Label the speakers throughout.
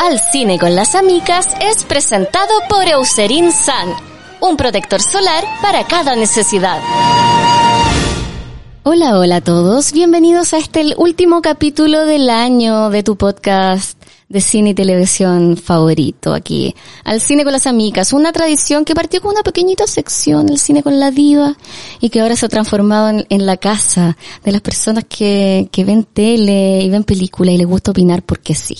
Speaker 1: Al cine con las amigas es presentado por Eucerin Sun, un protector solar para cada necesidad. Hola, hola a todos. Bienvenidos a este el último capítulo del año de tu podcast de cine y televisión favorito aquí. Al cine con las amigas, una tradición que partió con una pequeñita sección, el cine con la diva, y que ahora se ha transformado en, en la casa de las personas que, que ven tele y ven películas y les gusta opinar porque sí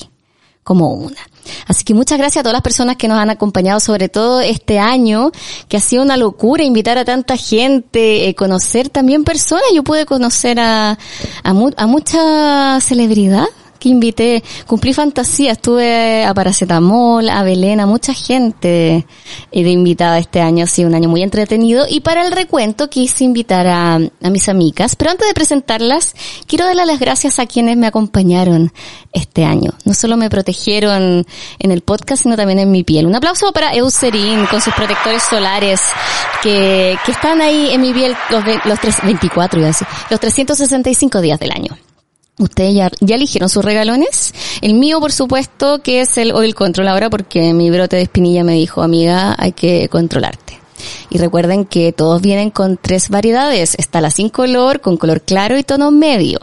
Speaker 1: como una. Así que muchas gracias a todas las personas que nos han acompañado, sobre todo este año, que ha sido una locura invitar a tanta gente, eh, conocer también personas. Yo pude conocer a, a, mu- a mucha celebridad que invité, cumplí fantasías, tuve a Paracetamol, a Belén, a mucha gente eh, de invitada este año, ha sido un año muy entretenido. Y para el recuento quise invitar a, a mis amigas, pero antes de presentarlas, quiero darle las gracias a quienes me acompañaron este año. No solo me protegieron en el podcast, sino también en mi piel. Un aplauso para Eucerin con sus protectores solares que, que están ahí en mi piel los, ve- los tres- 24, iba a decir, los 365 días del año. Ustedes ya, ya eligieron sus regalones. El mío, por supuesto, que es el oil control ahora, porque mi brote de espinilla me dijo, amiga, hay que controlarte. Y recuerden que todos vienen con tres variedades. Está la sin color, con color claro y tono medio.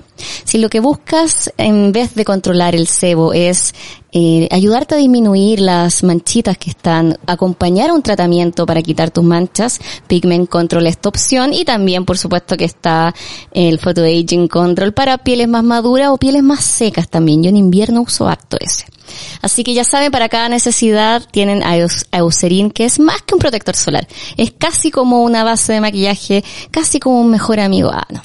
Speaker 1: Si lo que buscas, en vez de controlar el sebo, es eh, ayudarte a disminuir las manchitas que están, acompañar un tratamiento para quitar tus manchas, Pigment Control es tu opción y también por supuesto que está el Photo Aging Control para pieles más maduras o pieles más secas también. Yo en invierno uso harto ese. Así que ya saben, para cada necesidad tienen a Eus- a Eucerin, que es más que un protector solar. Es casi como una base de maquillaje, casi como un mejor amigo. Ah, no.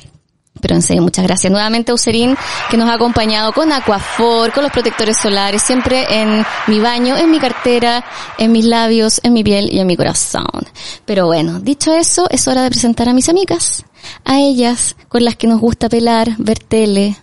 Speaker 1: Pero en serio, muchas gracias nuevamente a Userín, que nos ha acompañado con Aquafor, con los protectores solares, siempre en mi baño, en mi cartera, en mis labios, en mi piel y en mi corazón. Pero bueno, dicho eso, es hora de presentar a mis amigas, a ellas con las que nos gusta pelar, ver tele,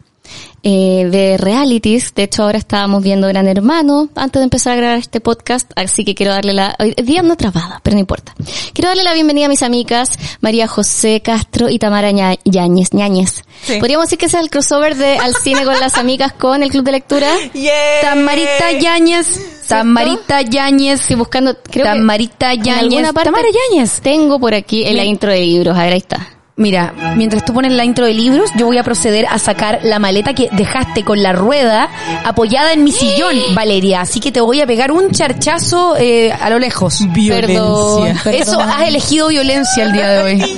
Speaker 1: eh, de realities. De hecho, ahora estábamos viendo Gran Hermano antes de empezar a grabar este podcast, así que quiero darle la... Hoy día no trabada, pero no importa. Quiero darle la bienvenida a mis amigas María José Castro y Tamara Ña- Yáñez. Ñañez.
Speaker 2: Sí.
Speaker 1: Podríamos decir que ese es el crossover de Al Cine con las amigas con el Club de Lectura.
Speaker 2: Yeah.
Speaker 3: Tamarita Yáñez, Tamarita Yáñez,
Speaker 1: Estoy buscando, creo que
Speaker 3: Tamarita
Speaker 1: en
Speaker 3: Yáñez,
Speaker 1: alguna parte
Speaker 3: Tamara Yáñez.
Speaker 1: Tengo por aquí en la
Speaker 3: Mira.
Speaker 1: intro de libros. A ver, ahí está.
Speaker 3: Mira, mientras tú pones la intro de libros, yo voy a proceder a sacar la maleta que dejaste con la rueda apoyada en mi sillón, Valeria. Así que te voy a pegar un charchazo eh, a lo lejos.
Speaker 1: Perdón, perdón.
Speaker 3: Eso, has elegido violencia el día de hoy.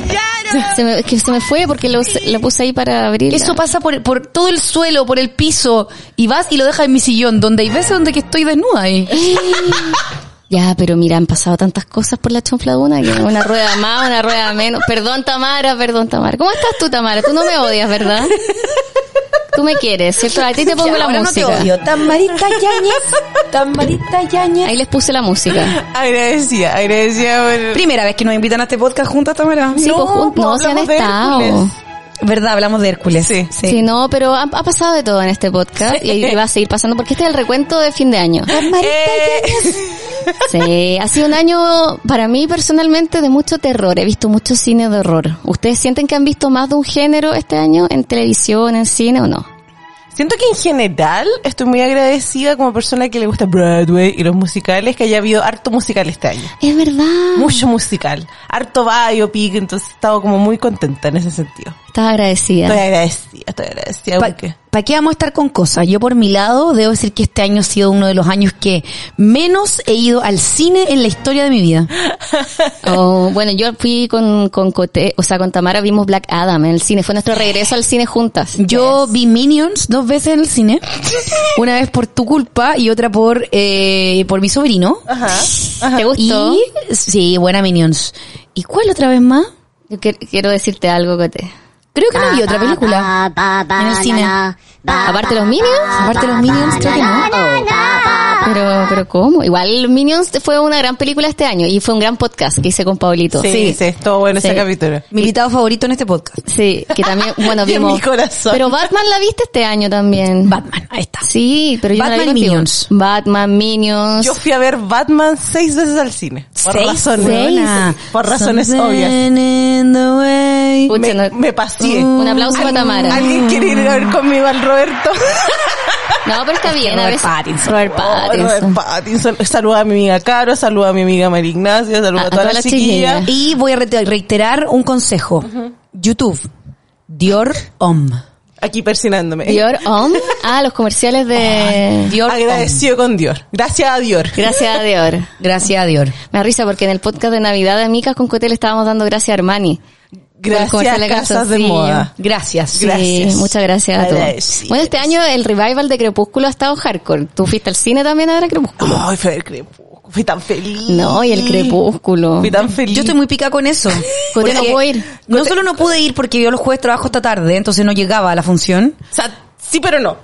Speaker 1: Se me, es que se me fue porque lo, lo puse ahí para abrir.
Speaker 3: Eso pasa por, por todo el suelo, por el piso, y vas y lo dejas en mi sillón, donde hay veces donde que estoy desnuda ahí.
Speaker 1: Ya, pero mira, han pasado tantas cosas por la chonfladuna que una rueda más, una rueda menos. Perdón, Tamara, perdón, Tamara. ¿Cómo estás tú, Tamara? Tú no me odias, ¿verdad? Tú me quieres, ¿cierto? A ti te pongo la
Speaker 3: ahora no te
Speaker 1: música.
Speaker 3: odio.
Speaker 2: Tamarita Yañez. Tamarita Yañez.
Speaker 1: Ahí les puse la música.
Speaker 2: Agradecida, agradecida por...
Speaker 3: Primera vez que nos invitan a este podcast juntas, Tamara.
Speaker 1: Sí, pues, jun-
Speaker 2: pues,
Speaker 1: no, se han
Speaker 2: hablamos de
Speaker 1: estado.
Speaker 2: Hércules.
Speaker 3: ¿Verdad? Hablamos de Hércules.
Speaker 2: Sí.
Speaker 1: Sí. no, pero ha, ha pasado de todo en este podcast y, y va a seguir pasando porque este es el recuento de fin de año.
Speaker 2: Eh,
Speaker 1: Sí, ha sido un año para mí personalmente de mucho terror. He visto mucho cine de horror. ¿Ustedes sienten que han visto más de un género este año en televisión, en cine o no?
Speaker 2: Siento que en general estoy muy agradecida como persona que le gusta Broadway y los musicales, que haya habido harto musical este año.
Speaker 1: Es verdad.
Speaker 2: Mucho musical. Harto biopic, entonces he estado como muy contenta en ese sentido.
Speaker 1: Estás agradecida.
Speaker 2: Estoy agradecida, estoy agradecida.
Speaker 3: ¿Para
Speaker 2: porque-
Speaker 3: qué vamos a estar con cosas? Yo por mi lado debo decir que este año ha sido uno de los años que menos he ido al cine en la historia de mi vida.
Speaker 1: Oh, bueno, yo fui con, con Cote, o sea, con Tamara vimos Black Adam en el cine. Fue nuestro regreso al cine juntas.
Speaker 3: Yo vi Minions dos veces en el cine, una vez por tu culpa y otra por eh, por mi sobrino.
Speaker 2: Ajá.
Speaker 1: ¿Te gustó?
Speaker 3: Y sí, buena Minions. ¿Y cuál otra vez más?
Speaker 1: Yo quer- quiero decirte algo, Cote.
Speaker 3: Creo que no vi otra película.
Speaker 4: en
Speaker 3: el cine.
Speaker 1: Aparte los Minions.
Speaker 3: Aparte los Minions, creo que no.
Speaker 1: Pero, pero ¿cómo? Igual Minions fue una gran película este año y fue un gran podcast que hice con Paulito.
Speaker 2: Sí, sí, estuvo bueno
Speaker 1: Sí.
Speaker 2: ese capítulo.
Speaker 3: Oh, Mi invitado favorito en este podcast.
Speaker 1: Sí, que también, bueno,
Speaker 2: Y en
Speaker 1: vimos.
Speaker 2: mi corazón.
Speaker 1: Pero Batman la viste este año también.
Speaker 3: Batman, ahí está.
Speaker 1: sí, pero yo no la
Speaker 3: Batman
Speaker 1: vi contigo.
Speaker 3: Minions.
Speaker 1: Batman Minions.
Speaker 2: Yo fui a ver Batman seis veces al cine. Por
Speaker 3: Seis,
Speaker 2: razones,
Speaker 3: weona.
Speaker 2: por razones
Speaker 3: Something
Speaker 2: obvias.
Speaker 3: in the way.
Speaker 1: Pucha,
Speaker 2: Me,
Speaker 1: no-
Speaker 2: me pasé.
Speaker 1: Un aplauso para Tamara.
Speaker 2: ¿Alguien quiere ir a ver conmigo al Roberto?
Speaker 1: No, pero está bien. a
Speaker 3: Robert
Speaker 1: veces,
Speaker 3: Pattinson.
Speaker 1: Robert
Speaker 2: Oh,
Speaker 1: Pattinson.
Speaker 2: Robert Pattinson. Saluda a mi amiga Caro, saluda a mi amiga María Ignacia, saluda
Speaker 1: A-
Speaker 2: a,
Speaker 1: a
Speaker 2: todas
Speaker 1: todas
Speaker 2: las
Speaker 1: las
Speaker 2: chiquillas.
Speaker 1: chiquillas.
Speaker 3: Y voy a rete- reiterar un consejo. YouTube. Dior Homme.
Speaker 2: Aquí persinándome.
Speaker 1: Dior Homme. Ah, los comerciales de...
Speaker 3: Dior Homme.
Speaker 2: Agradecido con Dior. Gracias a Dior.
Speaker 1: Gracias a Dior.
Speaker 3: Gracias a Dior.
Speaker 1: Me da risa porque en el podcast de Navidad de Amigas con Cotel estábamos dando gracias a Armani. Por
Speaker 2: Gracias
Speaker 1: comercial
Speaker 2: a
Speaker 1: de
Speaker 2: Casas de
Speaker 1: calzoncillo.
Speaker 2: Moda.
Speaker 3: Gracias.
Speaker 1: Sí,
Speaker 2: Gracias.
Speaker 1: muchas gracias a todos.
Speaker 2: Agradecidas.
Speaker 1: Bueno, este año el revival de Crepúsculo ha estado hardcore. ¿Tú fuiste al cine también a ver a Crepúsculo?
Speaker 2: Ay, fue el crepúsculo. Fui tan feliz.
Speaker 1: No, y el Crepúsculo.
Speaker 2: Fui tan feliz.
Speaker 3: Yo estoy muy pica con eso.
Speaker 1: Porque
Speaker 3: Porque
Speaker 1: no puedo ir.
Speaker 3: No solo no pude ir porque yo los jueves trabajo hasta tarde, entonces no llegaba a la función.
Speaker 2: O sea, sí, pero no.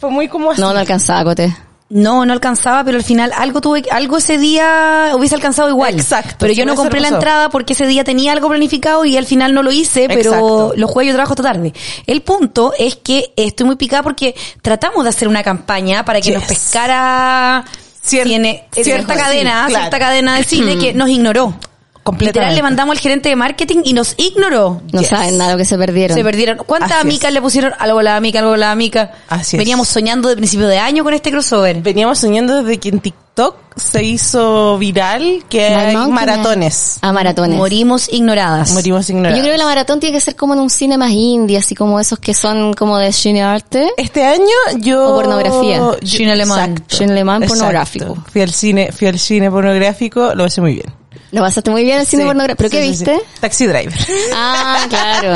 Speaker 2: Fue muy como así.
Speaker 1: No, no alcanzaba, Cote.
Speaker 3: No, no alcanzaba, pero al final algo tuve, que- algo ese día hubiese alcanzado igual.
Speaker 2: Exacto,
Speaker 3: Pero yo
Speaker 2: sí,
Speaker 3: no
Speaker 2: eso
Speaker 3: compré la
Speaker 2: pasó.
Speaker 3: entrada porque ese día tenía algo planificado y al final no lo hice, pero
Speaker 2: Exacto.
Speaker 3: los jueves yo trabajo hasta tarde. El punto es que estoy muy picada porque tratamos de hacer una campaña para que
Speaker 2: Yes.
Speaker 3: nos pescara
Speaker 2: Cier-
Speaker 3: tiene-
Speaker 2: cierto,
Speaker 3: cierta
Speaker 2: sí,
Speaker 3: cadena,
Speaker 2: claro.
Speaker 3: cierta cadena de cine que nos ignoró.
Speaker 2: Completamente.
Speaker 3: Literal, le mandamos al gerente de marketing y nos ignoró.
Speaker 1: No
Speaker 2: Yes.
Speaker 1: saben nada lo que se perdieron.
Speaker 3: Se perdieron. ¿Cuántas
Speaker 2: Así es.
Speaker 3: amicas le pusieron algo a la amica, algo a la amica?
Speaker 2: Así es.
Speaker 3: Veníamos soñando de principio de año con este crossover.
Speaker 2: Veníamos soñando desde que en TikTok se hizo viral que
Speaker 1: My
Speaker 2: hay
Speaker 1: Mountain Man.
Speaker 2: maratones.
Speaker 1: Ah, maratones.
Speaker 3: Morimos ignoradas.
Speaker 2: Morimos
Speaker 1: ah, Yo
Speaker 2: ignorados.
Speaker 1: creo que la maratón tiene que ser como en un cine más indie, así como esos que son como de cine arte.
Speaker 2: Este año yo...
Speaker 1: O pornografía.
Speaker 2: yo-
Speaker 3: Cine alemán.
Speaker 2: Exacto.
Speaker 1: Cine alemán
Speaker 2: Exacto.
Speaker 1: pornográfico.
Speaker 2: Fui al cine, fui al cine pornográfico, lo pasé muy bien.
Speaker 1: Lo pasaste muy bien en el cine
Speaker 2: Sí,
Speaker 1: pornográfico. ¿Pero
Speaker 2: sí,
Speaker 1: qué
Speaker 2: sí, sí.
Speaker 1: viste?
Speaker 2: Taxi Driver.
Speaker 1: Ah, claro.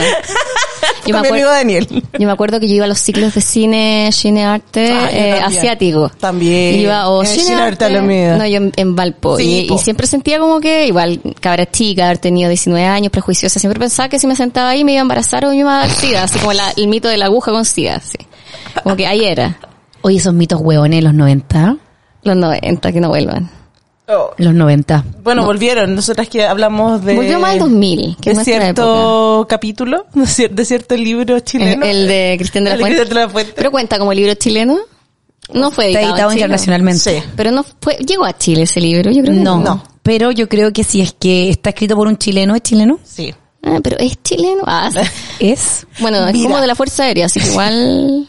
Speaker 1: Yo
Speaker 2: Con
Speaker 1: me
Speaker 2: mi amigo
Speaker 1: acuerdo.
Speaker 2: Daniel.
Speaker 1: Yo me acuerdo que yo iba a los ciclos de cine, cine arte
Speaker 2: Ah, yo
Speaker 1: eh,
Speaker 2: también.
Speaker 1: asiático.
Speaker 2: También.
Speaker 1: Iba oh, o
Speaker 2: Eh,
Speaker 1: cine,
Speaker 2: cine
Speaker 1: arte.
Speaker 2: arte a la medida.
Speaker 1: No, yo en, en Valpo.
Speaker 2: Sí,
Speaker 1: y,
Speaker 2: po.
Speaker 1: y siempre sentía como que, igual, cabra chica, haber tenido 19 años, prejuiciosa. Siempre pensaba que si me sentaba ahí me iba a embarazar o me iba a dar sida. Así como la- el mito de la aguja con sida. Así. Como que ahí era.
Speaker 3: Oye, esos mitos hueones, los 90.
Speaker 1: Los 90, que no vuelvan.
Speaker 2: Oh.
Speaker 3: Los 90.
Speaker 2: Bueno, volvieron. Nosotras que hablamos de...
Speaker 1: Volvió más al 2000, que es
Speaker 2: de
Speaker 1: nuestra
Speaker 2: cierto capítulo, de cier- de cierto libro
Speaker 1: El,
Speaker 2: chileno.
Speaker 1: Eh, el de Cristian de la
Speaker 2: El
Speaker 1: Fuente.
Speaker 2: Cristian de la Fuente.
Speaker 1: Pero cuenta como libro chileno. No fue
Speaker 3: Está
Speaker 1: editado, en
Speaker 3: editado
Speaker 1: Chile.
Speaker 3: internacionalmente.
Speaker 2: Sí.
Speaker 1: Pero no fue, llegó a Chile ese libro, yo creo que
Speaker 3: No.
Speaker 2: No.
Speaker 3: Pero yo creo que si es que está escrito por un chileno, ¿es chileno?
Speaker 2: Sí.
Speaker 1: Ah, pero es chileno. Ah, sí.
Speaker 3: Es.
Speaker 1: Bueno, es
Speaker 2: Mira.
Speaker 1: como de la Fuerza Aérea, así que igual,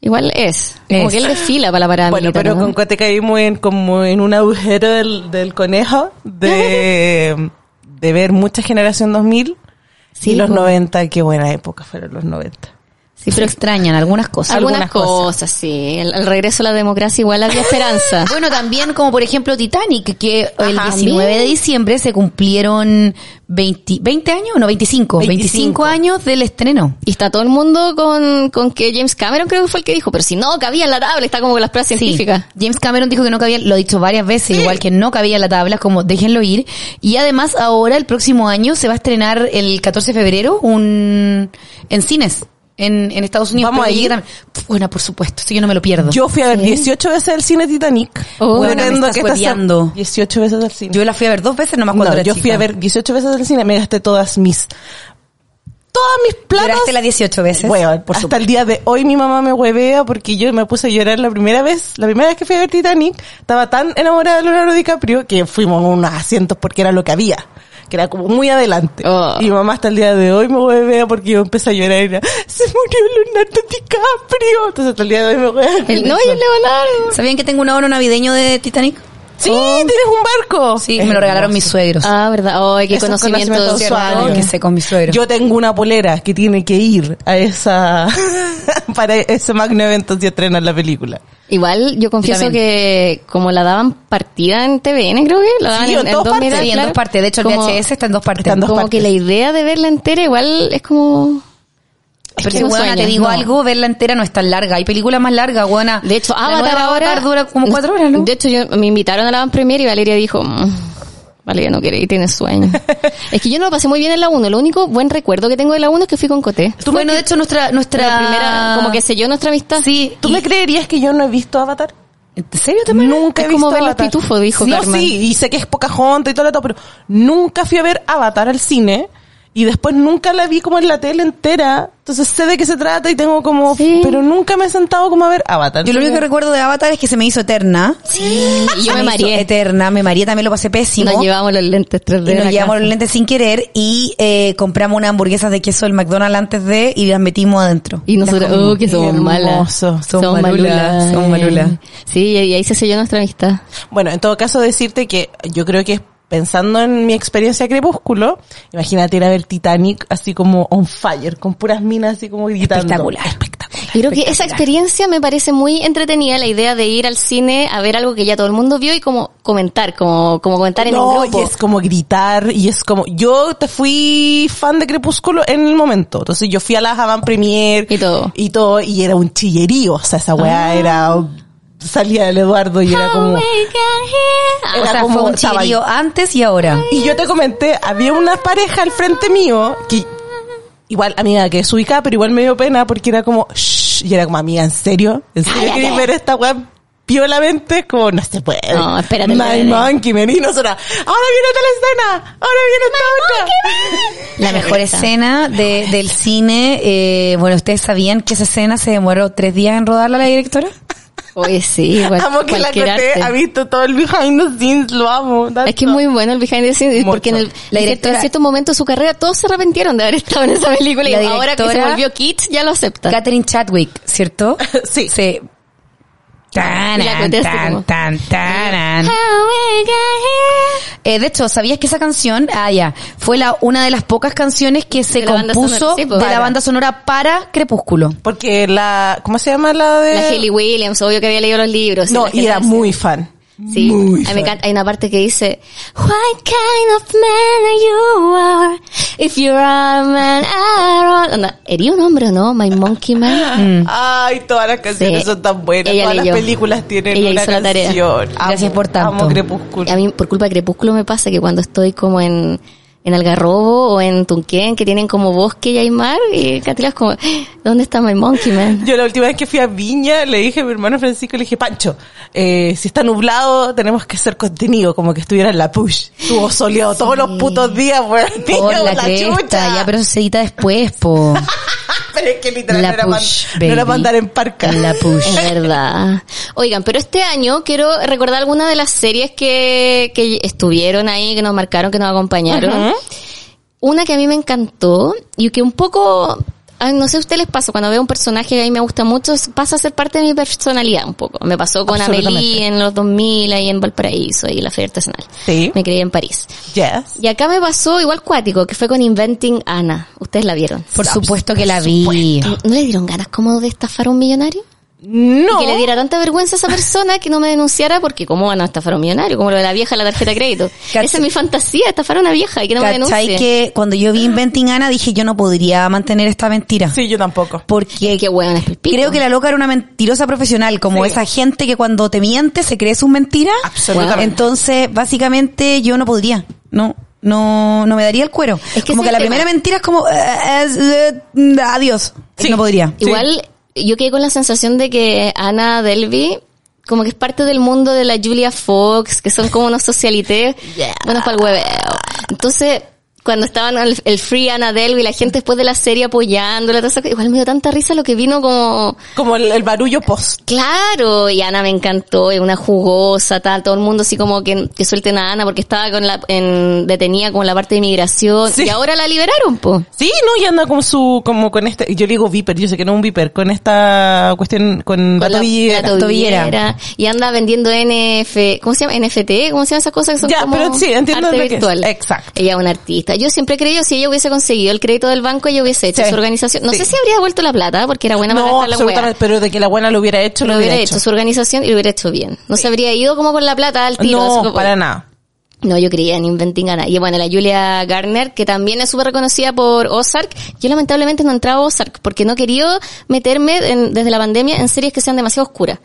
Speaker 1: igual es. Como
Speaker 3: Es.
Speaker 1: que él desfila para la parada
Speaker 2: Bueno,
Speaker 1: militar,
Speaker 2: pero
Speaker 1: ¿no?
Speaker 2: con Cote caímos en, como en un agujero del, del conejo de, de ver mucha generación 2000
Speaker 1: Sí,
Speaker 2: y los
Speaker 3: pues.
Speaker 1: po.
Speaker 2: 90. Qué buena época fueron los 90.
Speaker 3: Sí, pero extrañan algunas cosas.
Speaker 1: algunas,
Speaker 2: algunas
Speaker 1: cosas,
Speaker 2: cosas.
Speaker 1: sí. El, el regreso a la democracia igual había esperanza.
Speaker 3: Bueno, también como por ejemplo Titanic, que el
Speaker 1: Ajá,
Speaker 3: 19
Speaker 1: bien.
Speaker 3: de diciembre se cumplieron 20, 20 años, no, 25, 25,
Speaker 2: 25
Speaker 3: años del estreno.
Speaker 1: Y está todo el mundo con, con que James Cameron creo que fue el que dijo, pero si no cabía en la tabla, está como con las pruebas científicas.
Speaker 3: Sí. James Cameron dijo que no cabía, lo ha dicho varias veces, igual que no cabía en la tabla, como déjenlo ir. Y además ahora el próximo año se va a estrenar el 14 de febrero un en cines en, en Estados Unidos.
Speaker 2: ¿Vamos
Speaker 3: pero
Speaker 2: a
Speaker 3: llegue
Speaker 2: ir?
Speaker 3: también. Pf, Bueno, por supuesto, eso yo no me lo pierdo.
Speaker 2: Yo fui a ver 18 veces el cine Titanic.
Speaker 1: Oh. Buena,
Speaker 3: me
Speaker 2: Tremendo
Speaker 3: estás
Speaker 2: que esta-
Speaker 3: hueviando.
Speaker 2: 18 veces al cine.
Speaker 3: Yo la fui a ver dos veces nomás cuando
Speaker 2: No,
Speaker 3: era
Speaker 2: yo fui
Speaker 3: chica.
Speaker 2: a ver 18 veces al cine, me gasté todas mis... Todas mis platas...
Speaker 3: Lloraste las 18 veces. Ah.
Speaker 2: Bueno, hasta el día de hoy mi mamá me huevea porque yo me puse a llorar la primera vez, la primera vez que fui a ver Titanic, estaba tan enamorada de Leonardo DiCaprio que fuimos a unos asientos porque era lo que había, que era como muy adelante.
Speaker 1: Oh.
Speaker 2: Y mi mamá hasta el día de hoy me huevea porque yo empecé a llorar y era, se murió Leonardo DiCaprio. Entonces hasta el día de hoy me huevea.
Speaker 1: El, no, y el Leonardo.
Speaker 3: ¿Sabían que tengo un abono navideño de Titanic?
Speaker 2: Sí, tienes un barco.
Speaker 3: Sí,
Speaker 2: Es
Speaker 3: me lo regalaron
Speaker 2: hermoso.
Speaker 3: mis suegros.
Speaker 1: Ah, verdad. Ay, qué
Speaker 2: Eso es
Speaker 1: conocimiento,
Speaker 2: conocimiento
Speaker 1: de
Speaker 2: usuario.
Speaker 1: usuario.
Speaker 3: que sé con mis suegros.
Speaker 2: Yo tengo una polera que tiene que ir a esa, para ese magno evento si estrenan la película.
Speaker 1: Igual yo confieso
Speaker 3: también.
Speaker 1: que como la daban partida en TVN, creo que la daban
Speaker 2: Sí,
Speaker 1: en,
Speaker 2: en
Speaker 1: en
Speaker 2: todas
Speaker 1: dos
Speaker 2: partes.
Speaker 1: medias,
Speaker 3: Sí, en
Speaker 1: claro.
Speaker 3: dos partes. De hecho, el
Speaker 1: Como-
Speaker 3: VHS está en dos partes.
Speaker 2: Está en dos
Speaker 1: como que
Speaker 2: partes.
Speaker 1: la idea de verla entera igual es como
Speaker 3: Pero
Speaker 1: es
Speaker 3: es que,
Speaker 1: un
Speaker 3: huevona,
Speaker 1: sueño.
Speaker 3: te digo
Speaker 1: No.
Speaker 3: algo, verla entera no es tan larga. Hay películas más largas, huevona.
Speaker 1: de hecho
Speaker 3: La
Speaker 1: Avatar
Speaker 3: nueva
Speaker 1: ahora
Speaker 3: Avatar dura como cuatro horas, ¿no?
Speaker 1: de hecho yo, me invitaron a la van premier y Valeria dijo "Mm, Valeria no quiere y tiene sueño es que yo no lo pasé muy bien en la 1 lo único buen recuerdo que tengo de la 1 es que fui con Coté
Speaker 3: bueno, de hecho, nuestra... nuestra
Speaker 1: la primera como que selló nuestra amistad
Speaker 3: Sí.
Speaker 2: ¿Tú
Speaker 3: y-
Speaker 2: me creerías que yo no he visto Avatar?
Speaker 3: ¿En serio también?
Speaker 2: Nunca he
Speaker 1: es como
Speaker 2: visto
Speaker 1: ver los
Speaker 2: Avatar.
Speaker 1: pitufos, dijo
Speaker 2: no,
Speaker 1: Carmen.
Speaker 2: sí, y sé que es Pocahontas y todo lo otro, pero nunca fui a ver Avatar al cine Y después nunca la vi como en la tele entera. Entonces sé de qué se trata y tengo como...
Speaker 1: Sí.
Speaker 2: Pero nunca me he sentado como a ver Avatar.
Speaker 3: Yo lo único que recuerdo de Avatar es que se me hizo eterna.
Speaker 1: Sí, y yo me
Speaker 3: Se hizo
Speaker 1: mareé.
Speaker 3: Eterna, me mareé, también lo pasé pésimo.
Speaker 1: Nos llevamos los lentes 3D.
Speaker 3: Y
Speaker 1: a la
Speaker 3: nos llevamos
Speaker 1: casa.
Speaker 3: los lentes sin querer y eh, compramos unas hamburguesas de queso del McDonald's antes de y las metimos adentro.
Speaker 1: Y nosotros,
Speaker 3: Las comimos.
Speaker 1: oh, que somos
Speaker 2: Hermoso.
Speaker 1: malas.
Speaker 2: Son
Speaker 1: Somos
Speaker 3: malulas,
Speaker 1: malulas.
Speaker 3: son malulas.
Speaker 1: Sí, y ahí se selló nuestra amistad.
Speaker 2: Bueno, en todo caso decirte que yo creo que pensando en mi experiencia crepúsculo, imagínate ir a ver Titanic así como on fire, con puras minas así como gritando.
Speaker 3: Espectacular.
Speaker 2: Espectacular.
Speaker 1: Yo creo que esa experiencia me parece muy entretenida, la idea de ir al cine a ver algo que ya todo el mundo vio y como comentar, como, como comentar en
Speaker 2: No,
Speaker 1: un grupo.
Speaker 2: y es como gritar, y es como, yo te fui fan de Crepúsculo en el momento, entonces yo fui a la Havan Premier
Speaker 1: Y todo. Ah.
Speaker 2: y todo, y era un chillerío, o sea, esa weá era, salía del Eduardo y era como,
Speaker 3: O sea,
Speaker 2: como
Speaker 3: fue un
Speaker 2: estaba ahí.
Speaker 3: chillo antes y ahora.
Speaker 2: Y yo te comenté, había una pareja al frente mío que igual, amiga, que es ubicada, pero igual me dio pena porque era como, shh, y era como, amiga, ¿en serio? ¿En serio
Speaker 1: Cállate.
Speaker 2: querés ver esta weá? Piolamente, Es como, no se puede.
Speaker 1: No, espérate,
Speaker 2: My
Speaker 1: espérate.
Speaker 2: Monkey Man. Y nosotras, ahora viene tal escena, ahora viene esta otra.
Speaker 3: La mejor
Speaker 1: Esa.
Speaker 3: escena de- del cine, eh, bueno, ¿ustedes sabían que esa escena se demoró tres días en rodarla la directora?
Speaker 1: Oye, sí, igual,
Speaker 2: amo que la
Speaker 1: cualquier
Speaker 2: Coté
Speaker 1: arte.
Speaker 2: ha visto todo el behind the scenes, lo amo.
Speaker 1: Es que es muy bueno el behind the scenes,
Speaker 2: Mucho.
Speaker 1: porque en, el,
Speaker 3: La
Speaker 1: en
Speaker 3: directora-
Speaker 1: cierto- en cierto momento de su carrera todos se arrepintieron de haber estado en esa película y
Speaker 3: La
Speaker 1: ahora que se
Speaker 3: directora-
Speaker 1: volvió Kids ya lo aceptan.
Speaker 3: Catherine Chadwick, ¿cierto?
Speaker 2: Sí.
Speaker 3: Se... Tan,
Speaker 1: Y la
Speaker 3: tan,
Speaker 1: cuenta así como-
Speaker 3: tan, tan, tan. Eh, de hecho, ¿sabías que esa canción, ah, ya, fue la, una de las pocas canciones que se
Speaker 1: De la banda
Speaker 3: compuso
Speaker 1: sonora, sí, pues.
Speaker 3: de la
Speaker 1: Para.
Speaker 3: banda sonora para Crepúsculo?
Speaker 2: Porque la, ¿cómo se llama la de?
Speaker 1: La Haley Williams, obvio que había leído los libros.
Speaker 2: Eh. No,
Speaker 1: la
Speaker 2: y era
Speaker 1: Hayley-
Speaker 2: muy fan.
Speaker 1: Sí, a
Speaker 2: Muy
Speaker 1: mí me
Speaker 2: fan.
Speaker 1: encanta. Hay una parte que dice, What kind of man are you are? If you're a man, are Onda, ¿Hería un hombre o no? My monkey man.
Speaker 3: Mm.
Speaker 2: Ay, todas las canciones
Speaker 1: Sí.
Speaker 2: son tan buenas.
Speaker 1: Ella
Speaker 2: todas
Speaker 1: leyó.
Speaker 2: las películas tienen
Speaker 1: Ella
Speaker 2: una
Speaker 1: hizo la tarea.
Speaker 2: canción.
Speaker 3: Gracias por tanto.
Speaker 2: Amo Crepúsculo.
Speaker 1: A mí, por culpa de Crepúsculo, me pasa que cuando estoy como en, en Algarrobo o en Tunquén, que tienen como bosque y hay mar, y Catila es como, ¿dónde está my monkey man?
Speaker 2: Yo la última vez que fui a Viña le dije a mi hermano Francisco, le dije, Pancho, eh, si está nublado tenemos que hacer contenido, como que estuviera en la push. Estuvo soleado todos los putos días, weón.
Speaker 3: Por
Speaker 2: Niño,
Speaker 3: la, cresta,
Speaker 2: chucha.
Speaker 3: ya, pero eso se edita después, po.
Speaker 2: Pero es que literal
Speaker 3: La
Speaker 2: no, era pa-
Speaker 3: push,
Speaker 2: no era
Speaker 3: baby.
Speaker 2: para andar en parca.
Speaker 3: La push.
Speaker 1: Es verdad. Oigan, pero este año quiero recordar algunas de las series que, que estuvieron ahí, que nos marcaron, que nos acompañaron.
Speaker 2: Ajá.
Speaker 1: Una que a mí me encantó y que un poco, ay, no sé a ustedes les pasa, cuando veo un personaje que a mí me gusta mucho, pasa a ser parte de mi personalidad un poco. Me pasó con
Speaker 2: Absolutamente.
Speaker 1: Amelie en los 2000, ahí en Valparaíso, ahí en la Feria Artesanal.
Speaker 2: Sí.
Speaker 1: Me crié en París.
Speaker 2: Yes.
Speaker 1: Y acá me pasó igual cuático, que fue con Inventing Anna. Ustedes la vieron.
Speaker 3: Por supuesto que la vi.
Speaker 1: ¿No no le dieron ganas como de estafar a un millonario?
Speaker 2: No.
Speaker 1: Y que le diera tanta vergüenza a esa persona que no me denunciara porque cómo van a estafar a un millonario, como lo de la vieja de la tarjeta de crédito.
Speaker 3: Cach-
Speaker 1: Esa es mi fantasía, estafar a una vieja y que no me
Speaker 3: ¿Cachai
Speaker 1: denuncie.
Speaker 3: que cuando yo vi Inventing Anna dije yo no podría mantener esta mentira?
Speaker 2: Sí, yo tampoco.
Speaker 3: Porque
Speaker 1: Qué weón es el pico.
Speaker 3: creo que la loca era una mentirosa profesional, como
Speaker 2: Sí.
Speaker 3: esa gente que cuando te miente se cree sus mentiras.
Speaker 2: Absolutamente.
Speaker 3: Entonces, básicamente yo no podría. No, no, no me daría el cuero.
Speaker 1: Es que
Speaker 3: como
Speaker 1: ese
Speaker 3: que la
Speaker 1: es el
Speaker 3: primera
Speaker 1: tema.
Speaker 3: mentira es como, eh, es, eh, mm, adiós.
Speaker 2: Sí.
Speaker 3: No podría.
Speaker 2: Sí.
Speaker 1: Igual yo quedé con la sensación de que Ana Delvey como que es parte del mundo de la Julia Fox, que son como unos socialites buenos para el hueveo. Entonces, cuando estaban el, el free Ana Delvey, la gente después de la serie apoyándola, toda esa cosa, igual me dio tanta risa lo que vino como...
Speaker 2: Como el, el barullo post.
Speaker 1: Claro, y Ana me encantó, es una jugosa, tal, todo el mundo así como que, que suelten a Ana porque estaba con la, en, detenida con la parte de inmigración
Speaker 2: Sí.
Speaker 1: y ahora la liberaron, po.
Speaker 2: Sí, no, y anda con su, como con este, yo le digo viper, yo sé que no es un viper, con esta cuestión, con,
Speaker 1: Con
Speaker 2: la tobillera.
Speaker 1: la tobillera. Y anda vendiendo NF, ¿cómo se llama? NFT, ¿cómo se llaman esas cosas que son
Speaker 2: Ya,
Speaker 1: como
Speaker 2: pero sí, entiendo
Speaker 1: arte
Speaker 2: lo que es.
Speaker 1: virtual?
Speaker 2: Exacto.
Speaker 1: Ella es una artista. Yo siempre he creído si ella hubiese conseguido el crédito del banco, ella hubiese hecho
Speaker 2: Sí.
Speaker 1: su organización. No
Speaker 2: Sí.
Speaker 1: sé si habría devuelto la plata porque era buena para
Speaker 2: No,
Speaker 1: gastar la wea.
Speaker 2: absolutamente, pero de que la buena lo hubiera hecho,
Speaker 1: Lo hubiera hecho su organización y lo hubiera hecho bien. No se habría ido como con la plata al tiro. así
Speaker 2: No,
Speaker 1: como-
Speaker 2: para nada.
Speaker 1: No, yo creía en Inventing Anna. Y bueno, la Julia Garner, que también es súper reconocida por Ozark. Yo lamentablemente no entraba a Ozark porque no quería meterme en- desde la pandemia en series que sean demasiado oscuras.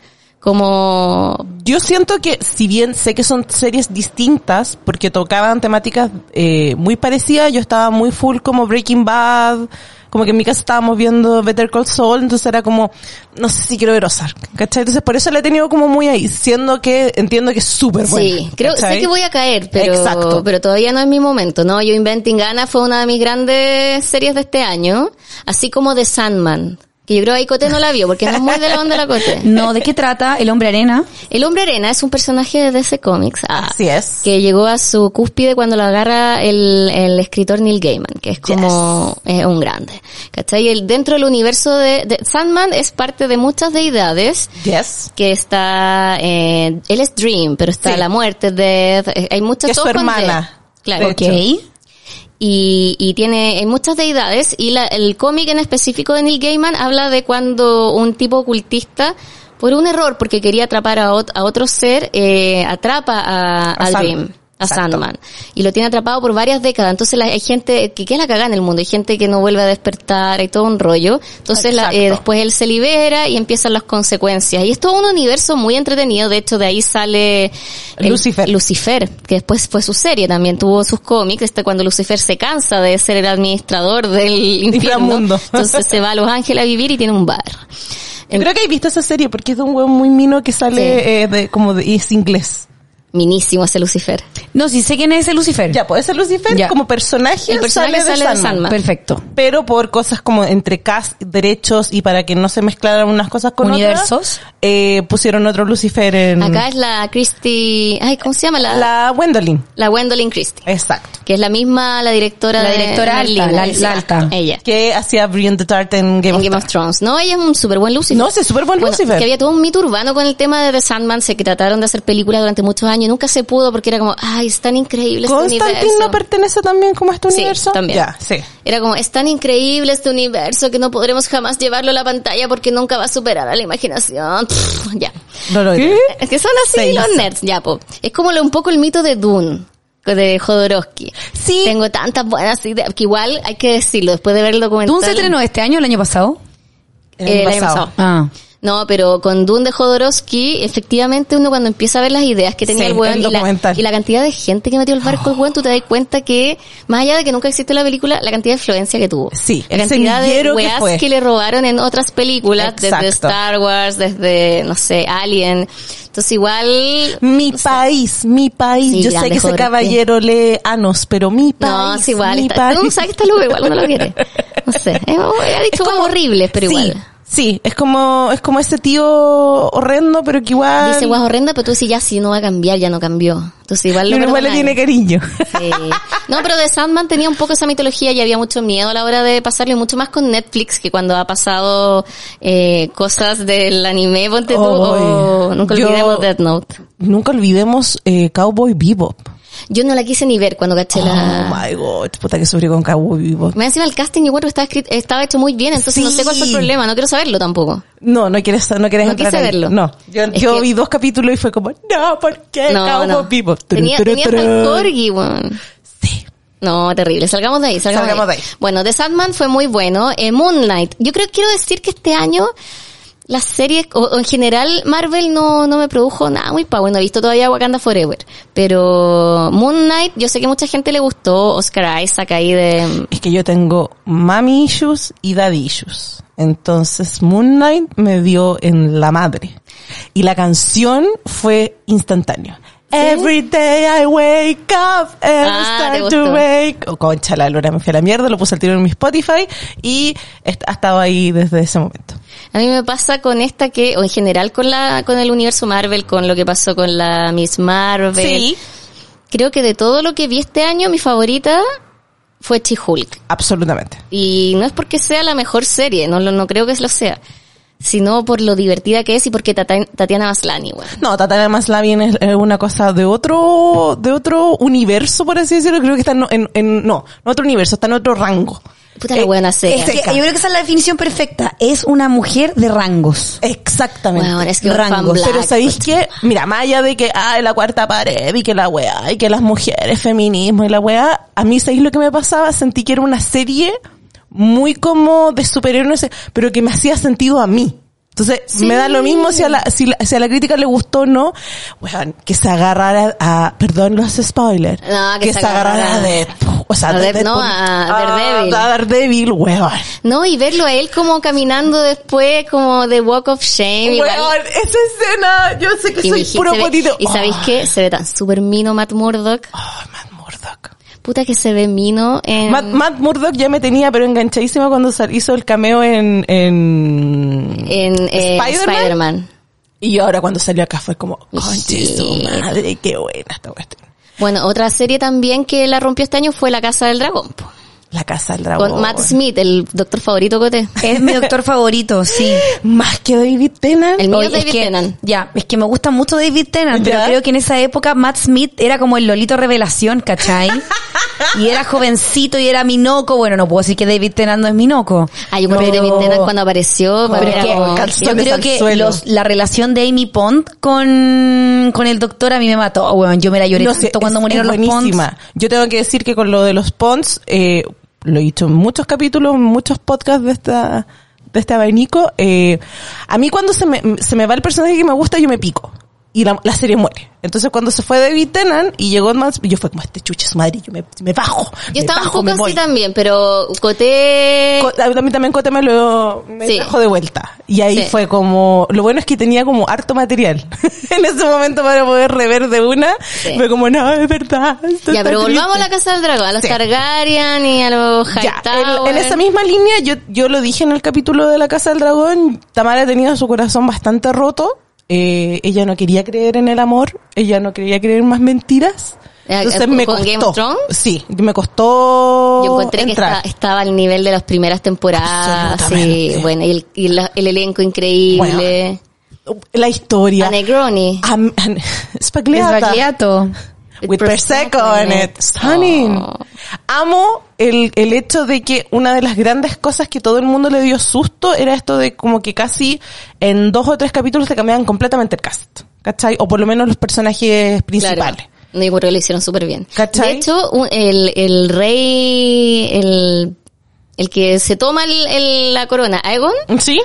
Speaker 1: Como...
Speaker 2: Yo siento que, si bien sé que son series distintas, porque tocaban temáticas eh, muy parecidas, yo estaba muy full como Breaking Bad, como que en mi casa estábamos viendo Better Call Saul, entonces era como, no sé si quiero ver Ozark, ¿cachai? Entonces por eso la he tenido como muy ahí, siendo que entiendo que es súper buena.
Speaker 1: Sí, creo, sé
Speaker 2: ¿cachai?
Speaker 1: que voy a caer, pero,
Speaker 2: Exacto.
Speaker 1: pero todavía no es mi momento, ¿no? Yo Inventing Anna fue una de mis grandes series de este año, así como The Sandman, que yo creo que ahí Cote no la vio, porque no es muy de la onda la Cote.
Speaker 3: No, ¿de qué trata el hombre arena?
Speaker 1: El Hombre Arena es un personaje de DC Comics, ah,
Speaker 2: Así es.
Speaker 1: que llegó a su cúspide cuando lo agarra el, el escritor Neil Gaiman, que es como eh, un grande, ¿cachai? El, dentro del universo de, de Sandman es parte de muchas deidades,
Speaker 2: Yes.
Speaker 1: que está eh, él es Dream, pero está
Speaker 2: Sí.
Speaker 1: la muerte de hay muchas
Speaker 2: Que es su
Speaker 1: todos con
Speaker 2: hermana,
Speaker 1: D. Claro.
Speaker 2: de
Speaker 1: Ok.
Speaker 2: hecho.
Speaker 1: Y, y tiene hay muchas deidades y la- el cómic en específico de Neil Gaiman habla de cuando un tipo ocultista por un error porque quería atrapar a, ot- a otro ser eh, atrapa a, a
Speaker 2: Sandman.
Speaker 1: Dream a
Speaker 2: Exacto.
Speaker 1: Sandman y lo tiene atrapado por varias décadas entonces la- hay gente que queda la cagada en el mundo hay gente que no vuelve a despertar hay todo un rollo entonces la- eh,
Speaker 2: Exacto.
Speaker 1: después él se libera y empiezan las consecuencias y es todo un universo muy entretenido de hecho de ahí sale el-
Speaker 2: Lucifer.
Speaker 1: Lucifer, que después fue su serie, también tuvo sus cómics, este cuando Lucifer se cansa de ser el administrador del infierno,
Speaker 2: Inframundo.
Speaker 1: entonces se va a Los Ángeles a vivir y tiene un bar.
Speaker 2: Yo creo que he visto esa serie porque es de un huevo muy mino que sale
Speaker 1: Sí.
Speaker 2: eh, de, como de, y es inglés.
Speaker 1: Minísimo ese Lucifer.
Speaker 3: No, sí sé quién es el Lucifer.
Speaker 2: Ya, puede ser Lucifer
Speaker 3: Ya.
Speaker 2: como personaje,
Speaker 1: El personaje
Speaker 2: sale, de Sandman.
Speaker 1: Sandman.
Speaker 3: Perfecto.
Speaker 2: Pero por cosas como entre cast, derechos y para que no se mezclaran unas cosas con
Speaker 3: Universos.
Speaker 2: otras, eh, pusieron otro Lucifer en
Speaker 1: Acá es la Christie, ay, ¿cómo se llama? La, la,
Speaker 2: la Wendolin.
Speaker 1: Gwendolyn Christie,
Speaker 2: Exacto.
Speaker 1: que es la misma, la directora
Speaker 3: La
Speaker 1: de-
Speaker 3: directora
Speaker 1: de
Speaker 3: alta,
Speaker 1: Merlina,
Speaker 3: la- la
Speaker 1: exacto,
Speaker 3: alta.
Speaker 1: Ella.
Speaker 2: Que hacía Brian the Tart en Game
Speaker 1: en
Speaker 2: of
Speaker 1: Game of Thrones. No, ella es un súper buen Lucifer.
Speaker 2: No, sí, es súper buen
Speaker 1: Bueno,
Speaker 2: Lucifer.
Speaker 1: Que había todo un mito urbano con el tema de The Sandman. Se que trataron de hacer películas durante muchos años. y Nunca se pudo porque era como, ay, es tan increíble este
Speaker 2: Constantine
Speaker 1: universo.
Speaker 2: no pertenece también como a este
Speaker 1: Sí,
Speaker 2: universo.
Speaker 1: también.
Speaker 2: Ya, sí.
Speaker 1: Era como, es tan increíble este universo que no podremos jamás llevarlo a la pantalla porque nunca va a superar a la imaginación. Pff, ya.
Speaker 2: No lo diré.
Speaker 1: Es que son así
Speaker 2: Se
Speaker 1: los
Speaker 2: hizo.
Speaker 1: nerds, ya, po. Es como lo- un poco el mito de Dune, de Jodorowsky.
Speaker 2: Sí.
Speaker 1: Tengo tantas buenas ideas, que igual hay que decirlo, después de ver el documental.
Speaker 3: ¿Dune se estrenó este año o el año pasado?
Speaker 1: Eh, el año pasado.
Speaker 3: Ah.
Speaker 1: No, pero con Dune de Jodorowsky, efectivamente uno cuando empieza a ver las ideas que tenía
Speaker 2: Sí,
Speaker 1: el weón
Speaker 2: el
Speaker 1: y la,
Speaker 2: documental.
Speaker 1: y la cantidad de gente que metió el barco el weón, tú te das cuenta que, más allá de que nunca existe la película, la cantidad de influencia que tuvo.
Speaker 2: Sí,
Speaker 1: la
Speaker 2: el
Speaker 1: cantidad de
Speaker 2: semillero que
Speaker 1: weas que,
Speaker 2: fue.
Speaker 1: le robaron en otras películas, desde
Speaker 2: Exacto.
Speaker 1: Star Wars, desde, no sé, Alien. Entonces igual...
Speaker 2: Mi país, mi país.
Speaker 1: Sí,
Speaker 2: Yo sé
Speaker 1: grande
Speaker 2: que ese
Speaker 1: Jodorowsky.
Speaker 2: caballero lee anos, pero mi país.
Speaker 1: No, es igual.
Speaker 2: mi
Speaker 1: Está,
Speaker 2: país.
Speaker 1: no, sabes que está loco, igual uno lo quiere. No sé. eh, Ha dicho cosas horribles, pero
Speaker 2: Sí,
Speaker 1: igual.
Speaker 2: Sí, es como, es como ese tío horrendo, pero que igual.
Speaker 1: Dice guas horrenda, pero tú decís, ya, si no va a cambiar, ya no cambió. Entonces igual lo
Speaker 2: pero igual le
Speaker 1: perdonáis.
Speaker 2: tiene cariño.
Speaker 1: Sí. No, pero The Sandman tenía un poco esa mitología y había mucho miedo a la hora de pasarlo y mucho más con Netflix que cuando ha pasado eh, cosas del anime, ponte tú, o
Speaker 2: Oy.
Speaker 1: nunca
Speaker 2: Yo-
Speaker 1: olvidemos Death Note.
Speaker 2: Nunca olvidemos eh, Cowboy Bebop.
Speaker 1: Yo no la quise ni ver cuando caché
Speaker 2: Oh
Speaker 1: la...
Speaker 2: my god, puta que sufrí con Cowboy Bebop.
Speaker 1: Me encima el casting igual estaba, escrito, estaba hecho muy bien, entonces no sé cuál fue el
Speaker 2: Sí.
Speaker 1: problema, no quiero saberlo tampoco.
Speaker 2: No, no quieres, no quieres
Speaker 1: No
Speaker 2: entrar
Speaker 1: quise
Speaker 2: ahí.
Speaker 1: verlo.
Speaker 2: No, yo,
Speaker 1: Es
Speaker 2: yo
Speaker 1: que-
Speaker 2: vi dos capítulos y fue como, no, ¿por qué
Speaker 1: No,
Speaker 2: Cowboy
Speaker 1: no.
Speaker 2: Bebop? Turun,
Speaker 1: Tenía,
Speaker 2: turun,
Speaker 1: tenía hasta el
Speaker 2: turun.
Speaker 1: corgi, weón.
Speaker 2: Sí.
Speaker 1: No, terrible. Salgamos de ahí, salgamos,
Speaker 2: Salgamos
Speaker 1: de, ahí.
Speaker 2: de ahí.
Speaker 1: Bueno, The Sandman fue muy bueno. Eh, Moon Knight. Yo creo que quiero decir que este año las series, o, o en general Marvel no, no me produjo nada muy pa' bueno. He visto todavía Wakanda Forever. Pero Moon Knight, yo sé que mucha gente le gustó. Oscar Isaac ahí de...
Speaker 2: Es que yo tengo mommy issues y daddy issues. Entonces Moon Knight me dio en la madre. Y la canción fue instantánea. Every day I wake up and
Speaker 1: Ah,
Speaker 2: start
Speaker 1: ¿te
Speaker 2: to
Speaker 1: gustó?
Speaker 2: wake. Oh, concha, la lora me fui a la mierda, lo puse al tiro en mi Spotify y est- ha estado ahí desde ese momento.
Speaker 1: A mí me pasa con esta que, o en general con la, con el universo Marvel, con lo que pasó con la Miss Marvel. Creo que de todo lo que vi este año, mi favorita fue She-Hulk.
Speaker 2: Absolutamente.
Speaker 1: Y no es porque sea la mejor serie, no, lo- no creo que lo sea, sino por lo divertida que es y porque Tata- Tatiana Maslany, weón.
Speaker 2: No, Tatiana Maslany es eh, una cosa de otro, de otro universo, por así decirlo. Creo que está en, en- en- no, en otro universo, está en otro rango.
Speaker 1: Puta la
Speaker 2: Eh,
Speaker 1: buena serie.
Speaker 3: Es que yo creo que esa es la definición perfecta. Es una mujer de rangos.
Speaker 2: Exactamente.
Speaker 1: Weón, es que Orphan
Speaker 2: rangos.
Speaker 1: Black,
Speaker 2: Pero ¿sabéis qué? Mira, más allá de que, ay, la cuarta pared y que la weá, y que las mujeres, feminismo y la weá, a mí, ¿sabéis lo que me pasaba? Sentí que era una serie muy como de superhéroes, pero que me hacía sentido a mí. Entonces,
Speaker 1: Sí.
Speaker 2: me da lo mismo si a, la, si, la- si a la crítica le gustó o no, weón, que se agarrara a, perdón los spoilers,
Speaker 1: No, que se
Speaker 2: se agarrara
Speaker 1: agarrara.
Speaker 2: de, o sea,
Speaker 1: A
Speaker 2: de-
Speaker 1: Dead-
Speaker 2: de-
Speaker 1: no, a Daredevil.
Speaker 2: A Daredevil, weón.
Speaker 1: No, y verlo a él como caminando después, como de Walk of Shame. igual.
Speaker 2: Weón, esa escena, yo sé que
Speaker 1: Y
Speaker 2: soy
Speaker 1: dije,
Speaker 2: puro
Speaker 1: se ve-
Speaker 2: potito.
Speaker 1: Y sabéis
Speaker 2: Oh,
Speaker 1: qué? Se ve tan super mino Matt Murdock.
Speaker 2: Oh, Matt Murdock.
Speaker 1: Puta que se ve mino en...
Speaker 2: Matt, Matt Murdock ya me tenía, pero enganchadísima cuando sal- hizo el cameo en, en...
Speaker 1: en eh,
Speaker 2: ¿Spider-Man?
Speaker 1: Spider-Man.
Speaker 2: Y ahora cuando salió acá fue como, conche
Speaker 1: Sí.
Speaker 2: su madre, qué buena esta cuestión.
Speaker 1: bueno, otra serie también que la rompió este año fue La Casa del Dragón. po.
Speaker 2: La casa del dragón.
Speaker 1: Con Matt Smith, el doctor favorito que te...
Speaker 3: Es mi doctor favorito, sí.
Speaker 2: Más que David Tennant.
Speaker 1: El mío
Speaker 3: Oye,
Speaker 1: es David
Speaker 3: que,
Speaker 1: Tennant.
Speaker 3: Ya, es que me gusta mucho David Tennant, pero
Speaker 2: Ya.
Speaker 3: creo que en esa época Matt Smith era como el Lolito Revelación, ¿cachai? y era jovencito y era Minoco. Bueno, no puedo decir que David Tennant no es Minoco.
Speaker 1: Ah, yo compré
Speaker 3: No.
Speaker 1: David Tennant cuando apareció.
Speaker 3: Pero
Speaker 1: para
Speaker 3: es
Speaker 1: mí
Speaker 3: que
Speaker 1: era como-
Speaker 2: calzón.
Speaker 3: yo
Speaker 2: calzones
Speaker 3: creo
Speaker 2: al
Speaker 3: que
Speaker 2: suelo.
Speaker 3: los- la relación de Amy Pond con, con el doctor a mí me mató, weón. Yo me la lloré
Speaker 2: No
Speaker 3: tanto
Speaker 2: sé,
Speaker 3: cuando
Speaker 2: es-
Speaker 3: murieron
Speaker 2: es
Speaker 3: los Ponds.
Speaker 2: buenísima. Yo tengo que decir que con lo de los Ponds, eh, lo he dicho en muchos capítulos, en muchos podcasts de esta de este abanico, eh, a mí cuando se me, se me va el personaje que me gusta, yo me pico. Y la, la serie muere. Entonces cuando se fue David Tennant y llegó más, yo fue como este chuche su madre, yo me, me bajo. me
Speaker 1: Yo estaba
Speaker 2: bajo,
Speaker 1: un
Speaker 2: me
Speaker 1: poco
Speaker 2: voy.
Speaker 1: así también, pero Coté...
Speaker 2: Co- A mí también Cote me lo me
Speaker 1: Eh, Sí.
Speaker 2: trajo de vuelta. Y ahí
Speaker 1: Sí.
Speaker 2: fue como, lo bueno es que tenía como harto material en ese momento para poder rever de una.
Speaker 1: Sí.
Speaker 2: Fue como, no, es verdad. esto
Speaker 1: Ya,
Speaker 2: está
Speaker 1: pero volvamos a
Speaker 2: triste".
Speaker 1: la Casa del Dragón, a los
Speaker 2: Sí.
Speaker 1: Targaryen y a los
Speaker 2: Ya,
Speaker 1: Hightower.
Speaker 2: en, en esa misma línea, yo, yo lo dije en el capítulo de la Casa del Dragón, Tamara tenía su corazón bastante roto. eh, ella no quería creer en el amor, ella no quería creer en más mentiras.
Speaker 1: Eh,
Speaker 2: Entonces
Speaker 1: eh,
Speaker 2: me
Speaker 1: ¿con
Speaker 2: costó.
Speaker 1: Game of Thrones?
Speaker 2: Sí, me costó.
Speaker 1: Yo encontré que
Speaker 2: entrar.
Speaker 1: esta- estaba al nivel de las primeras temporadas, sí,
Speaker 2: Absolutamente.
Speaker 1: bueno, y el, y la- el elenco increíble.
Speaker 2: La historia.
Speaker 1: A Negroni.
Speaker 2: Am- an- Spagliata.
Speaker 3: Spagliato.
Speaker 2: With Prosecco on it. Stunning.
Speaker 1: Oh.
Speaker 2: Amo el, el hecho de que una de las grandes cosas que todo el mundo le dio susto era esto de como que casi en dos o tres capítulos te cambiaban completamente el cast. ¿Cachai? O por lo menos los personajes
Speaker 1: Claro.
Speaker 2: principales.
Speaker 1: No, yo creo que lo hicieron súper bien.
Speaker 2: ¿Cachai?
Speaker 1: De hecho, un- el, el rey, el, el que se toma el- el- la corona, Aegon,
Speaker 2: ¿Sí?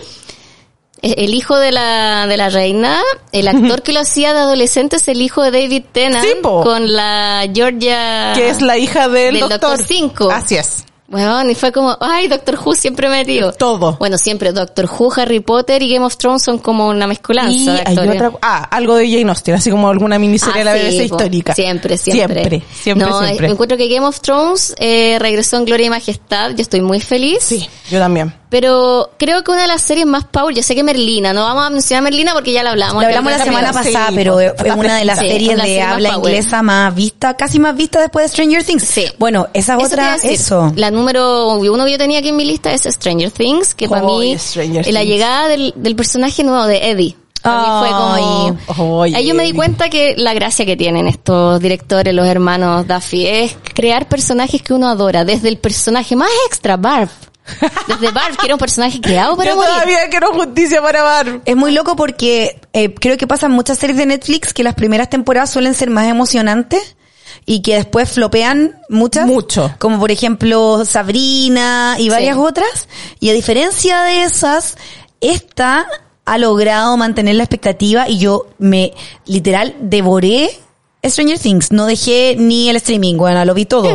Speaker 1: e- el hijo de la, de la reina, el actor que lo hacía de adolescente es el hijo de David Tennant
Speaker 2: Sí, po.
Speaker 1: con la Georgia.
Speaker 2: que es la hija del,
Speaker 1: Ah. del Doctor Cinco.
Speaker 2: Así es.
Speaker 1: Bueno, y fue como, ay, Doctor Who siempre metido.
Speaker 2: Todo.
Speaker 1: Bueno, siempre Doctor Who, Harry Potter y Game of Thrones son como una mezcolanza.
Speaker 2: Y
Speaker 1: de
Speaker 2: hay
Speaker 1: actores.
Speaker 2: otra, ah, algo de Jane Austen, así como alguna miniserie de
Speaker 1: Ah,
Speaker 2: la
Speaker 1: sí,
Speaker 2: BBC
Speaker 1: po.
Speaker 2: histórica.
Speaker 1: Siempre, siempre.
Speaker 2: Siempre, siempre,
Speaker 1: No, eh,
Speaker 2: siempre.
Speaker 1: encuentro que Game of Thrones eh, regresó en Gloria y Majestad. Yo estoy muy feliz.
Speaker 2: Sí, yo también.
Speaker 1: Pero creo que una de las series más power, yo sé que Merlina, no vamos a mencionar Merlina porque ya la hablamos.
Speaker 3: Lo
Speaker 1: en el
Speaker 3: hablamos la
Speaker 1: otro
Speaker 3: semana
Speaker 1: capítulo.
Speaker 2: Sí,
Speaker 3: pasada,
Speaker 2: pues,
Speaker 3: pero es
Speaker 2: está
Speaker 3: una de
Speaker 1: fresquita.
Speaker 3: las
Speaker 1: Sí,
Speaker 3: series
Speaker 1: una
Speaker 3: de
Speaker 1: serie más
Speaker 3: habla
Speaker 1: power.
Speaker 3: inglesa más vista, casi más vista después de Stranger Things.
Speaker 1: Sí.
Speaker 3: Bueno, esa
Speaker 1: Eso te iba a
Speaker 3: otra,
Speaker 1: decir.
Speaker 3: eso.
Speaker 1: La número uno que yo tenía aquí en mi lista es Stranger Things, que para
Speaker 2: Oh,
Speaker 1: mí
Speaker 2: Stranger
Speaker 1: eh, la
Speaker 2: Things.
Speaker 1: llegada del, del personaje nuevo de Eddie. Para mí
Speaker 3: Ay,
Speaker 1: fue como...
Speaker 2: oye,
Speaker 1: Ahí yo me di
Speaker 2: Eddie.
Speaker 1: cuenta que la gracia que tienen estos directores, los hermanos Duffy, es crear personajes que uno adora, desde el personaje más extra, Barb. Desde Barb, que era un personaje creado para
Speaker 2: yo
Speaker 1: morir.
Speaker 2: todavía quiero justicia para Bar.
Speaker 3: Es muy loco porque eh, creo que pasan muchas series de Netflix que las primeras temporadas suelen ser más emocionantes y que después flopean muchas.
Speaker 2: Mucho.
Speaker 3: Como por ejemplo Sabrina y varias
Speaker 1: Sí.
Speaker 3: otras. Y a diferencia de esas, esta ha logrado mantener la expectativa y yo me literal devoré Stranger Things. No dejé ni el streaming, bueno, lo vi todo.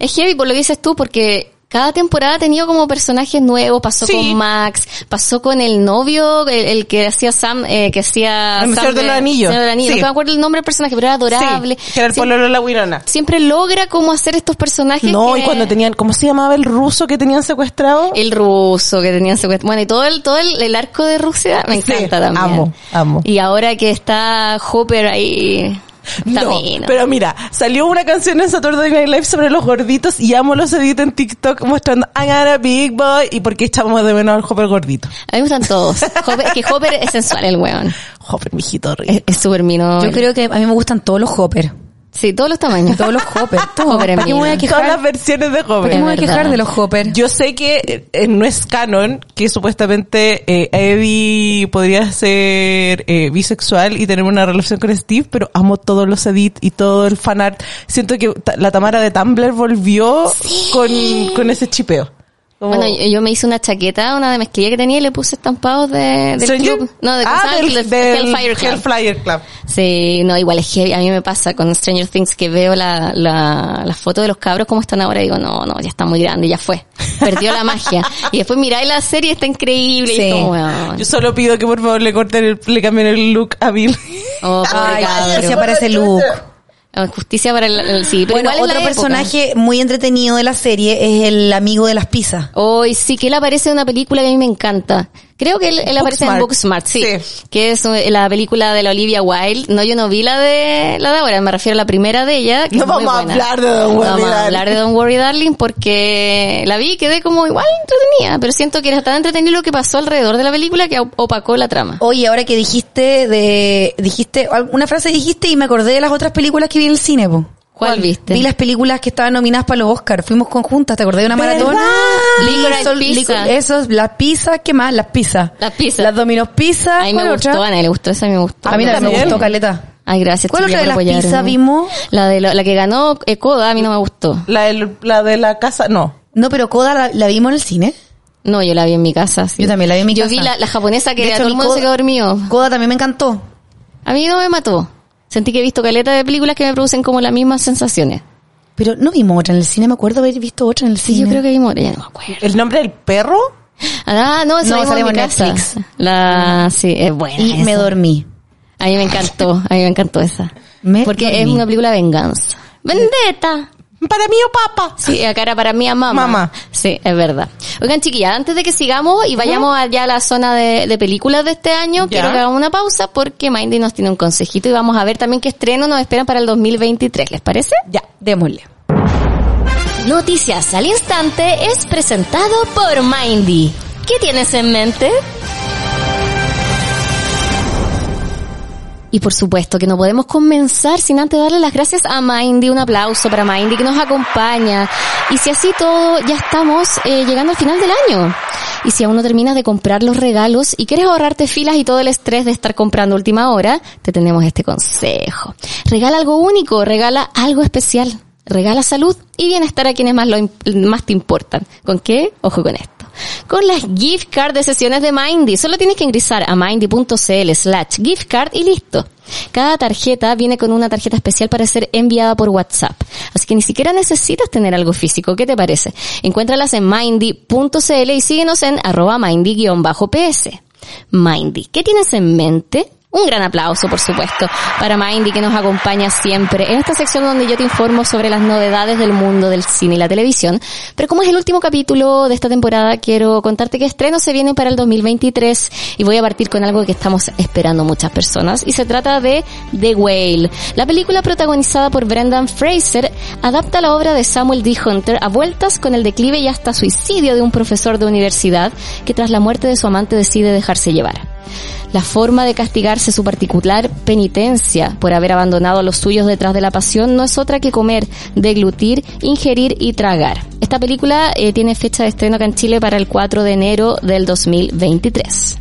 Speaker 1: Es heavy por lo que dices tú, porque cada temporada ha tenido como personajes nuevos. Pasó
Speaker 2: Sí.
Speaker 1: con Max, pasó con el novio, el, el que hacía Sam, eh, que hacía...
Speaker 2: El
Speaker 1: Sam
Speaker 2: Señor de los Anillos.
Speaker 1: Señor de los Anillos.
Speaker 2: Sí.
Speaker 1: No me acuerdo el nombre del personaje, pero era adorable.
Speaker 2: Sí, que era el
Speaker 1: Sie-
Speaker 2: pololo de la Winona.
Speaker 1: Siempre logra como hacer estos personajes
Speaker 2: No,
Speaker 1: que-
Speaker 2: y cuando tenían, ¿cómo se llamaba el ruso que tenían secuestrado?
Speaker 1: El ruso que tenían secuestrado. Bueno, y todo el, todo el, el arco de Rusia me
Speaker 2: Sí,
Speaker 1: encanta también.
Speaker 2: amo, amo.
Speaker 1: Y ahora que está Hopper ahí... está
Speaker 2: no,
Speaker 1: mina.
Speaker 2: pero mira, salió una canción en Saturday Night Live sobre los gorditos y amo los edit en TikTok mostrando I got a big boy y por qué echamos de menos al Hopper gordito.
Speaker 1: A mí me gustan todos. Hopper, es que Hopper es sensual el weón.
Speaker 2: Hopper, mijito
Speaker 1: Es
Speaker 2: rico.
Speaker 1: es súper mino.
Speaker 3: Yo creo que a mí me gustan todos los Hopper.
Speaker 1: Sí, todos los tamaños.
Speaker 3: Todos los Hopper. Todos.
Speaker 1: Hopper es
Speaker 3: ¿Para qué me voy a
Speaker 1: mina.
Speaker 3: quejar?
Speaker 2: Todas las versiones de
Speaker 3: ¿Por qué me
Speaker 2: Hopper.
Speaker 3: voy a
Speaker 1: Es
Speaker 3: quejar
Speaker 1: verdad.
Speaker 3: de los Hopper?
Speaker 2: Yo sé que eh, no es canon que supuestamente eh, Eddie podría ser eh, bisexual y tener una relación con Steve, pero amo todos los edit y todo el fanart. Siento que ta- la Tamara de Tumblr volvió con, con ese chipeo. Como-
Speaker 1: Bueno, yo, yo me hice una chaqueta, una de mezclilla que tenía y le puse estampados de, del
Speaker 2: ¿Stranger?
Speaker 1: club. No, de
Speaker 2: ah,
Speaker 1: ¿cómo se
Speaker 2: del,
Speaker 1: llama?
Speaker 2: del
Speaker 1: Hellfire Club. Ah,
Speaker 2: Hellfire Club.
Speaker 1: Sí, no, igual es heavy. A mí me pasa con Stranger Things que veo la, la, las fotos de los cabros como están ahora y digo, no, no, ya está muy grande, ya fue. Perdió la magia. Y después miráis la serie, está increíble. Y
Speaker 3: Sí.
Speaker 1: es como, weón.
Speaker 2: Yo solo pido que por favor le corten, el- le cambien el look a Bill.
Speaker 1: Oh, pobre
Speaker 3: Ay,
Speaker 1: cabro.
Speaker 3: se aparece Luke.
Speaker 1: Eh, Justicia para el, el- sí, pero
Speaker 3: Bueno,
Speaker 1: igual es
Speaker 3: otro
Speaker 1: la época.
Speaker 3: personaje muy entretenido de la serie es el amigo de las pizzas.
Speaker 1: Hoy sí, que él aparece en una película que a mí me encanta. Creo que él, él aparece en Booksmart,
Speaker 2: Booksmart.
Speaker 1: sí,
Speaker 2: Sí.
Speaker 1: Que es eh, la película de la Olivia Wilde. No, yo no vi la de, la de ahora, me refiero a la primera de ella. que
Speaker 2: No
Speaker 1: es muy
Speaker 2: vamos a
Speaker 1: buena.
Speaker 2: hablar de Don't Worry,
Speaker 1: No vamos a
Speaker 2: Darling.
Speaker 1: hablar de Don't Worry Darling porque la vi y quedé como igual entretenida, pero siento que era tan entretenido lo que pasó alrededor de la película que op- opacó la trama.
Speaker 3: Oye, ahora que dijiste de dijiste alguna frase dijiste y me acordé de las otras películas que vi en el cine, po.
Speaker 1: ¿Cuál, viste?
Speaker 3: Vi las películas que estaban nominadas para los Oscars. Fuimos conjuntas, ¿te acordás de una maratona?
Speaker 1: Licorice
Speaker 3: Sol-
Speaker 1: Pizza.
Speaker 3: licor- Esos, las pizzas, ¿qué más? Las pizzas.
Speaker 1: Las pizzas.
Speaker 3: Las Domino's Pizza.
Speaker 1: a mí me
Speaker 3: ¿Cuál
Speaker 1: gustó,
Speaker 3: otra?
Speaker 1: Ana, le gustó esa, a mí me gustó.
Speaker 3: A mí también me
Speaker 2: También.
Speaker 3: gustó, Caleta.
Speaker 1: Ay, gracias.
Speaker 3: ¿Cuál
Speaker 1: chiquilla,
Speaker 3: otra de
Speaker 1: por
Speaker 3: las
Speaker 1: apoyarme.
Speaker 3: pizzas vimos?
Speaker 1: La de lo- la que ganó eh, Coda a mí no me gustó.
Speaker 2: La, del- la de la casa, no.
Speaker 3: No, pero Coda la, la vimos en el cine.
Speaker 1: No, yo la vi en mi casa. sí.
Speaker 3: Yo también la vi en mi
Speaker 1: Yo
Speaker 3: casa.
Speaker 1: vi la, la japonesa que
Speaker 3: De
Speaker 1: a
Speaker 3: hecho,
Speaker 1: todo el
Speaker 3: mi
Speaker 1: mundo
Speaker 3: co-
Speaker 1: se quedó dormido.
Speaker 3: Coda también me encantó.
Speaker 1: A mí no me mató. Sentí que he visto caleta de películas que me producen como las mismas sensaciones.
Speaker 3: Pero no vimos otra en el cine, me acuerdo haber visto otra en el
Speaker 1: Sí,
Speaker 3: cine.
Speaker 1: yo creo que vimos, ya no me acuerdo.
Speaker 2: ¿El nombre del perro?
Speaker 1: Ah, no, esa vimos
Speaker 3: No,
Speaker 1: en
Speaker 3: salimos
Speaker 1: mi
Speaker 3: en
Speaker 1: casa.
Speaker 3: Netflix.
Speaker 1: La, sí, es buena.
Speaker 3: Y me
Speaker 1: esa.
Speaker 3: dormí.
Speaker 1: A mí me encantó, a mí me encantó esa.
Speaker 3: Me
Speaker 1: Porque es
Speaker 3: dormí.
Speaker 1: una película de venganza. Vendetta.
Speaker 2: Para mí o papa.
Speaker 1: Sí, acá era para mí a mamá.
Speaker 2: Mamá.
Speaker 1: Sí, es verdad. Oigan, chiquillas, antes de que sigamos y vayamos allá a la zona de, de películas de este año,
Speaker 2: Ya.
Speaker 1: quiero que hagamos una pausa porque Mindy nos tiene un consejito y vamos a ver también qué estreno nos esperan para el 2023, ¿les parece?
Speaker 2: Ya.
Speaker 3: eh, Démosle.
Speaker 1: Noticias al instante es presentado por Mindy. ¿Qué tienes en mente? Y por supuesto que no podemos comenzar sin antes darle las gracias a Mindy, un aplauso para Mindy que nos acompaña. Y si así todo, ya estamos eh, llegando al final del año. Y si aún no terminas de comprar los regalos y quieres ahorrarte filas y todo el estrés de estar comprando a última hora, te tenemos este consejo. Regala algo único, regala algo especial. Regala salud y bienestar a quienes más, lo, im- más te importan. ¿Con qué? Ojo con esto. Con las gift card de sesiones de Mindy. Solo tienes que ingresar a mindy.cl slash gift card y listo. Cada tarjeta viene con una tarjeta especial para ser enviada por WhatsApp. Así que ni siquiera necesitas tener algo físico. ¿Qué te parece? Encuéntralas en mindy.cl y síguenos en arroba mindy-ps. Mindy, ¿qué tienes en mente? Un gran aplauso, por supuesto, para Mindy que nos acompaña siempre en esta sección donde yo te informo sobre las novedades del mundo del cine y la televisión. Pero como es el último capítulo de esta temporada, quiero contarte que estrenos se vienen para el 2023 y voy a partir con algo que estamos esperando muchas personas y se trata de The Whale. La película protagonizada por Brendan Fraser adapta la obra de Samuel D. Hunter a vueltas con el declive y hasta suicidio de un profesor de universidad que tras la muerte de su amante decide dejarse llevar. La forma de castigarse su particular penitencia por haber abandonado a los suyos detrás de la pasión no es otra que comer, deglutir, ingerir y tragar. Esta película eh, tiene fecha de estreno acá en Chile para el 4 de enero del 2023.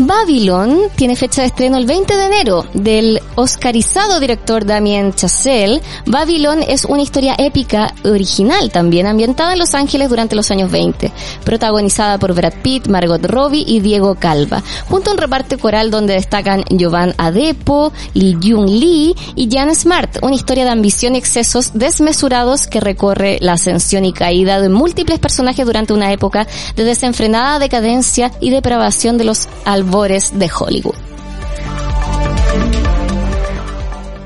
Speaker 1: Babylon tiene fecha de estreno el 20 de enero del oscarizado director Damien Chazelle. Babylon es una historia épica original también, ambientada en Los Ángeles durante los años 20, protagonizada por Brad Pitt, Margot Robbie y Diego Calva, junto a un reparto coral donde destacan Giovanni Adepo, Lee Jung Lee y Jan Smart, una historia de ambición y excesos desmesurados que recorre la ascensión y caída de múltiples personajes durante una época de desenfrenada decadencia y depravación de los albores de Hollywood.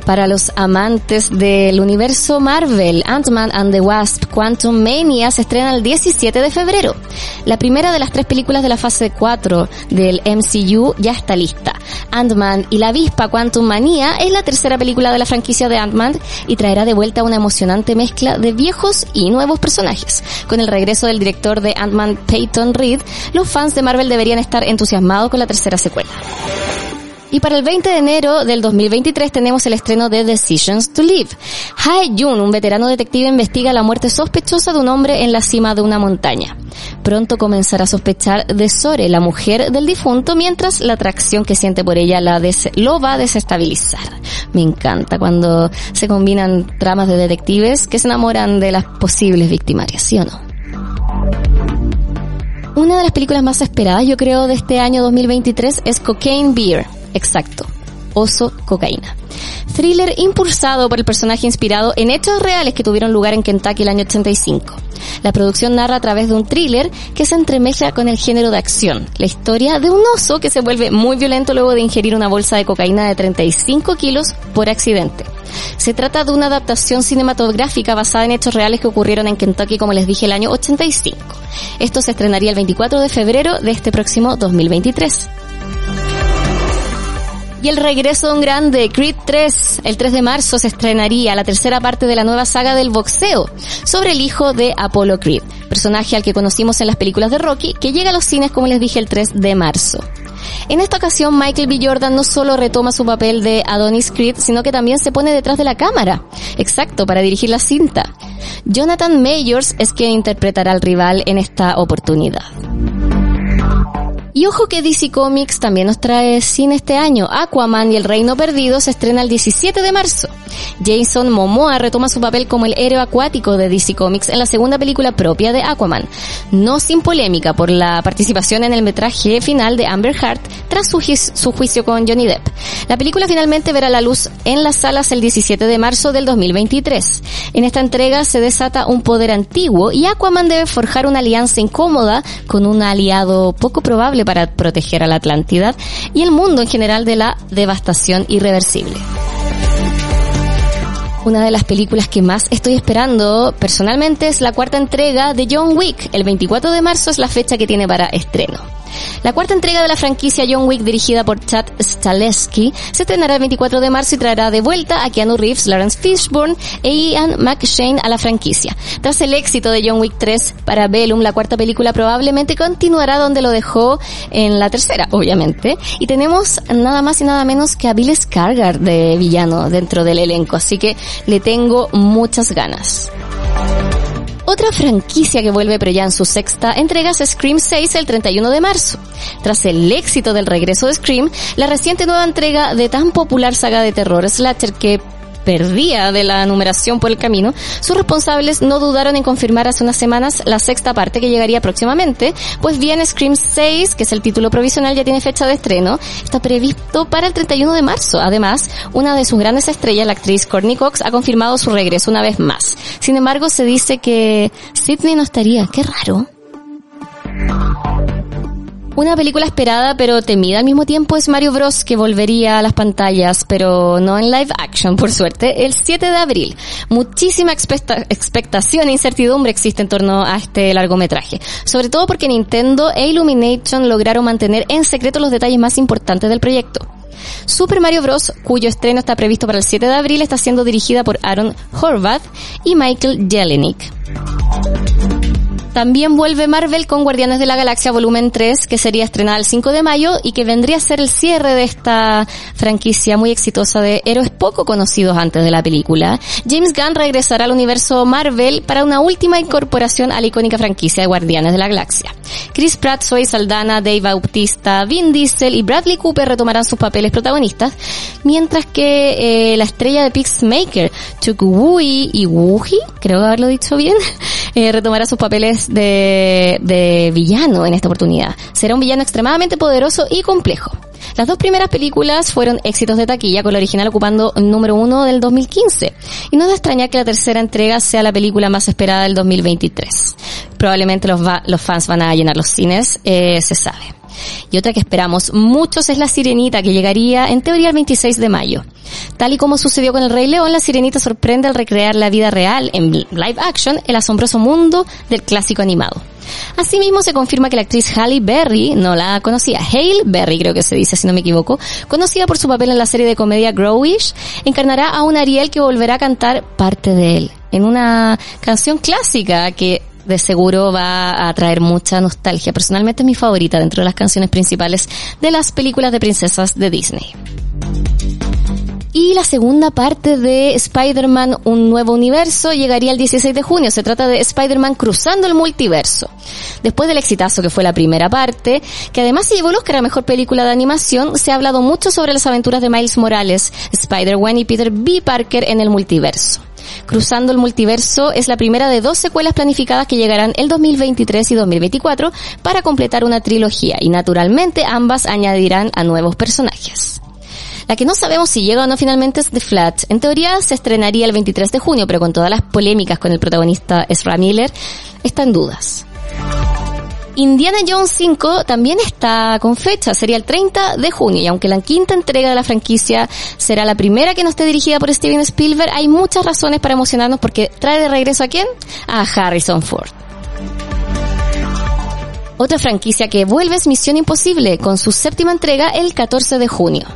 Speaker 1: Para los amantes del universo Marvel, Ant-Man and the Wasp Quantum Mania se estrena el 17 de febrero. La primera de las tres películas de la fase 4 del MCU ya está lista. Ant-Man y la avispa Quantum Manía es la tercera película de la franquicia de Ant-Man y traerá de vuelta una emocionante mezcla de viejos y nuevos personajes. Con el regreso del director de Ant-Man Peyton Reed, los fans de Marvel deberían estar entusiasmados con la tercera secuela. Y para el 20 de enero del 2023 tenemos el estreno de Decisions to Live. Hae Jun, un veterano detective, investiga la muerte sospechosa de un hombre en la cima de una montaña. Pronto comenzará a sospechar de Sore, la mujer del difunto, mientras la atracción que siente por ella la des- lo va a desestabilizar. Me encanta cuando se combinan tramas de detectives que se enamoran de las posibles victimarias, ¿sí o no? Una de las películas más esperadas, yo creo, de este año 2023 es Cocaine Beer. Exacto. Oso Cocaína. Thriller impulsado por el personaje inspirado en hechos reales que tuvieron lugar en Kentucky el año 85. La producción narra a través de un thriller que se entremezcla con el género de acción. La historia de un oso que se vuelve muy violento luego de ingerir una bolsa de cocaína de 35 kilos por accidente. Se trata de una adaptación cinematográfica basada en hechos reales que ocurrieron en Kentucky, como les dije, el año 85. Esto se estrenaría el 24 de febrero de este próximo 2023. Y el regreso de un grande, Creed 3. El 3 de marzo se estrenaría la tercera parte de la nueva saga del boxeo sobre el hijo de Apollo Creed, personaje al que conocimos en las películas de Rocky, que llega a los cines, como les dije, el 3 de marzo. En esta ocasión, Michael B. Jordan no solo retoma su papel de Adonis Creed, sino que también se pone detrás de la cámara. Exacto, para dirigir la cinta. Jonathan Mayors es quien interpretará al rival en esta oportunidad. Y ojo que DC Comics también nos trae cine este año. Aquaman y el Reino Perdido se estrena el 17 de marzo. Jason Momoa retoma su papel como el héroe acuático de DC Comics en la segunda película propia de Aquaman. No sin polémica por la participación en el metraje final de Amber Heard tras su, juiz- su juicio con Johnny Depp. La película finalmente verá la luz en las salas el 17 de marzo del 2023. En esta entrega se desata un poder antiguo y Aquaman debe forjar una alianza incómoda con un aliado poco probable para proteger a la Atlántida y el mundo en general de la devastación irreversible. Una de las películas que más estoy esperando personalmente es la cuarta entrega de John Wick. El 24 de marzo es la fecha que tiene para estreno. La cuarta entrega de la franquicia John Wick dirigida por Chad Stahelski se estrenará el 24 de marzo y traerá de vuelta a Keanu Reeves, Lawrence Fishburne e Ian McShane a la franquicia. Tras el éxito de John Wick 3 para Bellum, la cuarta película probablemente continuará donde lo dejó en la tercera, obviamente. Y tenemos nada más y nada menos que a Bill Skarsgård de villano dentro del elenco, así que le tengo muchas ganas. Otra franquicia que vuelve pero ya en su sexta entrega es Scream 6 el 31 de marzo. Tras el éxito del regreso de Scream, la reciente nueva entrega de tan popular saga de terror slasher que perdía de la numeración por el camino, sus responsables no dudaron en confirmar hace unas semanas la sexta parte que llegaría próximamente, pues bien Scream 6, que es el título provisional, ya tiene fecha de estreno, está previsto para el 31 de marzo. Además, una de sus grandes estrellas, la actriz Courtney Cox, ha confirmado su regreso una vez más. Sin embargo, se dice que Sidney no estaría, qué raro. Una película esperada pero temida al mismo tiempo es Mario Bros que volvería a las pantallas, pero no en live action, por suerte, el 7 de abril. Muchísima expecta- expectación e incertidumbre existe en torno a este largometraje, sobre todo porque Nintendo e Illumination lograron mantener en secreto los detalles más importantes del proyecto. Super Mario Bros., cuyo estreno está previsto para el 7 de abril, está siendo dirigida por Aaron Horvath y Michael Jelenic. También vuelve Marvel con Guardianes de la Galaxia Volumen 3, que sería estrenada el 5 de mayo y que vendría a ser el cierre de esta franquicia muy exitosa de héroes poco conocidos antes de la película. James Gunn regresará al universo Marvel para una última incorporación a la icónica franquicia de Guardianes de la Galaxia. Chris Pratt, Zoe Saldana, Dave Bautista, Vin Diesel y Bradley Cooper retomarán sus papeles protagonistas, mientras que eh, la estrella de Peacemaker, Chukwui y Wuji, creo haberlo dicho bien, eh, retomará sus papeles de, de villano en esta oportunidad. Será un villano extremadamente poderoso y complejo. Las dos primeras películas fueron éxitos de taquilla, con la original ocupando el número uno del 2015. Y no es de extrañar que la tercera entrega sea la película más esperada del 2023. Probablemente los, va- los fans van a llenar los cines, eh, se sabe. Y otra que esperamos muchos es La Sirenita, que llegaría en teoría el 26 de mayo. Tal y como sucedió con El Rey León, La Sirenita sorprende al recrear la vida real en live action, el asombroso mundo del clásico animado. Asimismo, se confirma que la actriz Halle Berry, no la conocía, Hale Berry creo que se dice si no me equivoco, conocida por su papel en la serie de comedia Growish, encarnará a un Ariel que volverá a cantar parte de él en una canción clásica que de seguro va a traer mucha nostalgia. Personalmente es mi favorita dentro de las canciones principales de las películas de princesas de Disney. Y la segunda parte de Spider-Man Un Nuevo Universo llegaría el 16 de junio. Se trata de Spider-Man cruzando el multiverso. Después del exitazo que fue la primera parte, que además se llevó el Oscar a Mejor Película de Animación, se ha hablado mucho sobre las aventuras de Miles Morales, Spider-Man y Peter B. Parker en el multiverso. Cruzando el multiverso es la primera de dos secuelas planificadas que llegarán el 2023 y 2024 para completar una trilogía y naturalmente ambas añadirán a nuevos personajes. La que no sabemos si llega o no finalmente es The Flat. En teoría se estrenaría el 23 de junio, pero con todas las polémicas con el protagonista Ezra Miller, está en dudas. Indiana Jones 5 también está con fecha, sería el 30 de junio, y aunque la quinta entrega de la franquicia será la primera que no esté dirigida por Steven Spielberg, hay muchas razones para emocionarnos porque trae de regreso a quién? A Harrison Ford. Otra franquicia que vuelve es Misión Imposible, con su séptima entrega el 14 de junio.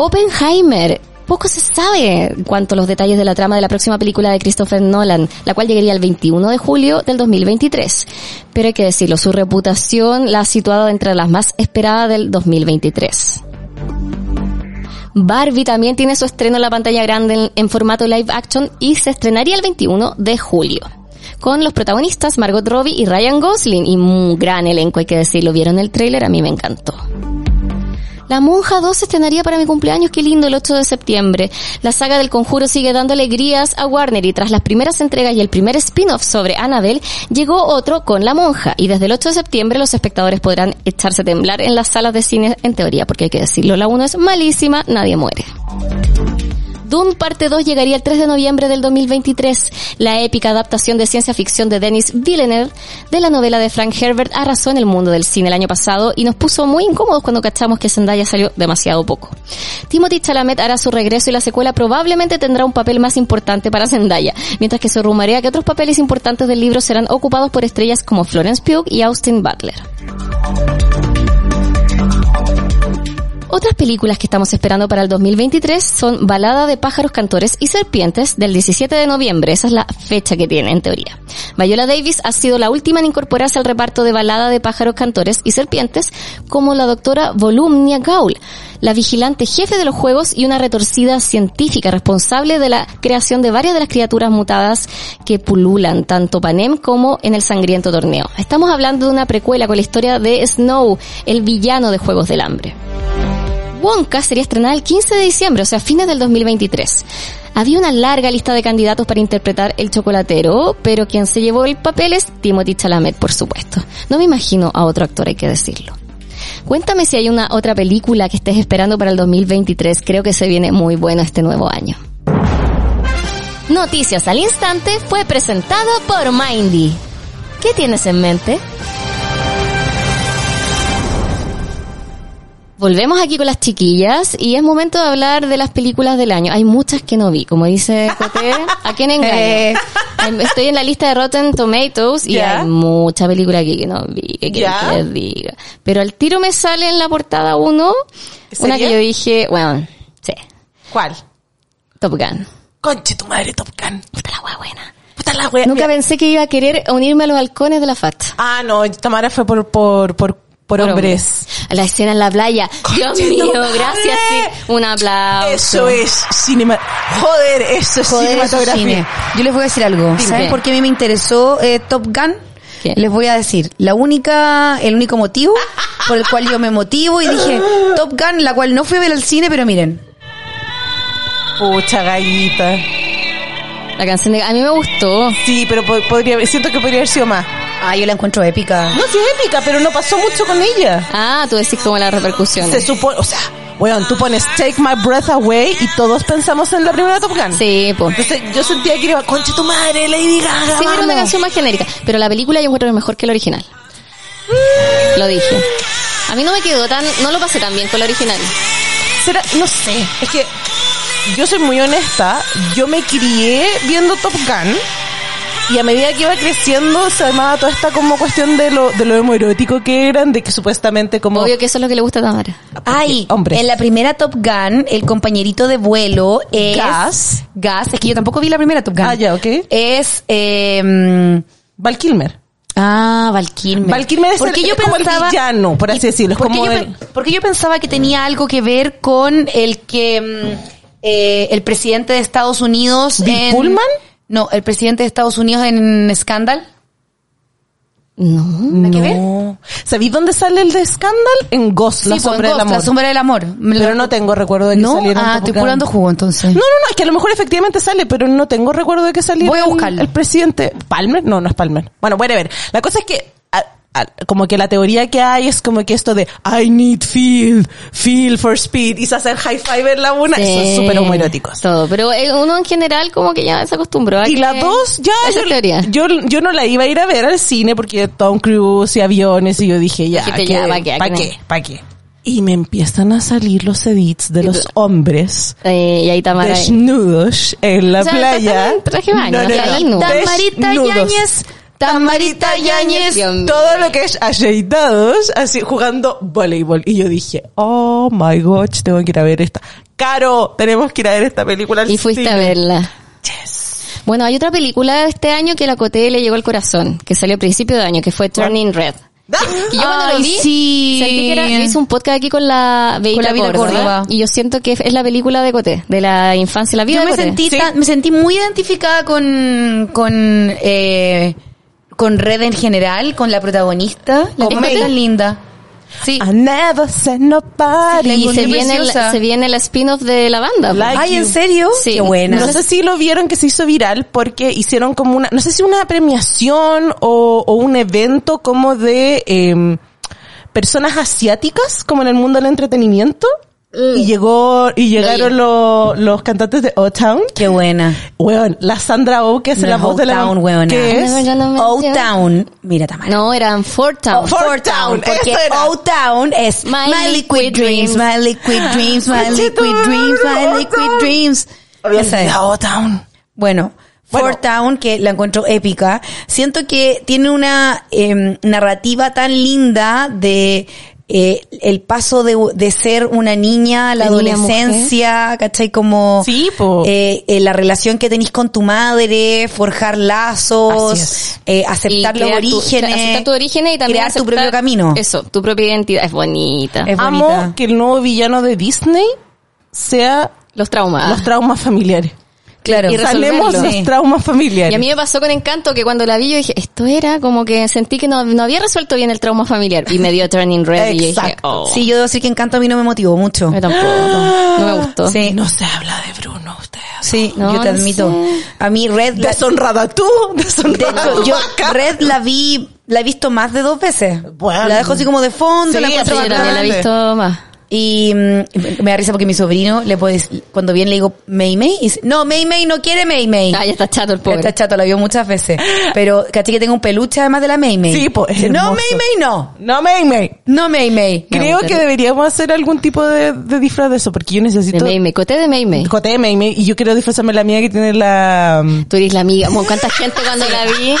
Speaker 1: Oppenheimer. Poco se sabe en cuanto a los detalles de la trama de la próxima película de Christopher Nolan, la cual llegaría el 21 de julio del 2023. Pero hay que decirlo, su reputación la ha situado entre las más esperadas del 2023. Barbie también tiene su estreno en la pantalla grande en, en formato live action y se estrenaría el 21 de julio. Con los protagonistas Margot Robbie y Ryan Gosling y un gran elenco, hay que decirlo, vieron el tráiler, a mí me encantó. La Monja 2 se estrenaría para mi cumpleaños, qué lindo, el 8 de septiembre. La saga del conjuro sigue dando alegrías a Warner y tras las primeras entregas y el primer spin-off sobre Annabelle, llegó otro con La Monja y desde el 8 de septiembre los espectadores podrán echarse a temblar en las salas de cine en teoría, porque hay que decirlo, la 1 es malísima, nadie muere. Dune Parte 2 llegaría el 3 de noviembre del 2023. La épica adaptación de ciencia ficción de Denis Villeneuve de la novela de Frank Herbert arrasó en el mundo del cine el año pasado y nos puso muy incómodos cuando cachamos que Zendaya salió demasiado poco. Timothy Chalamet hará su regreso y la secuela probablemente tendrá un papel más importante para Zendaya, mientras que se rumorea que otros papeles importantes del libro serán ocupados por estrellas como Florence Pugh y Austin Butler. Otras películas que estamos esperando para el 2023 son Balada de pájaros cantores y serpientes del 17 de noviembre. Esa es la fecha que tiene en teoría. Viola Davis ha sido la última en incorporarse al reparto de Balada de pájaros cantores y serpientes como la doctora Volumnia Gaul, la vigilante jefe de los juegos y una retorcida científica responsable de la creación de varias de las criaturas mutadas que pululan tanto Panem como en el sangriento torneo. Estamos hablando de una precuela con la historia de Snow, el villano de Juegos del Hambre. Wonka sería estrenada el 15 de diciembre, o sea, fines del 2023. Había una larga lista de candidatos para interpretar El Chocolatero, pero quien se llevó el papel es Timothy Chalamet, por supuesto. No me imagino a otro actor, hay que decirlo. Cuéntame si hay una otra película que estés esperando para el 2023. Creo que se viene muy bueno este nuevo año. Noticias al instante fue presentada por Mindy. ¿Qué tienes en mente? Volvemos aquí con las chiquillas y es momento de hablar de las películas del año. Hay muchas que no vi, como dice Coté. ¿A quién engaño? Em,
Speaker 3: Eh.
Speaker 1: Estoy en la lista de Rotten Tomatoes y
Speaker 2: Ya.
Speaker 1: hay mucha película aquí que no vi, que quieren
Speaker 2: Ya.
Speaker 1: que les diga. Pero al tiro me sale en la portada uno, una
Speaker 2: ¿Sería?
Speaker 1: que yo dije, bueno, sí,
Speaker 2: ¿Cuál?
Speaker 1: Top Gun.
Speaker 2: Conche tu madre, Top Gun.
Speaker 1: Puta la wea buena.
Speaker 2: Puta la wea.
Speaker 1: Nunca pensé que iba a querer unirme a los halcones de la FAT.
Speaker 2: Ah, no, Tamara fue por, por, por, por, hombres.
Speaker 1: A La escena en la playa. Dios
Speaker 2: Conche tu
Speaker 1: mío,
Speaker 2: madre.
Speaker 1: gracias. sí. Un aplauso.
Speaker 2: Eso es cinema. Ah, Joder, eso es
Speaker 3: Joder, esos
Speaker 2: cinematografía.
Speaker 3: cine. Yo les voy a decir algo.
Speaker 1: Dime.
Speaker 3: ¿Saben
Speaker 1: ¿Qué?
Speaker 3: por qué a mí me interesó eh, Top Gun?
Speaker 1: ¿Qué?
Speaker 3: Les voy a decir, la única, el único motivo por el cual yo me motivo y dije, Top Gun, la cual no fui a ver al cine, pero miren,
Speaker 2: Pucha gallita.
Speaker 1: La canción de... A mí me gustó.
Speaker 2: Sí, pero po- podría, haber- siento que podría haber sido más.
Speaker 3: ah, yo la encuentro épica.
Speaker 2: No, sí es épica, pero no pasó mucho con ella.
Speaker 1: Ah, tú decís como las
Speaker 2: Se
Speaker 1: repercusiones.
Speaker 2: supone, o sea, weón, tú pones Take My Breath Away y todos pensamos en la primera Top Gun.
Speaker 1: Sí, pues.
Speaker 2: Entonces yo sentía que iba, conche tu madre, Lady Gaga.
Speaker 1: Sí, era
Speaker 2: vamos".
Speaker 1: una canción más genérica, pero la película yo encuentro que es mejor que la original. Lo dije. A mí no me quedó tan, no lo pasé tan bien con la original.
Speaker 2: Será- no sé, es que yo soy muy honesta, yo me crié viendo Top Gun Y a medida que iba creciendo, se armaba toda esta como cuestión de lo, de lo homoerótico que eran, de que supuestamente como...
Speaker 1: Obvio que eso es lo que le gusta a Tamara.
Speaker 3: Ay,
Speaker 2: Hombre.
Speaker 3: en la primera Top Gun, el compañerito de vuelo es...
Speaker 2: Gas.
Speaker 3: Gas, es que yo tampoco vi la primera Top Gun.
Speaker 2: Ah, ya, ok.
Speaker 3: Es... Eh,
Speaker 2: Val Kilmer.
Speaker 3: ah, Val Kilmer.
Speaker 2: Val Kilmer es el- es como el villano, por así
Speaker 3: y-
Speaker 2: decirlo, es
Speaker 3: porque
Speaker 2: como
Speaker 3: yo
Speaker 2: el-
Speaker 3: pe- Porque yo pensaba que tenía algo que ver con el que... mm, eh, el presidente de Estados Unidos
Speaker 2: ¿Bill
Speaker 3: en-
Speaker 2: Pullman?
Speaker 3: No, el presidente de Estados Unidos en Scandal.
Speaker 1: No.
Speaker 3: ¿Nada que ver?
Speaker 2: ¿Sabéis dónde sale el de Scandal? En Ghost, la
Speaker 3: Sí, pues, en
Speaker 2: sombra del
Speaker 3: Ghost,
Speaker 2: amor.
Speaker 3: La sombra del amor.
Speaker 2: Pero no tengo recuerdo de que
Speaker 3: No,
Speaker 2: saliera en
Speaker 3: ah,
Speaker 2: Top
Speaker 3: estoy
Speaker 2: Gun.
Speaker 3: curando jugo entonces.
Speaker 2: No, no, no, es que a lo mejor efectivamente sale, pero no tengo recuerdo de que saliera
Speaker 3: Voy a
Speaker 2: el-
Speaker 3: buscarlo.
Speaker 2: el presidente. ¿Palmer? No, no es Palmer. Bueno, bueno, a ver. La cosa es que, a- a- como que la teoría que hay es como que esto de I need feel, feel for speed, y se hacer high five en la una, eso es
Speaker 1: Sí.
Speaker 2: súper homoerótico.
Speaker 1: Eh, Todo, pero eh, uno en general como que ya se acostumbró. a
Speaker 2: Y
Speaker 1: que-
Speaker 2: la dos, ya,
Speaker 1: Esa es teoría.
Speaker 2: yo, yo, yo no la iba a ir a ver al cine porque Tom Cruise y aviones, y yo dije, ya,
Speaker 1: Dijiste,
Speaker 2: que-
Speaker 1: ya, va que-
Speaker 2: ¿pa'
Speaker 1: que-
Speaker 2: qué? ¿Pa' qué? Y me empiezan a salir los edits de los hombres
Speaker 1: Eh, y ahí Tamara...
Speaker 2: desnudos en la
Speaker 1: O sea,
Speaker 2: playa.
Speaker 1: están en traje de baño, claro.
Speaker 3: Tamarita
Speaker 2: Desnudos.
Speaker 3: Yáñez, Tamarita Yáñez.
Speaker 1: Dios mío.
Speaker 2: Todo lo que es aceitados, así jugando voleibol. Y yo dije, oh my gosh, tengo que ir a ver esta. Caro, tenemos que ir a ver esta película. al
Speaker 1: Y fuiste a
Speaker 2: cine.
Speaker 1: verla.
Speaker 2: Yes.
Speaker 1: Bueno, hay otra película de este año que la coté y le llegó al corazón, que salió a principio de año, que fue Turning Red. Y yo cuando lo
Speaker 3: Ay,
Speaker 1: vi,
Speaker 3: sí.
Speaker 1: sentí que era, yo hice un podcast aquí con la Beita
Speaker 3: Con la Vita
Speaker 1: Córdoba,
Speaker 3: Córdoba.
Speaker 1: y yo siento que es la película de Coté, de la infancia, la vida
Speaker 3: Yo
Speaker 1: de
Speaker 3: me
Speaker 1: Coté.
Speaker 3: sentí,
Speaker 2: Sí.
Speaker 3: tan- me sentí muy identificada con, con, eh, con Red en general, con la protagonista, la
Speaker 2: Con
Speaker 3: que es
Speaker 2: May.
Speaker 3: tan linda. Sí.
Speaker 2: I Ah, never said nobody.
Speaker 1: y
Speaker 3: Tengo
Speaker 1: se
Speaker 3: una
Speaker 1: viene, el,
Speaker 3: preciosa.
Speaker 1: se viene el spin-off de la banda.
Speaker 2: Like
Speaker 3: Ay, ¿en
Speaker 2: you.
Speaker 3: serio?
Speaker 1: Sí.
Speaker 3: Qué buena.
Speaker 2: No sé si lo vieron que se hizo viral porque hicieron como una, no sé si una premiación o, o un evento como de em, personas asiáticas, como en el mundo del entretenimiento. Y llegó, y llegaron los, los cantantes de O-Town.
Speaker 3: Qué buena.
Speaker 2: Weón, la Sandra Oh, que es
Speaker 3: No
Speaker 2: la
Speaker 3: es
Speaker 2: voz de la...
Speaker 3: O-Town, weona.
Speaker 2: ¿Qué es?
Speaker 1: No, yo no me
Speaker 3: Old Town. Mira, Tamara.
Speaker 1: No, eran Four Town.
Speaker 2: Oh, Four Town,
Speaker 3: Porque
Speaker 2: eso era.
Speaker 3: Old Town es
Speaker 1: My
Speaker 3: My,
Speaker 1: Liquid
Speaker 3: Liquid Dreams, My Liquid Dreams, My
Speaker 2: Conchito,
Speaker 3: Liquid Dreams,
Speaker 2: Old
Speaker 3: My Liquid
Speaker 2: Town.
Speaker 3: Dreams.
Speaker 2: Había
Speaker 3: Esa es.
Speaker 2: olvidado O-Town.
Speaker 3: Bueno,
Speaker 2: Bueno.
Speaker 3: Fort Town, que la encuentro épica, siento que tiene una eh, narrativa tan linda de eh, el paso de, de ser una niña a
Speaker 1: De
Speaker 3: la
Speaker 1: niña a
Speaker 3: adolescencia, ¿cachai? Como
Speaker 2: Sí, po.
Speaker 3: eh, eh, la relación que tenés con tu madre, forjar
Speaker 2: Así
Speaker 3: lazos,
Speaker 2: es.
Speaker 3: eh, aceptar
Speaker 1: Y
Speaker 3: los
Speaker 1: crear tu-
Speaker 3: orígenes.
Speaker 1: aceptar tu orígenes y también
Speaker 3: crear tu
Speaker 1: aceptar
Speaker 3: propio camino.
Speaker 1: Eso, tu propia identidad es bonita.
Speaker 3: Es
Speaker 2: Amo
Speaker 3: bonita.
Speaker 2: que el nuevo villano de Disney sea
Speaker 1: Los traumas.
Speaker 2: los traumas familiares.
Speaker 3: Claro.
Speaker 1: y
Speaker 2: Salemos
Speaker 1: resolverlo.
Speaker 2: los traumas familiares.
Speaker 1: Y a mí me pasó con Encanto que cuando la vi yo dije, esto era como que sentí que no, no había resuelto bien el trauma familiar. Y me dio Turning Red y yo dije,
Speaker 2: Exacto.
Speaker 1: oh.
Speaker 3: Sí, yo debo decir que Encanto a mí no me motivó mucho.
Speaker 1: Yo tampoco. No me gustó.
Speaker 3: Sí,
Speaker 2: No se habla de Bruno, ustedes.
Speaker 3: sí,
Speaker 1: No,
Speaker 3: yo te
Speaker 1: no
Speaker 3: admito.
Speaker 1: sé.
Speaker 3: A mí Red la-
Speaker 2: Deshonrada tú,
Speaker 3: De
Speaker 2: deshonrada
Speaker 3: hecho,
Speaker 2: tú.
Speaker 3: yo Red la vi, la he visto más de dos veces.
Speaker 2: Bueno.
Speaker 3: La dejo así como de fondo,
Speaker 2: Sí,
Speaker 3: la
Speaker 1: Sí,
Speaker 3: encuentro
Speaker 1: yo también la
Speaker 3: bacán.
Speaker 1: he visto más.
Speaker 3: Y mm, me da risa porque mi sobrino, le puede, decir- cuando viene le digo, May May, y dice, no, May May no quiere May May.
Speaker 1: Ah, ya está chato el pobre.
Speaker 3: Está chato, la vio muchas veces. Pero caché que tengo un peluche además de la May May.
Speaker 2: Sí, pues, es
Speaker 3: Dice, No,
Speaker 2: hermoso.
Speaker 3: May May no.
Speaker 2: No, May May.
Speaker 3: No, May May.
Speaker 1: Me
Speaker 2: Creo
Speaker 1: gusta
Speaker 2: que
Speaker 1: el-
Speaker 2: deberíamos hacer algún tipo de, de disfraz de eso, porque yo
Speaker 1: De
Speaker 2: necesito...
Speaker 1: Meime, coté de Meime.
Speaker 2: Coté de May May, y yo quiero disfrazarme la mía que tiene la... um,
Speaker 1: Tú eres la amiga. Bueno, cuánta gente cuando la vi.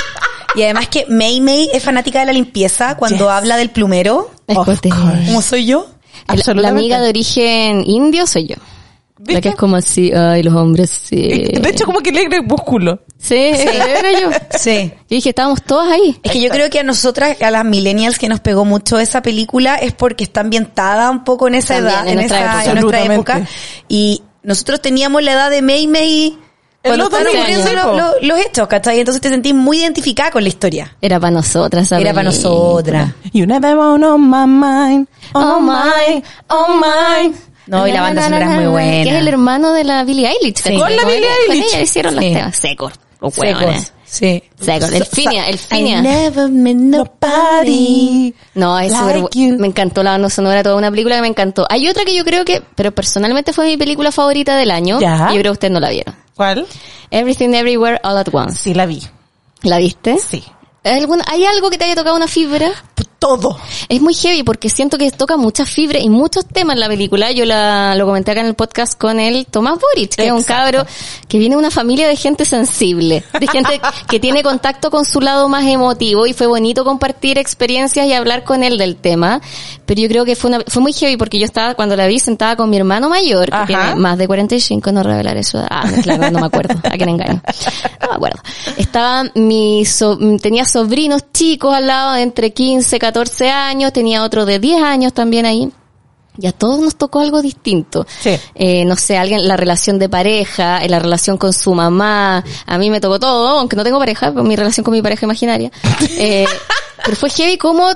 Speaker 3: Y además que May May es fanática de la limpieza cuando
Speaker 2: Yes.
Speaker 3: habla del plumero.
Speaker 1: Es
Speaker 2: Of
Speaker 1: coté.
Speaker 2: course.
Speaker 3: ¿Cómo soy yo?
Speaker 1: La, la
Speaker 2: Absolutamente.
Speaker 1: amiga de origen indio soy yo. La que
Speaker 2: ¿Viste?
Speaker 1: es como así, ay, los hombres sí.
Speaker 2: De hecho, como que le el músculo.
Speaker 1: sí, era yo.
Speaker 3: Sí.
Speaker 1: Yo dije, estábamos todas ahí.
Speaker 3: Es que yo creo que a nosotras, a las millennials que nos pegó mucho esa película, es porque está ambientada un poco en esa
Speaker 1: También,
Speaker 3: edad,
Speaker 1: en
Speaker 3: en,
Speaker 1: nuestra
Speaker 3: esa,
Speaker 1: época.
Speaker 3: en nuestra época.
Speaker 2: Absolutamente.
Speaker 3: Y nosotros teníamos la edad de May May cuando
Speaker 2: los
Speaker 3: estaban
Speaker 2: 2000,
Speaker 3: ocurriendo
Speaker 2: sí,
Speaker 3: lo-
Speaker 2: po.
Speaker 3: lo- los hechos, ¿cachai? Entonces te sentís muy identificada con la historia.
Speaker 1: Era para nosotras. esa
Speaker 3: Era para
Speaker 1: película.
Speaker 3: nosotras.
Speaker 2: You never want on my mind,
Speaker 1: Oh
Speaker 2: on
Speaker 1: my,
Speaker 2: my, on my.
Speaker 3: No, y la banda sonora es muy buena.
Speaker 1: Que es el hermano de la Billie Eilish. ¿te
Speaker 3: Sí.
Speaker 1: acuerdas?
Speaker 2: Con la
Speaker 1: Con
Speaker 2: Billie
Speaker 1: ella- con
Speaker 2: Eilish.
Speaker 1: ella hicieron los
Speaker 3: Sí.
Speaker 1: temas. Secos. Los
Speaker 3: Secos.
Speaker 1: huevones.
Speaker 3: Sí.
Speaker 1: Secos. El
Speaker 3: So-
Speaker 1: Finia, el
Speaker 3: I
Speaker 1: Finia.
Speaker 3: never met nobody.
Speaker 2: Nobody.
Speaker 1: No, es
Speaker 2: like
Speaker 1: súper bu-
Speaker 2: you.
Speaker 1: Me encantó la banda sonora, toda una película que me encantó. Hay otra que yo creo que, pero personalmente fue mi película favorita del año.
Speaker 2: Ya.
Speaker 1: Y yo creo que ustedes no la vieron.
Speaker 2: ¿Cuál?
Speaker 1: Everything Everywhere All at Once.
Speaker 2: Sí, la vi.
Speaker 1: ¿La viste?
Speaker 2: Sí.
Speaker 1: ¿Algún- ¿Hay algo que te haya tocado una fibra?
Speaker 2: todo.
Speaker 1: Es muy heavy porque siento que toca muchas fibras y muchos temas en la película. Yo la, lo comenté acá en el podcast con el Tomás Boric, que es un
Speaker 2: Exacto.
Speaker 1: cabro que viene de una familia de gente sensible, de gente que tiene contacto con su lado más emotivo y fue bonito compartir experiencias y hablar con él del tema. Pero yo creo que fue, una, fue muy heavy porque yo estaba, cuando la vi, sentada con mi hermano mayor, que
Speaker 2: Ajá.
Speaker 1: tiene más de 45, no revelaré su edad. Ah, no, claro, no me acuerdo, a quién engaño. No me acuerdo. Estaba mi, so- tenía sobrinos chicos al lado de entre 15, 14 años, tenía otro de 10 años también ahí. Y a todos nos tocó algo distinto.
Speaker 2: Sí.
Speaker 1: Eh, no sé, alguien, la relación de pareja, eh, la relación con su mamá. A mí me tocó todo, aunque no tengo pareja, pero mi relación con mi pareja imaginaria. Eh, pero fue heavy como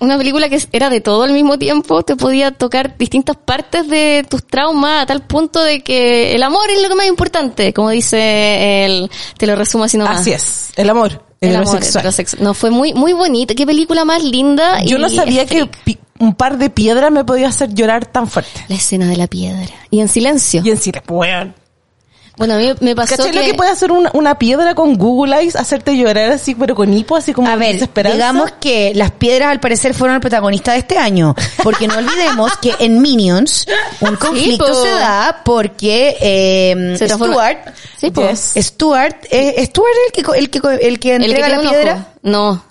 Speaker 1: una película que era de todo al mismo tiempo, te podía tocar distintas partes de tus traumas a tal punto de que el amor es lo que más importante, como dice el, te lo resumo así nomás.
Speaker 2: Así es, el amor
Speaker 1: El amor
Speaker 2: heterosexual.
Speaker 1: heterosexual. No, fue muy, muy bonita. Qué película más linda.
Speaker 2: Yo
Speaker 1: y
Speaker 2: no sabía que
Speaker 1: freak.
Speaker 2: pi- un par de piedras me podía hacer llorar tan fuerte.
Speaker 1: La escena de la piedra. Y en silencio.
Speaker 2: Y en sí, weón.
Speaker 1: Bueno, a mí me pasó
Speaker 2: ¿Cachai
Speaker 1: que...
Speaker 2: lo que puede hacer una, una piedra con Google Eyes? Hacerte llorar así, pero con hipo, así como
Speaker 3: A ver,
Speaker 2: desesperanza.
Speaker 3: digamos que las piedras al parecer fueron el protagonista de este año, porque no olvidemos que en Minions un conflicto
Speaker 1: po.
Speaker 3: se da porque eh,
Speaker 1: Se transforma-
Speaker 3: Stuart,
Speaker 1: Sí, po.
Speaker 2: Yes.
Speaker 3: Stuart, eh, Stuart es el que co- el que co- el que
Speaker 1: El que
Speaker 3: entrega
Speaker 1: tiene
Speaker 3: la
Speaker 1: un
Speaker 3: piedra,
Speaker 1: ojo. No.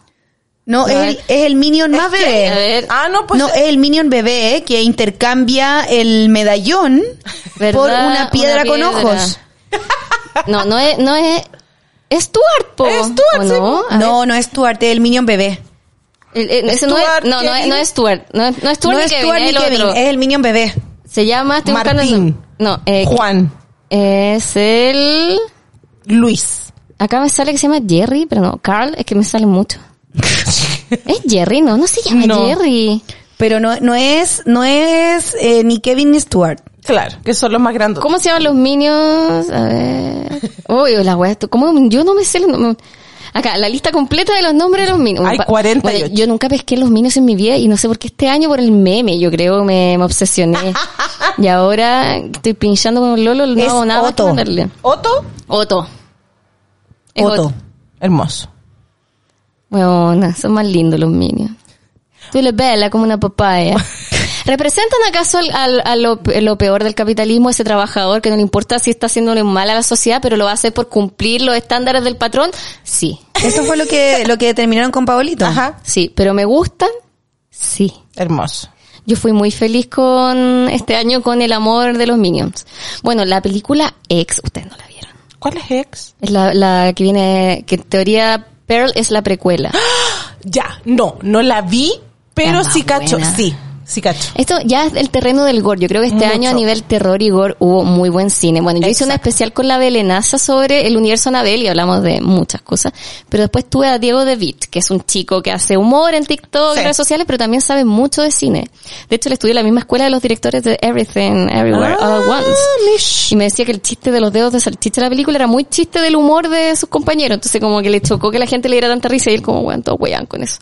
Speaker 3: no,
Speaker 1: A
Speaker 3: es
Speaker 1: ver.
Speaker 3: el, es el Minion más
Speaker 1: que- eh,
Speaker 3: bebé.
Speaker 1: a ver.
Speaker 2: Ah, no, pues.
Speaker 3: no, es el Minion bebé que intercambia el medallón
Speaker 1: ¿Verdad?
Speaker 3: por una piedra, con
Speaker 1: piedra.
Speaker 3: ojos.
Speaker 1: No, no es... No es es Stuart, po.
Speaker 2: Es Stuart,
Speaker 1: ¿O
Speaker 2: sí,
Speaker 1: no? A ver.
Speaker 3: No, no es Stuart, es el Minion bebé.
Speaker 1: El- el- ese no es,
Speaker 2: Stuart,
Speaker 1: no, no es,
Speaker 2: Kevin.
Speaker 1: no es Stuart. No, es- no es Stuart
Speaker 3: no
Speaker 1: ni
Speaker 3: es
Speaker 1: Kevin,
Speaker 3: Stuart
Speaker 1: es
Speaker 3: ni
Speaker 1: el
Speaker 3: Kevin,
Speaker 1: otro.
Speaker 3: es el Minion bebé.
Speaker 1: Se llama... estoy buscando el
Speaker 2: Martín.
Speaker 1: nombre. No, eh,
Speaker 2: Juan,
Speaker 1: Es el...
Speaker 2: Luis.
Speaker 1: Acá me sale que se llama Jerry, pero no. Carl, es que me sale mucho. es Jerry, no, no se llama
Speaker 2: No.
Speaker 1: Jerry.
Speaker 3: Pero no, no es, no es eh, ni Kevin ni Stuart.
Speaker 2: Claro, que son los más grandes.
Speaker 1: ¿Cómo se llaman los minions? A ver. Uy, la wea, esto- ¿cómo? Yo no me sé los nom- Acá, la lista completa de los nombres de los minions.
Speaker 2: Hay
Speaker 1: Pa-
Speaker 2: 48.
Speaker 1: Bueno, yo nunca pesqué los minions en mi vida y no sé por qué este año por el meme, yo creo, me, me obsesioné. y ahora estoy pinchando con Lolo, no
Speaker 3: Es
Speaker 1: hago nada más que
Speaker 3: Otto.
Speaker 1: mandarle.
Speaker 2: Otto,
Speaker 1: Otto. Es
Speaker 3: Otto.
Speaker 2: hermoso.
Speaker 1: Bueno, son más lindos los minions. Tú le bella como una papaya. ¿Representan acaso al, al- a lo, pe- lo peor del capitalismo, ese trabajador que no le importa si está haciéndole mal a la sociedad, pero lo hace por cumplir los estándares del patrón? Sí,
Speaker 3: Eso fue lo que, lo que determinaron con Paolito.
Speaker 2: Ajá,
Speaker 1: sí, pero me gustan, sí.
Speaker 2: hermoso.
Speaker 1: Yo fui muy feliz con este año con el amor de los minions. Bueno, la película Ex, ustedes no la vieron.
Speaker 2: ¿Cuál es ex?
Speaker 1: Es la, la que viene, que en teoría Pearl es la precuela.
Speaker 2: Ya, no, no la vi, pero
Speaker 1: La más
Speaker 2: sí cacho,
Speaker 1: buena.
Speaker 2: sí, sí cacho.
Speaker 1: Esto ya es el terreno del gore. Yo creo que este
Speaker 2: Mucho.
Speaker 1: año a nivel terror y gore hubo muy buen cine. Bueno, yo hice una especial con la Belenaza sobre el universo Anabel y hablamos de muchas cosas. Pero después tuve a Diego De Witt, que es un chico que hace humor en TikTok
Speaker 2: Sí.
Speaker 1: y redes sociales, pero también sabe mucho de cine. De hecho, le estudié en la misma escuela de los directores de Everything, Everywhere, All
Speaker 2: Ah,
Speaker 1: at Once.
Speaker 2: mish.
Speaker 1: Y me decía que el chiste de los dedos de salchicha de la película era muy chiste del humor de sus compañeros. Entonces como que le chocó que la gente le diera tanta risa y él como, weón, todos wean con eso.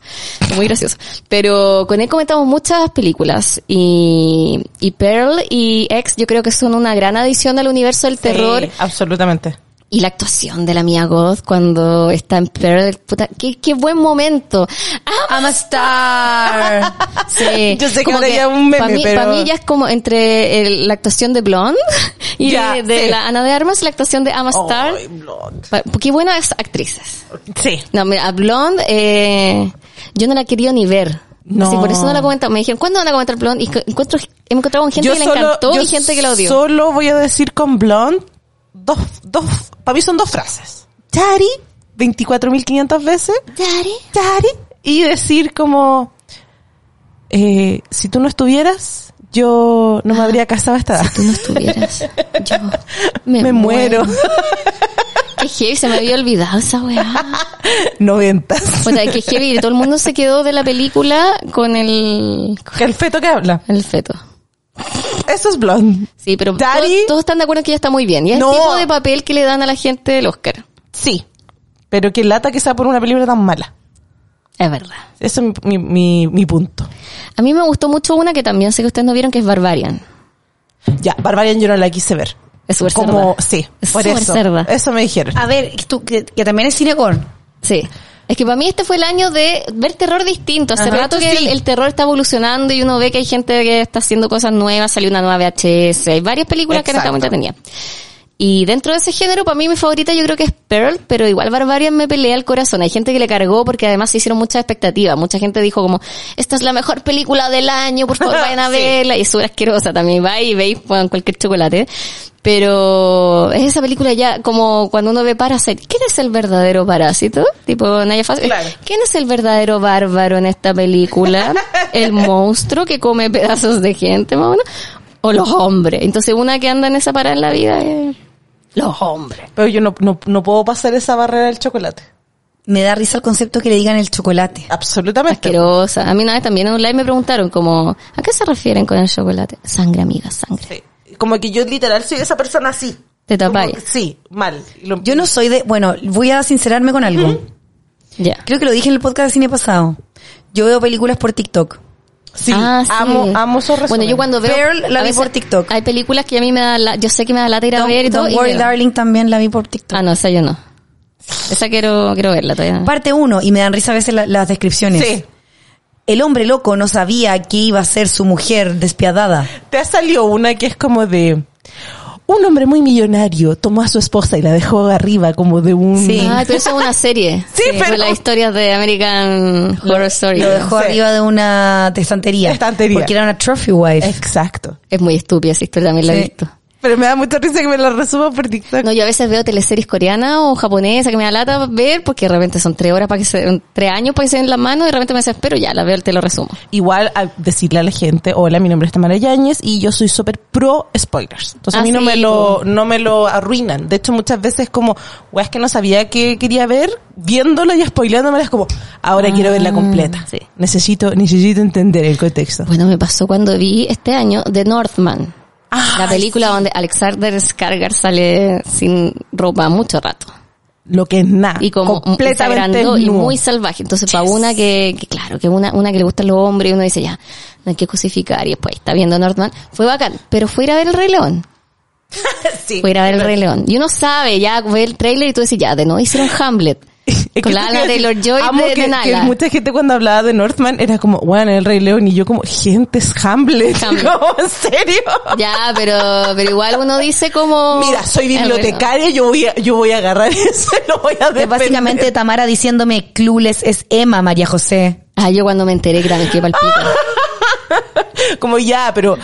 Speaker 1: Fue Muy gracioso. Pero con él comentamos muchas películas y, y Pearl y X yo creo que son una gran adición al universo del terror.
Speaker 2: Sí, absolutamente.
Speaker 1: Y la actuación de la Mia Goth cuando está en Pearl, puta, qué, qué buen momento. ¡Ah,
Speaker 3: I'm a star.
Speaker 1: Sí.
Speaker 2: Yo sé que ahora ya es un meme,
Speaker 1: para mí,
Speaker 2: pero-
Speaker 1: pa' mí ya es como entre el- la actuación de Blonde y
Speaker 2: Ya,
Speaker 1: de, de
Speaker 2: sí.
Speaker 1: la Ana de Armas, la actuación de Ama Star.
Speaker 2: Ay, blonde.
Speaker 1: Pa- Qué buenas actrices.
Speaker 2: Sí.
Speaker 1: No, mira, a Blonde, eh, yo no la quería ni ver.
Speaker 2: No.
Speaker 1: Sí, por eso no la comento. Me dijeron, ¿cuándo van a comentar Blonde? Y co- encuentro, he encontrado con gente
Speaker 2: Yo
Speaker 1: que le
Speaker 2: solo-
Speaker 1: encantó
Speaker 2: yo
Speaker 1: y gente que la odió.
Speaker 2: Solo voy a decir con Blonde dos, dos, para mí son dos frases. Daddy, 24.500 veces.
Speaker 1: Daddy.
Speaker 2: Daddy. Y decir como, eh, si tú no estuvieras, yo no me habría casado a esta edad.
Speaker 1: Ah, Tú no estuvieras. Yo me,
Speaker 2: Me muero.
Speaker 1: Qué heavy, se me había olvidado esa weá.
Speaker 2: Noventas.
Speaker 1: O sea, que heavy, y todo el mundo se quedó de la película con el,
Speaker 2: El feto que habla.
Speaker 1: el feto.
Speaker 2: Eso es Blonde.
Speaker 1: Sí, pero
Speaker 2: Daddy.
Speaker 1: todos, todos están de acuerdo que ella está muy bien. Y es
Speaker 2: No.
Speaker 1: el tipo de papel que le dan a la gente del Oscar.
Speaker 2: Sí. Pero que lata que sea por una película tan mala.
Speaker 1: Es verdad.
Speaker 2: Ese es mi, mi, mi- mi punto.
Speaker 1: A mí me gustó mucho una que también sé que ustedes no vieron, que es Barbarian.
Speaker 2: Ya, Barbarian yo no la quise ver.
Speaker 1: Es súper
Speaker 2: Como,
Speaker 1: cerda.
Speaker 2: sí,
Speaker 1: Es
Speaker 2: por
Speaker 1: súper
Speaker 2: eso.
Speaker 1: cerda. Ah,
Speaker 2: Eso me dijeron.
Speaker 3: A ver, que tú, que, que también es cine gore.
Speaker 1: Sí. Es que para mí este fue el año de ver terror distinto.
Speaker 2: Ah,
Speaker 1: Hace
Speaker 3: Ajá.
Speaker 1: rato que
Speaker 3: Sí.
Speaker 1: el, el terror está evolucionando y uno ve que hay gente que está haciendo cosas nuevas. Salió una nueva VHS. Hay varias películas que no
Speaker 2: Exacto.
Speaker 1: estaban entretenidas. Y dentro de ese género, para mí mi favorita yo creo que es Pearl, pero igual Barbarian me pelea el corazón. Hay gente que le cargó porque además se hicieron muchas expectativas. Mucha gente dijo como, esta es la mejor película del año, por favor vayan a
Speaker 2: Sí.
Speaker 1: verla. Y es súper asquerosa también, va y veis con cualquier chocolate. Pero es esa película ya como cuando uno ve Parasite. ¿Quién es el verdadero parásito? Tipo, Naya Fácil.
Speaker 2: Claro.
Speaker 1: ¿Quién es el verdadero bárbaro en esta película? ¿El monstruo que come pedazos de gente, más o menos? ¿O los hombres? Entonces una que anda en esa parada en la vida es... Los hombres.
Speaker 2: Pero yo no, no, no puedo pasar esa barrera del chocolate.
Speaker 3: Me da risa el concepto que le digan el chocolate.
Speaker 2: Absolutamente.
Speaker 1: Asquerosa. A mí una vez también en un live me preguntaron como, ¿a qué se refieren con el chocolate? Sangre, amiga, sangre.
Speaker 2: Sí. Como que yo literal soy esa persona así.
Speaker 1: Te
Speaker 2: Como
Speaker 1: tapáis.
Speaker 2: que Sí, mal. Lo-
Speaker 3: Yo no soy de... Bueno, voy a sincerarme con algo.
Speaker 1: Ya.
Speaker 3: Creo que lo dije en el podcast de cine pasado. Yo veo películas por TikTok.
Speaker 2: Sí,
Speaker 1: Ah, sí.
Speaker 2: amo, amo esos resúmenes.
Speaker 1: Bueno, yo cuando veo...
Speaker 3: Pearl la
Speaker 1: a
Speaker 3: vi
Speaker 1: veces
Speaker 3: por TikTok.
Speaker 1: Hay películas que a mí me da... La, yo sé que me da lata ir a
Speaker 3: Don't,
Speaker 1: ver y todo.
Speaker 3: Don't
Speaker 1: y
Speaker 3: Worry
Speaker 1: veo.
Speaker 3: Darling también la vi por TikTok.
Speaker 1: Ah, no, esa yo no. Esa quiero, quiero verla todavía.
Speaker 3: Parte uno, y me dan risa a veces la- las descripciones.
Speaker 2: Sí.
Speaker 3: El hombre loco no sabía que iba a ser su mujer despiadada.
Speaker 2: Te ha salido una que es como de... Un hombre muy millonario tomó a su esposa y la dejó arriba como de un...
Speaker 3: Sí.
Speaker 1: Ah, pero eso es una serie.
Speaker 2: Sí, pero-
Speaker 1: Con las historias de American Horror Story.
Speaker 3: Lo dejó
Speaker 2: Sí.
Speaker 3: arriba de una de estantería.
Speaker 2: Estantería.
Speaker 3: Porque era una trophy wife.
Speaker 2: Exacto.
Speaker 1: Es muy estúpida esa historia, también la he
Speaker 3: Sí.
Speaker 1: visto.
Speaker 2: Pero me da mucha risa que me la resuman por TikTok.
Speaker 1: No, yo a veces veo teleseries coreanas o japonesas que me da lata ver porque de repente son tres horas para que se, tres años para que se den la mano y de repente me desespero, ya la veo, te lo resumo.
Speaker 2: Igual a decirle a la gente, hola, mi nombre es Tamara Yáñez y yo soy súper pro spoilers. Entonces
Speaker 1: Ah,
Speaker 2: a mí no,
Speaker 1: sí,
Speaker 2: me lo, no me lo arruinan. De hecho, muchas veces como, "Guau, es que no sabía que quería ver, viéndola y spoileándomela es como, ahora quiero verla completa.
Speaker 1: Ah, sí.
Speaker 2: Necesito, necesito entender el contexto.
Speaker 1: Bueno, me pasó cuando vi este año The Northman.
Speaker 2: Ah,
Speaker 1: la película donde Alexander Skarsgård sale sin ropa mucho rato.
Speaker 2: Lo que es nada.
Speaker 1: y como
Speaker 2: Ah, completamente
Speaker 1: sagrando y
Speaker 2: nudo.
Speaker 1: muy salvaje. Entonces, para una que, que claro, que una, una que le gustan los hombres y uno dice, ya, no hay que crucificar y después está viendo Northman, fue bacán, pero fue ir a ver El Rey León.
Speaker 2: Sí.
Speaker 1: Fue ir a ver El Rey León. Y uno sabe, ya ve el trailer y tú decís, ya, de no hicieron Hamlet.
Speaker 2: Es que
Speaker 1: Con la
Speaker 2: eso
Speaker 1: Lana
Speaker 2: te iba a decir,
Speaker 1: Taylor-Joy
Speaker 2: amo
Speaker 1: de- de
Speaker 2: que, que
Speaker 1: Nala.
Speaker 2: mucha gente cuando hablaba de Northman era como, bueno, el Rey León y yo como, gente es Hamlet.
Speaker 1: Hamlet.
Speaker 2: Como, ¿En serio?
Speaker 1: Ya, pero, pero igual uno dice como...
Speaker 2: Mira, soy
Speaker 1: "Ah, bueno".
Speaker 2: bibliotecaria, yo voy a, yo voy a agarrar eso y lo voy a defender.
Speaker 3: Es básicamente Tamara diciéndome, Clueless es Emma, María José.
Speaker 1: Ah, yo cuando me enteré que era me quedé pa'l pico.
Speaker 2: Como ya, pero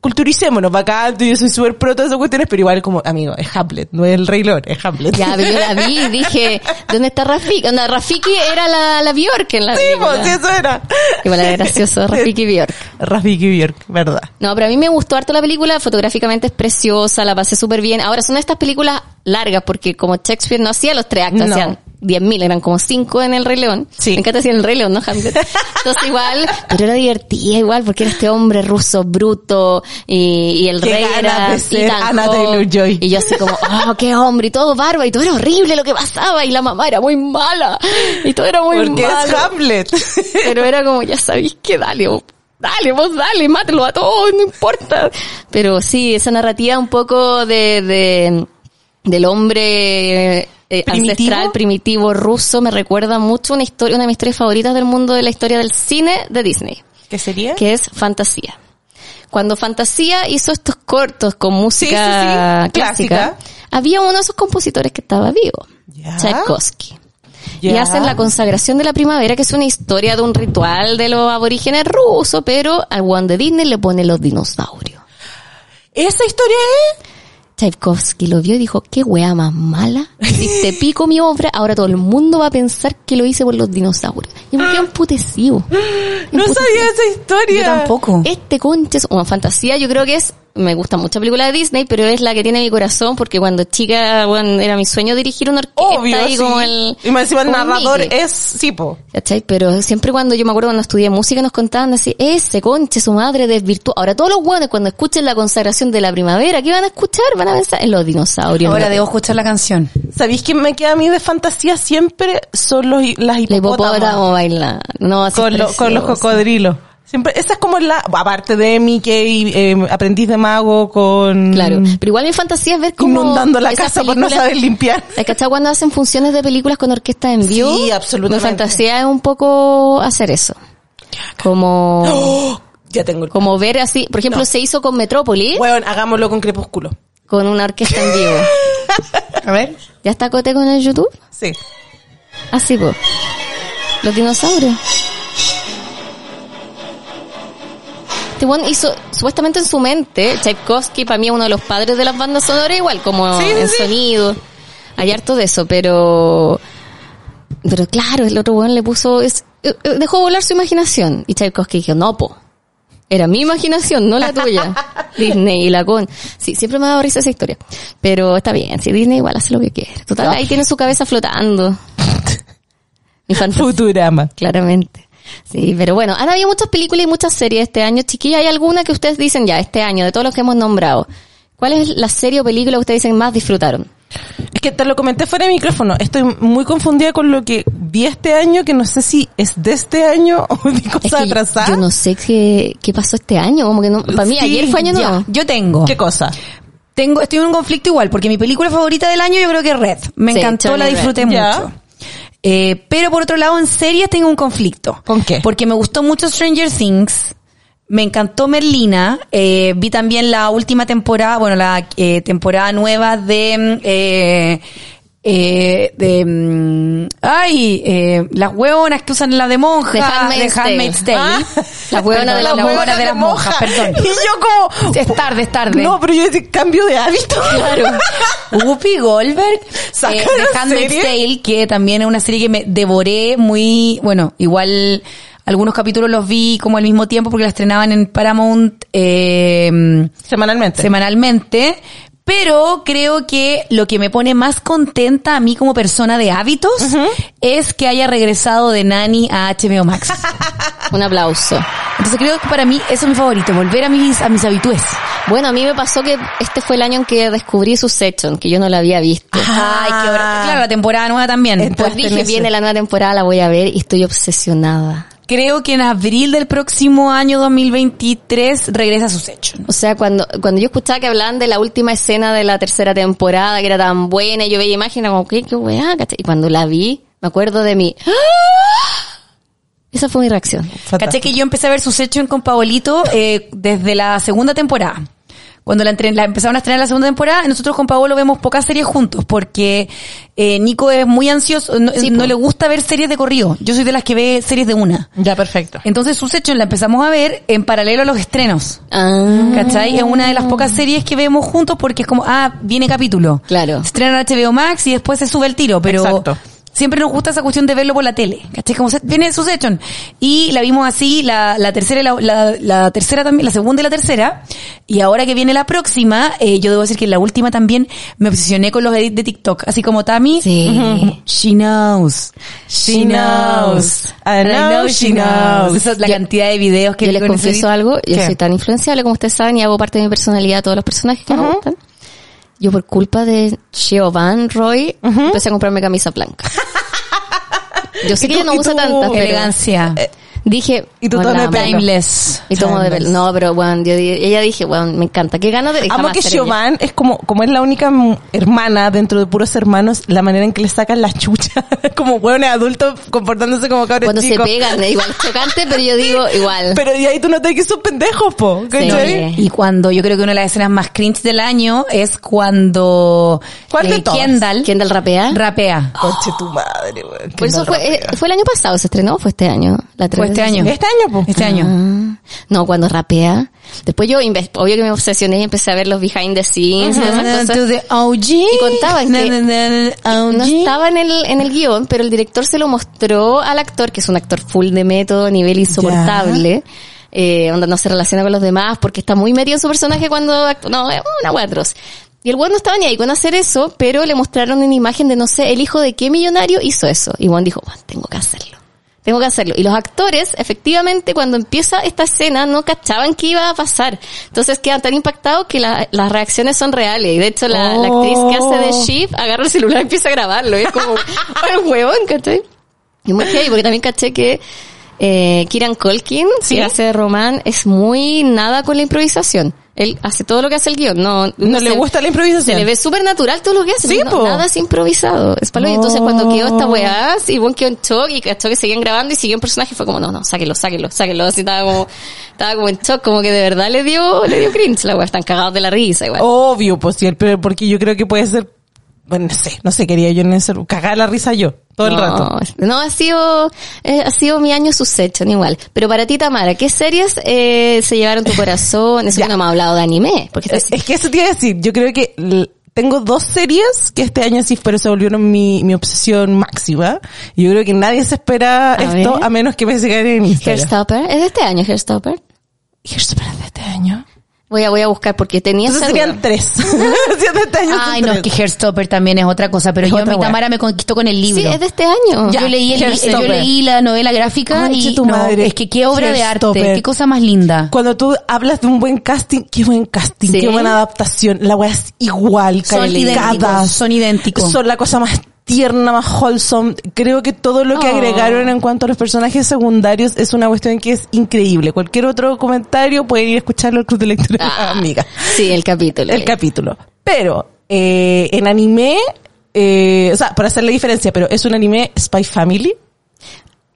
Speaker 2: culturicémonos, bacán, tú y yo soy súper pro todas esas cuestiones, pero igual como, amigo, es Hamlet, no es el Rey León, es Hamlet.
Speaker 1: Ya, pero yo la vi y dije, ¿dónde está Rafiki? Onda, Rafiki era la, la Bjork en la
Speaker 2: Sí,
Speaker 1: película.
Speaker 2: pues, sí, eso era.
Speaker 1: Igual era gracioso, Rafiki Bjork.
Speaker 2: Rafiki Bjork, verdad.
Speaker 1: No, pero a mí me gustó harto la película, fotográficamente es preciosa, la pasé súper bien. Ahora son estas películas largas, porque como Shakespeare no hacía los tres actos,
Speaker 2: No.
Speaker 1: hacían 10.000, eran como cinco en El Rey León.
Speaker 2: Sí.
Speaker 1: Me encanta decir El Rey León, ¿no, Hamlet? Entonces igual, pero era divertida igual, porque era este hombre ruso, bruto, y, y el
Speaker 2: Qué
Speaker 1: rey
Speaker 2: ganas
Speaker 1: era
Speaker 2: de ser
Speaker 1: Ethan
Speaker 2: Anna
Speaker 1: Hawke.
Speaker 2: Taylor-Joy.
Speaker 1: Y yo así como, oh, qué hombre, y todo barba, y todo era horrible lo que pasaba, y la mamá era muy mala, y todo era muy
Speaker 2: Porque
Speaker 1: malo.
Speaker 2: es Hamlet.
Speaker 1: Pero era como, ya sabéis que dale, vos, dale, vos dale, mátelo a todos, no importa. Pero sí, esa narrativa un poco de, de del hombre eh,
Speaker 2: ¿Primitivo?
Speaker 1: ancestral primitivo ruso me recuerda mucho una historia, una de mis historias favoritas del mundo de la historia del cine de Disney,
Speaker 2: ¿Qué sería?
Speaker 1: que es Fantasía. Cuando Fantasía hizo estos cortos con música
Speaker 2: sí, sí,
Speaker 1: clásica,
Speaker 2: clásica.
Speaker 1: había uno de esos compositores que estaba vivo,
Speaker 2: Ya.
Speaker 1: Tchaikovsky. Y
Speaker 2: Ya.
Speaker 1: hacen la consagración de la primavera, que es una historia de un ritual de los aborígenes rusos, pero al one de Disney le pone los dinosaurios.
Speaker 2: Esa historia es...
Speaker 1: Tchaikovsky lo vio y dijo, qué wea más mala. Si te pico mi obra, ahora todo el mundo va a pensar que lo hice por los dinosaurios. Y me quedé emputecido.
Speaker 2: No sabía esa historia.
Speaker 3: Yo tampoco.
Speaker 1: Este conche es una fantasía, yo creo que es, me gusta mucho la película de Disney, pero es la que tiene mi corazón porque cuando chica, bueno, era mi sueño dirigir una orquesta
Speaker 2: Obvio,
Speaker 1: y
Speaker 2: sí.
Speaker 1: como el...
Speaker 2: y más encima el
Speaker 1: como
Speaker 2: narrador
Speaker 1: Mickey.
Speaker 2: es... Sí, po.
Speaker 1: ¿Cachai? Pero siempre cuando yo me acuerdo cuando estudié música nos contaban así, ese conche, su madre desvirtuó. Ahora todos los hueones cuando escuchen la consagración de la primavera, ¿qué van a escuchar? Van a pensar en los dinosaurios.
Speaker 3: Ahora
Speaker 1: ¿no?
Speaker 3: debo escuchar la canción.
Speaker 2: ¿Sabéis que me queda a mí de fantasía siempre? Son los, las
Speaker 1: La
Speaker 2: hipopótamos.
Speaker 1: hipopótamo baila. No, así
Speaker 2: con, lo- con los
Speaker 1: precioso.
Speaker 2: cocodrilos. Siempre, esa es como la, aparte de Mickey, eh, aprendiz de mago con...
Speaker 1: Claro, pero igual mi fantasía es ver cómo...
Speaker 2: Inundando la
Speaker 1: esas
Speaker 2: casa por no
Speaker 1: películas-
Speaker 2: saber limpiar.
Speaker 1: ¿Hay cachado cuando hacen funciones de películas con orquesta en vivo?
Speaker 2: Sí, absolutamente.
Speaker 1: Mi fantasía es un poco hacer eso. Como,
Speaker 2: ¡Oh! Ya tengo el...
Speaker 1: como ver así, por ejemplo,
Speaker 2: No.
Speaker 1: se hizo con Metrópolis,
Speaker 2: Bueno, hagámoslo con Crepúsculo.
Speaker 1: con una orquesta en vivo.
Speaker 3: A ver.
Speaker 1: ¿Ya está Cote con el YouTube?
Speaker 2: Sí.
Speaker 1: Así pues. Los dinosaurios. Este weón hizo, supuestamente en su mente, Tchaikovsky para mí es uno de los padres de las bandas sonoras igual, como
Speaker 2: Sí, sí,
Speaker 1: en
Speaker 2: sí.
Speaker 1: sonido. Hay harto de eso, pero... Pero claro, el otro weón le puso... Es, eh, eh, dejó volar su imaginación. Y Tchaikovsky dijo, no, po. Era mi imaginación, no la tuya. Disney y la con... Sí, siempre me ha dado risa esa historia. Pero está bien, si Disney igual hace lo que quiere. Total, ahí tiene su cabeza flotando. Mi fantasía.
Speaker 2: Futurama.
Speaker 1: Claramente. Sí, pero bueno, han habido muchas películas y muchas series este año. Chiquilla, ¿hay alguna que ustedes dicen ya este año, de todos los que hemos nombrado? ¿Cuál es la serie o película que ustedes dicen más disfrutaron?
Speaker 2: Es que te lo comenté fuera de micrófono. Estoy muy confundida con lo que vi este año, que no sé si es de este año o de
Speaker 1: Es
Speaker 2: cosa
Speaker 1: que yo-
Speaker 2: atrasada.
Speaker 1: Yo, no sé qué, qué pasó este año, como que no, para mí
Speaker 2: Sí,
Speaker 1: ayer fue año
Speaker 2: ya.
Speaker 1: nuevo.
Speaker 3: Yo tengo.
Speaker 2: ¿Qué cosa?
Speaker 3: Tengo, estoy en un conflicto igual, porque mi película favorita del año yo creo que es Red. Me
Speaker 1: Sí,
Speaker 3: encantó,
Speaker 1: Johnny
Speaker 3: la
Speaker 1: Red.
Speaker 3: disfruté
Speaker 2: Ya.
Speaker 3: mucho. Eh, pero por otro lado, en series tengo un conflicto.
Speaker 2: ¿Con qué?
Speaker 3: Porque me gustó mucho Stranger Things. Me encantó Merlina. eh, vi también la última temporada, bueno, la eh, temporada nueva de... mm, eh, eh, de mm, ay eh, las hueonas que usan la de monja
Speaker 1: The Handmaid's
Speaker 3: de Handmaid's
Speaker 1: Tale.
Speaker 3: Tale.
Speaker 1: Ah. La hueona de la
Speaker 3: Perdón, la
Speaker 1: monja.
Speaker 3: hueona de las monjas perdón
Speaker 2: Y yo como...
Speaker 3: es tarde es tarde
Speaker 2: No, pero yo decía, cambio de hábito.
Speaker 3: Claro. Whoopi Goldberg.
Speaker 2: ¿Sacaron
Speaker 3: eh, de Handmaid's
Speaker 2: serie?
Speaker 3: Tale, que también es una serie que me devoré muy, bueno, igual algunos capítulos los vi como al mismo tiempo porque la estrenaban en Paramount eh,
Speaker 2: Semanalmente.
Speaker 3: semanalmente. Pero creo que lo que me pone más contenta a mí como persona de hábitos es que haya regresado de Nani a HBO Max.
Speaker 1: Un aplauso.
Speaker 3: Entonces creo que para mí eso es mi favorito, volver a mis, a mis habitudes.
Speaker 1: Bueno, a mí me pasó que este fue el año en que descubrí Succession, que yo no la había visto.
Speaker 2: Ah.
Speaker 3: Ay, qué hora. Claro, la temporada nueva también.
Speaker 2: Entonces,
Speaker 1: Pues dije, viene la nueva temporada, la voy a ver y estoy obsesionada.
Speaker 3: Creo que en abril del próximo año 2023 regresa sus hechos.
Speaker 1: O sea, cuando, cuando yo escuchaba que hablaban de la última escena de la tercera temporada, que era tan buena, y yo veía imágenes como, ¿qué, qué weá? ¿cachai? Y cuando la vi, me acuerdo de mi... ¡Ah! Esa fue mi reacción.
Speaker 3: Caché que yo empecé a ver sus hechos con Paolito eh, desde la segunda temporada. Cuando la, entren- la empezaron a estrenar la segunda temporada, nosotros con Paolo vemos pocas series juntos porque eh, Nico es muy ansioso, no,
Speaker 1: Sí,
Speaker 3: no
Speaker 1: po.
Speaker 3: le gusta ver series de corrido. Yo soy de las que ve series de una.
Speaker 2: Ya, perfecto.
Speaker 3: Entonces sus hechos la empezamos a ver en paralelo a los estrenos.
Speaker 1: Ah,
Speaker 3: ¿Cachai? Es una de las pocas series que vemos juntos porque es como, ah, viene capítulo.
Speaker 1: Claro.
Speaker 3: Se estrena en HBO Max y después se sube el tiro, pero
Speaker 2: Exacto.
Speaker 3: siempre nos gusta esa cuestión de verlo por la tele. ¿Cachai? Como se, viene Succession. Y la vimos así, la, la tercera y la, la- la tercera también, la segunda y la tercera. Y ahora que viene la próxima, eh, yo debo decir que la última también me obsesioné con los edits de TikTok. Así como Tami.
Speaker 1: sí.
Speaker 3: She knows.
Speaker 2: She knows. I know she knows.
Speaker 3: Esa es la cantidad de videos que
Speaker 1: Yo les
Speaker 3: con ese
Speaker 1: confieso
Speaker 3: edit.
Speaker 1: algo, yo
Speaker 2: ¿Qué?
Speaker 1: soy tan influenciable como ustedes saben y hago parte de mi personalidad a todos los personajes que me gustan. Yo por culpa de Giovanni Roy empecé a comprarme camisa blanca. Yo sé
Speaker 2: Y
Speaker 1: que
Speaker 2: tú-
Speaker 1: ella no
Speaker 2: y
Speaker 1: usa
Speaker 2: tú-
Speaker 1: tantas, pero
Speaker 3: Elegancia.
Speaker 1: dije...
Speaker 2: y tú
Speaker 1: "Bueno,
Speaker 2: tono de
Speaker 1: la amo".
Speaker 2: pelo.
Speaker 3: Timeless.
Speaker 1: Y tomo de pelo.
Speaker 3: Timeless.
Speaker 1: No, pero bueno, yo, di- ella dije, bueno, me encanta. Qué ganas de
Speaker 2: Amo
Speaker 1: jamás
Speaker 2: que
Speaker 1: ser ella.
Speaker 2: Giovanni es como, como es la única m- hermana dentro de puros hermanos, la manera en que le sacan la chucha, como hueones adultos comportándose como cabros
Speaker 1: Cuando
Speaker 2: chicos.
Speaker 1: se pegan, es igual chocante, pero yo digo, igual.
Speaker 2: Pero y ahí tú notas que son pendejos, po. ¿cachai?
Speaker 1: Sí.
Speaker 3: Y cuando yo creo que una de las escenas más cringe del año es cuando eh,
Speaker 2: ¿Cuál de todas?
Speaker 3: Kendall
Speaker 1: Kendall
Speaker 3: ¿Ah?
Speaker 1: rapea.
Speaker 3: rapea.
Speaker 2: Conche tu madre, weón.
Speaker 1: Por eso fue, eh, fue el año pasado, se estrenó, o fue este año. La
Speaker 3: Fue este año.
Speaker 2: Este año, po.
Speaker 3: Este año.
Speaker 1: Ah, no, cuando rapea. Después yo, inve- obvio que me obsesioné y empecé a ver los behind the scenes. todas esas cosas.
Speaker 3: To the OG.
Speaker 1: Y contaban que-
Speaker 3: Na, na, na, na,
Speaker 1: No
Speaker 3: OG.
Speaker 1: estaba en el, en el guión, pero el director se lo mostró al actor, que es un actor full de método, nivel insoportable. Eh, onda no se relaciona con los demás porque está muy metido en su personaje cuando actúa. No, es una wea atroz. Y el weón no estaba ni ahí con hacer eso, pero le mostraron una imagen de no sé, el hijo de qué millonario hizo eso. Y Juan dijo, Juan, tengo que hacerlo. Tengo que hacerlo. Y los actores, efectivamente, cuando empieza esta escena, no cachaban que iba a pasar. Entonces quedan tan impactados que la- las reacciones son reales. Y de hecho, la, la actriz que hace de
Speaker 2: Oh.
Speaker 1: Shiv agarra el celular y empieza a grabarlo. Y es como, ¡ay, huevón, cachai! Y muy heavy, porque también caché que eh, Kieran Colkin,
Speaker 2: Sí.
Speaker 1: que hace Román, es muy nada con la improvisación. Él hace todo lo que hace el guión. No,
Speaker 2: No le
Speaker 1: se-
Speaker 2: gusta la improvisación.
Speaker 1: Se le ve súper natural todo lo que hace.
Speaker 2: Sí,
Speaker 1: no-
Speaker 2: po. Oh.
Speaker 1: nada es improvisado. Es palo. Y
Speaker 2: No.
Speaker 1: entonces cuando quedó esta weá, y buen quedó en shock y cachó que seguían grabando y siguió un personaje, fue como, no, no, sáquelo, sáquelo, sáquelo. Así estaba como, estaba como en shock, como que de verdad le dio, le dio cringe la weá. Están cagados de la risa igual.
Speaker 2: Obvio, pues sí, pero porque yo creo que puede ser, bueno, no sé, no sé, quería yo en ese, cagar la risa yo, todo el
Speaker 1: no,
Speaker 2: rato.
Speaker 1: No, ha sido, eh, ha sido mi año Succession igual. Pero para ti, Tamara, ¿qué series eh, se llevaron tu corazón? Eso
Speaker 2: Ya.
Speaker 1: que no me ha hablado de anime. Porque este
Speaker 2: Es,
Speaker 1: estás-
Speaker 2: Eh, es que eso te iba a decir, yo creo que l- tengo dos series que este año sí, pero se volvieron mi, mi obsesión máxima. Y yo creo que nadie se espera
Speaker 1: A
Speaker 2: esto
Speaker 1: ver.
Speaker 2: a menos que me sigan en Instagram.
Speaker 1: Hairstopper, ¿es de este año Hairstopper?
Speaker 2: Hairstopper de este año.
Speaker 1: Voy a, voy a buscar porque tenía esa
Speaker 2: Entonces serían
Speaker 1: duda.
Speaker 2: tres. Sí, de este año son
Speaker 3: Ay, no, es
Speaker 2: tres.
Speaker 3: que Hairstopper también es otra cosa, pero
Speaker 2: Es
Speaker 3: yo a
Speaker 2: otra
Speaker 3: mi
Speaker 2: wea.
Speaker 3: Tamara me conquistó con el libro. Mm.
Speaker 1: Sí, es de este año.
Speaker 3: yo,
Speaker 2: Ya,
Speaker 3: leí el- yo
Speaker 2: Hairstopper.
Speaker 3: leí la novela gráfica
Speaker 2: Conche
Speaker 3: y
Speaker 2: tu
Speaker 3: no,
Speaker 2: madre.
Speaker 3: es que qué obra de arte,
Speaker 2: Hairstopper.
Speaker 3: qué cosa más linda.
Speaker 2: Cuando tú hablas de un buen casting, qué buen casting,
Speaker 1: Sí.
Speaker 2: qué buena adaptación. La weá es igual,
Speaker 3: Son idénticos,
Speaker 2: calcadas.
Speaker 3: son idénticos.
Speaker 2: Son la cosa más tierna, más wholesome. Creo que todo lo que
Speaker 1: Oh.
Speaker 2: agregaron en cuanto a los personajes secundarios es una cuestión que es increíble. Cualquier otro comentario pueden ir a escucharlo al Club de Lectura
Speaker 1: Ah,
Speaker 2: Amiga.
Speaker 1: Sí, el capítulo.
Speaker 2: El capítulo. Pero, eh, en anime, eh, o sea, para hacer la diferencia, pero es un anime Spy Family.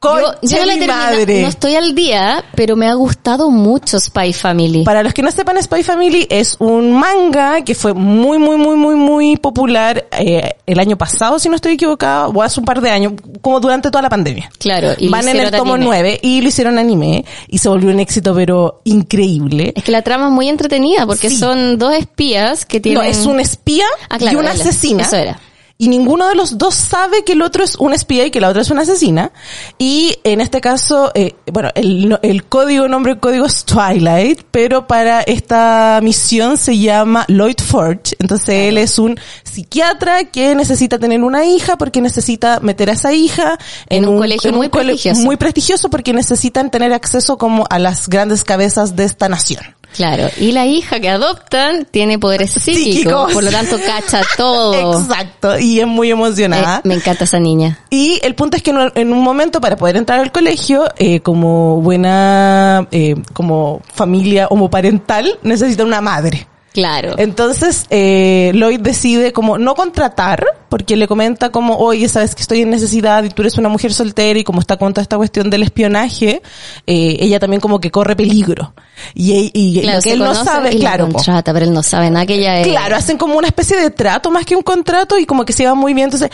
Speaker 1: Yo, yo
Speaker 2: Concha
Speaker 1: no la he
Speaker 2: mi
Speaker 1: terminado,
Speaker 2: madre.
Speaker 1: no estoy al día, pero me ha gustado mucho Spy Family.
Speaker 2: Para los que no sepan, Spy Family es un manga que fue muy, muy, muy, muy, muy popular eh, el año pasado, si no estoy equivocada, o hace un par de años, como durante toda la pandemia.
Speaker 1: Claro, y lo
Speaker 2: Van en el
Speaker 1: hicieron
Speaker 2: tomo
Speaker 1: anime.
Speaker 2: 9 y lo hicieron anime y se volvió un éxito, pero increíble.
Speaker 1: Es que la trama es muy entretenida porque
Speaker 2: Sí.
Speaker 1: son dos espías que tienen...
Speaker 2: No, es un espía
Speaker 1: Ah, claro,
Speaker 2: y una
Speaker 1: dale.
Speaker 2: asesina.
Speaker 1: Eso era.
Speaker 2: Y ninguno de los dos sabe que el otro es un espía y que la otra es una asesina. Y en este caso, eh, bueno, el, no- el código, nombre del código es Twilight, pero para esta misión se llama Lloyd Forge. Entonces él es un psiquiatra que necesita tener una hija porque necesita meter a esa hija
Speaker 1: En un colegio muy prestigioso.
Speaker 2: muy prestigioso porque necesitan tener acceso como a las grandes cabezas de esta nación.
Speaker 1: Claro, y la hija que adoptan tiene poderes psíquicos,
Speaker 2: Psíquicos.
Speaker 1: por lo tanto cacha todo.
Speaker 2: Exacto, y es muy emocionada.
Speaker 1: Oh. Eh, me encanta esa niña.
Speaker 2: Y el punto es que en un, en un momento para poder entrar al colegio, eh, como buena, eh, como familia homoparental, necesita una madre.
Speaker 1: Claro.
Speaker 2: Entonces, eh, Lloyd decide como no contratar, porque le comenta como, oye, sabes que estoy en necesidad y tú eres una mujer soltera y como está con toda esta cuestión del espionaje, eh, ella también como que corre peligro. Y, y, y
Speaker 1: claro,
Speaker 2: lo que
Speaker 1: se
Speaker 2: él no
Speaker 1: conocen
Speaker 2: sabe,
Speaker 1: y la
Speaker 2: claro. po.
Speaker 1: contrata, pero él no sabe nada que ella es.
Speaker 2: Claro, hacen como una especie de trato más que un contrato y como que se va muy bien. Entonces,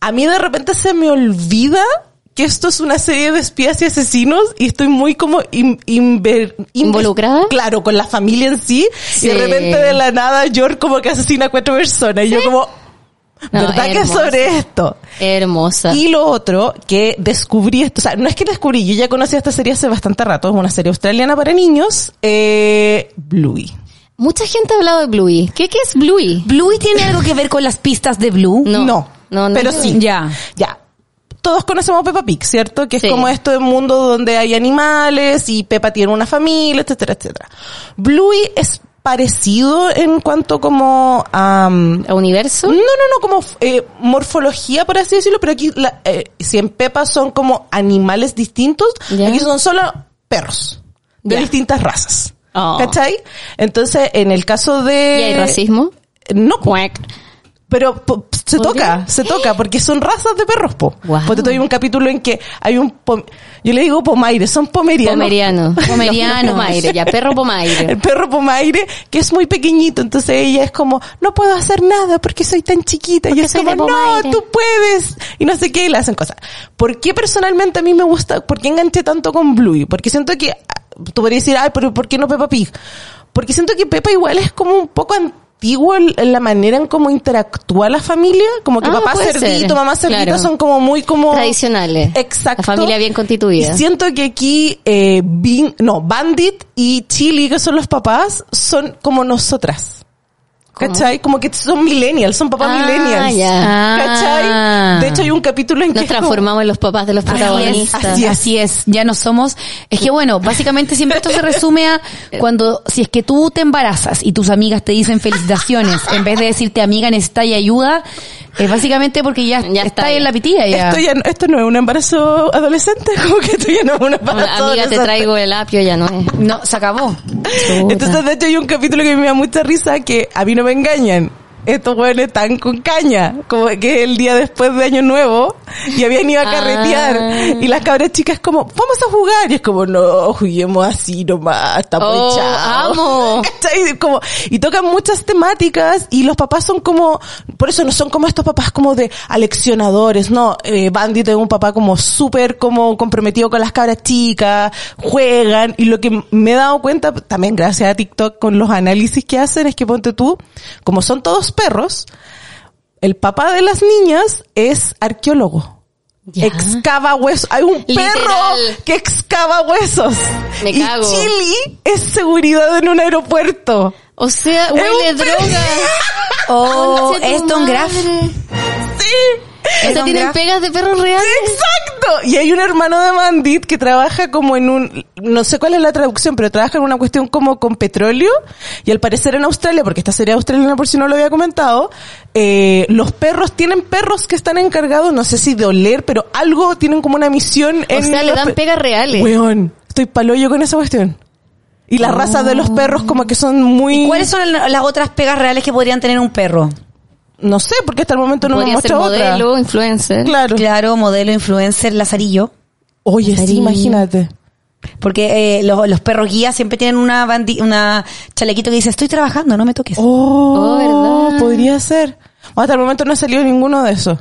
Speaker 2: a mí de repente se me olvida que esto es una serie de espías y asesinos y estoy muy como in- inver- inves-
Speaker 1: ¿Involucrada?
Speaker 2: Claro, con la familia en sí.
Speaker 1: Sí.
Speaker 2: Y de repente de la nada George como que asesina a cuatro personas y yo como,
Speaker 1: No,
Speaker 2: ¿verdad que es
Speaker 1: hermoso.
Speaker 2: sobre esto?
Speaker 1: Hermosa.
Speaker 2: Y lo otro que descubrí, esto, o sea, no es que descubrí, yo ya conocía esta serie hace bastante rato, es una serie australiana para niños, eh, Bluey.
Speaker 1: Mucha gente ha hablado de Bluey. ¿Qué, qué es Bluey?
Speaker 3: Bluey tiene algo que ver con las pistas de Blue.
Speaker 1: No.
Speaker 2: No.
Speaker 1: No, no.
Speaker 2: Pero sí.
Speaker 3: Ya.
Speaker 2: Ya. Todos conocemos a Peppa Pig, ¿cierto? Que es
Speaker 1: Sí.
Speaker 2: como esto de mundo donde hay animales y Peppa tiene una familia, etcétera, etcétera. Bluey es parecido en cuanto como a... mm,
Speaker 1: ¿A universo?
Speaker 2: no, no, no, como eh, morfología, por así decirlo, pero aquí, la- eh, si en Peppa son como animales distintos,
Speaker 1: Ya.
Speaker 2: aquí son solo perros de
Speaker 1: Ya.
Speaker 2: distintas razas.
Speaker 1: Oh.
Speaker 2: ¿Cachai? Entonces, en el caso de...
Speaker 1: ¿Y hay racismo?
Speaker 2: No,
Speaker 1: Cuac.
Speaker 2: pero po- se
Speaker 1: ¿Podría?
Speaker 2: toca, se toca, porque son razas de perros, po.
Speaker 1: Guau.
Speaker 2: Porque hay un capítulo en que hay un, pom- yo le digo pomaire, son pomerianos.
Speaker 1: Pomeriano.
Speaker 3: Pomeriano.
Speaker 1: Los Pomaire, ya, perro pomaire.
Speaker 2: El perro pomaire, que es muy pequeñito, entonces ella es como, no puedo hacer nada porque soy tan chiquita.
Speaker 1: Porque
Speaker 2: y es
Speaker 1: soy
Speaker 2: como,
Speaker 1: de
Speaker 2: no,
Speaker 1: pomaire".
Speaker 2: tú puedes. Y no sé qué, y le hacen cosas. ¿Por qué personalmente a mí me gusta, por qué enganché tanto con Bluey? Porque siento que, ah, tú podrías decir, ay, pero ¿por qué no Peppa Pig? Porque siento que Peppa igual es como un poco antiguo el- la manera en cómo interactúa la familia, como que
Speaker 1: Ah,
Speaker 2: papá
Speaker 1: puede
Speaker 2: cerdito,
Speaker 1: ser,
Speaker 2: mamá cerdito
Speaker 1: claro.
Speaker 2: son como muy como
Speaker 1: Tradicionales.
Speaker 2: Exacto.
Speaker 1: La familia bien constituida.
Speaker 2: Y siento que aquí, eh, Bin- no, Bandit y Chili, que son los papás, son como nosotras.
Speaker 1: ¿Cómo?
Speaker 2: ¿Cachai? Como que son millennials, son papás
Speaker 1: Ah,
Speaker 2: millennials.
Speaker 1: ya.
Speaker 3: Ah.
Speaker 2: ¿Cachai? De hecho hay un capítulo en que...
Speaker 1: Nos
Speaker 2: es como-
Speaker 1: transformamos en los papás de los
Speaker 3: Así es,
Speaker 1: protagonistas.
Speaker 3: así es, así es. ya no somos. Es que bueno, básicamente siempre esto se resume a cuando, si es que tú te embarazas y tus amigas te dicen felicitaciones, en vez de decirte amiga necesita y ayuda, Es básicamente porque ya,
Speaker 1: Ya
Speaker 3: está,
Speaker 1: está
Speaker 3: ahí
Speaker 1: ya.
Speaker 3: en la pitilla ya.
Speaker 2: Esto, ya, no- esto no es un embarazo adolescente, como que esto ya no es un
Speaker 1: Hola,
Speaker 2: embarazo
Speaker 1: Amiga, te
Speaker 2: adolescente.
Speaker 1: traigo el apio, ya no es.
Speaker 3: No, se acabó.
Speaker 1: Chuta.
Speaker 2: Entonces, de hecho, hay un capítulo que me da mucha risa que a mí no me engañan. Estos hueones están con caña, como que es el día después de Año Nuevo y habían ido a
Speaker 1: Ah.
Speaker 2: carretear. Y las cabras chicas como, vamos a jugar. Y es como, no, juguemos así nomás, estamos
Speaker 1: Oh,
Speaker 2: chao".
Speaker 1: amo.
Speaker 2: ¿Cachai? Como, y tocan muchas temáticas y los papás son como, por eso no son como estos papás como de aleccionadores, no, eh, Bandito es un papá como súper como comprometido con las cabras chicas, juegan y lo que me he dado cuenta también gracias a TikTok con los análisis que hacen es que ponte tú, como son todos perros, el papá de las niñas es arqueólogo.
Speaker 1: Ya.
Speaker 2: Excava huesos. Hay un
Speaker 1: Literal.
Speaker 2: perro que excava huesos.
Speaker 1: Me
Speaker 2: Y
Speaker 1: cago.
Speaker 2: Chili es seguridad en un aeropuerto.
Speaker 1: O sea,
Speaker 2: Es
Speaker 1: huele
Speaker 2: un
Speaker 1: droga.
Speaker 2: perro.
Speaker 3: Oh,
Speaker 1: Concha tu
Speaker 3: Eston Graff.
Speaker 1: madre.
Speaker 2: sí.
Speaker 1: O sea,
Speaker 3: Eston
Speaker 1: tienen
Speaker 3: Graff.
Speaker 1: pegas de perros reales.
Speaker 2: Exacto. Y hay un hermano de Bandit que trabaja como en un, no sé cuál es la traducción, pero trabaja en una cuestión como con petróleo. Y al parecer en Australia, porque esta serie australiana por si no lo había comentado, eh, los perros tienen perros que están encargados, no sé si de oler, pero algo tienen como una misión
Speaker 1: O
Speaker 2: en
Speaker 1: sea, le
Speaker 2: los
Speaker 1: dan
Speaker 2: pe-
Speaker 1: pegas reales.
Speaker 2: Weón, estoy paloyo con esa cuestión. Y
Speaker 1: Oh.
Speaker 2: la raza de los perros como que son muy...
Speaker 3: ¿Y cuáles son el- las otras pegas reales que podrían tener un perro?
Speaker 2: No sé, porque hasta el momento no me
Speaker 1: Podría ser
Speaker 2: muestra otra.
Speaker 1: modelo, influencer.
Speaker 2: Claro.
Speaker 3: Claro, modelo, influencer, lazarillo.
Speaker 2: Oye, sí,
Speaker 1: Cariño.
Speaker 2: imagínate.
Speaker 3: Porque eh, los, los perros guías siempre tienen una bandi- una chalequito que dice, estoy trabajando, no me toques.
Speaker 2: Oh,
Speaker 1: Oh, ¿verdad?
Speaker 2: podría ser. Bueno, hasta el momento no ha salido ninguno de esos.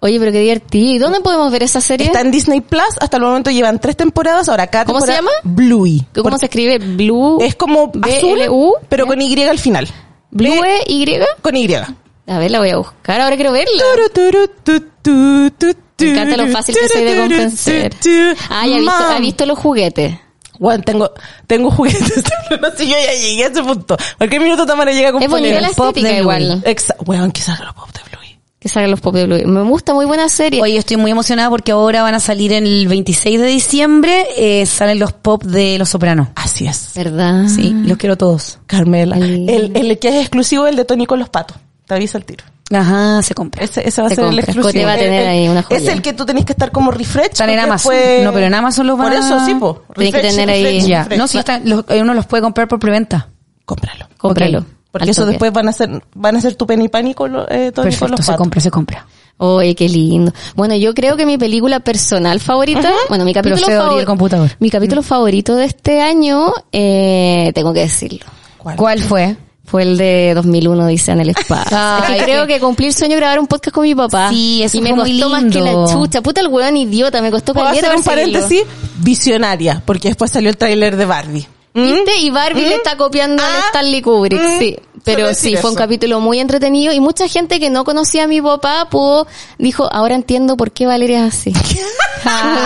Speaker 1: Oye, pero qué divertido. ¿Y dónde podemos ver esa serie?
Speaker 2: Está en Disney Plus, hasta el momento llevan tres temporadas, ahora cada
Speaker 1: ¿Cómo se
Speaker 2: temporada-
Speaker 1: llama?
Speaker 2: Bluey.
Speaker 1: ¿Cómo
Speaker 2: Porque
Speaker 1: se escribe? Blue.
Speaker 2: Es como azul,
Speaker 1: B-L-U,
Speaker 2: pero con Y al final.
Speaker 1: Blue
Speaker 2: B-
Speaker 1: Y.
Speaker 2: Con Y.
Speaker 1: A ver, la voy a buscar. Ahora quiero verla.
Speaker 2: Turu, turu, tu, tu, tu,
Speaker 1: Me encanta lo fácil que
Speaker 2: turu,
Speaker 1: soy de
Speaker 2: turu,
Speaker 1: convencer.
Speaker 2: tu, tu.
Speaker 1: Ah, ya he visto,
Speaker 2: Mam.
Speaker 1: ha visto los juguetes.
Speaker 2: Bueno, tengo, tengo juguetes. no sé, yo ya llegué a ese punto. Cualquier minuto Tamara llega con
Speaker 1: Es bonita
Speaker 2: poleras.
Speaker 1: la
Speaker 3: pop
Speaker 1: estética
Speaker 3: de
Speaker 1: igual.
Speaker 2: Exa- Weón, quizás lo pop de Bluey.
Speaker 1: Que salgan los pop de Blue. Me gusta, muy buena serie.
Speaker 3: Oye, estoy muy emocionada porque ahora van a salir el 26 de diciembre, eh, salen los pop de Los Sopranos. Ah.
Speaker 2: Así es.
Speaker 1: ¿Verdad?
Speaker 3: Sí, los quiero todos.
Speaker 2: Carmela.
Speaker 1: Ay.
Speaker 2: El, el que es exclusivo es el de Tony con los patos. Te avisa el tiro.
Speaker 3: Ajá, se compra.
Speaker 2: Ese, ese va a
Speaker 1: Te
Speaker 2: ser el
Speaker 1: compras,
Speaker 2: exclusivo.
Speaker 1: Cote va a
Speaker 2: El-
Speaker 1: tener
Speaker 2: el-
Speaker 1: ahí una joya.
Speaker 2: Es el que tú tenés que estar como refresh.
Speaker 3: Están en
Speaker 2: porque
Speaker 3: Amazon.
Speaker 2: después-
Speaker 3: No, pero en Amazon los van
Speaker 2: Por eso,
Speaker 3: a-
Speaker 2: sí, po.
Speaker 1: Tenés que
Speaker 2: Refresh,
Speaker 1: tener ahí-
Speaker 2: refresh,
Speaker 3: Ya.
Speaker 2: refresh.
Speaker 3: No, si están, los- eh, uno los puede comprar por preventa.
Speaker 2: Cómpralo.
Speaker 1: Cómpralo.
Speaker 3: Ok.
Speaker 2: Porque
Speaker 1: Al
Speaker 2: eso
Speaker 1: toque.
Speaker 2: después van a ser, van a ser tu penny pánico, eh, Tony con
Speaker 3: Perfecto,
Speaker 2: los
Speaker 3: se
Speaker 2: patos.
Speaker 3: compra, se compra.
Speaker 1: Oye, qué lindo. Bueno, yo creo que mi película personal favorita, bueno, mi capítulo
Speaker 3: Procedo a abrir
Speaker 1: favori-
Speaker 3: el computador. Mm.
Speaker 1: Mi capítulo favorito de este año, eh, tengo que decirlo.
Speaker 2: ¿Cuál?
Speaker 3: ¿Cuál fue?
Speaker 1: Fue el de 2001, dice en el espacio.
Speaker 3: Ay,
Speaker 1: Es que creo
Speaker 3: qué-
Speaker 1: que cumplí el sueño de grabar un podcast con mi papá.
Speaker 3: Sí, eso
Speaker 1: Y me
Speaker 3: fue muy
Speaker 1: costó más que la
Speaker 3: lindo.
Speaker 1: chucha. Puta el weón idiota, me costó
Speaker 2: Puedo
Speaker 1: caleta
Speaker 2: hacer un
Speaker 1: perseguirlo.
Speaker 2: paréntesis. Visionaria. Porque después salió el tráiler de Barbie. ¿Mm?
Speaker 1: ¿Viste? Y Barbie le está copiando al
Speaker 2: Ah.
Speaker 1: Stanley Kubrick,
Speaker 2: Mm.
Speaker 1: sí.
Speaker 2: Solo
Speaker 1: Pero
Speaker 2: decir
Speaker 1: sí, fue un
Speaker 2: eso.
Speaker 1: capítulo muy entretenido y mucha gente que no conocía a mi papá pudo, dijo, ahora entiendo por qué Valeria es así.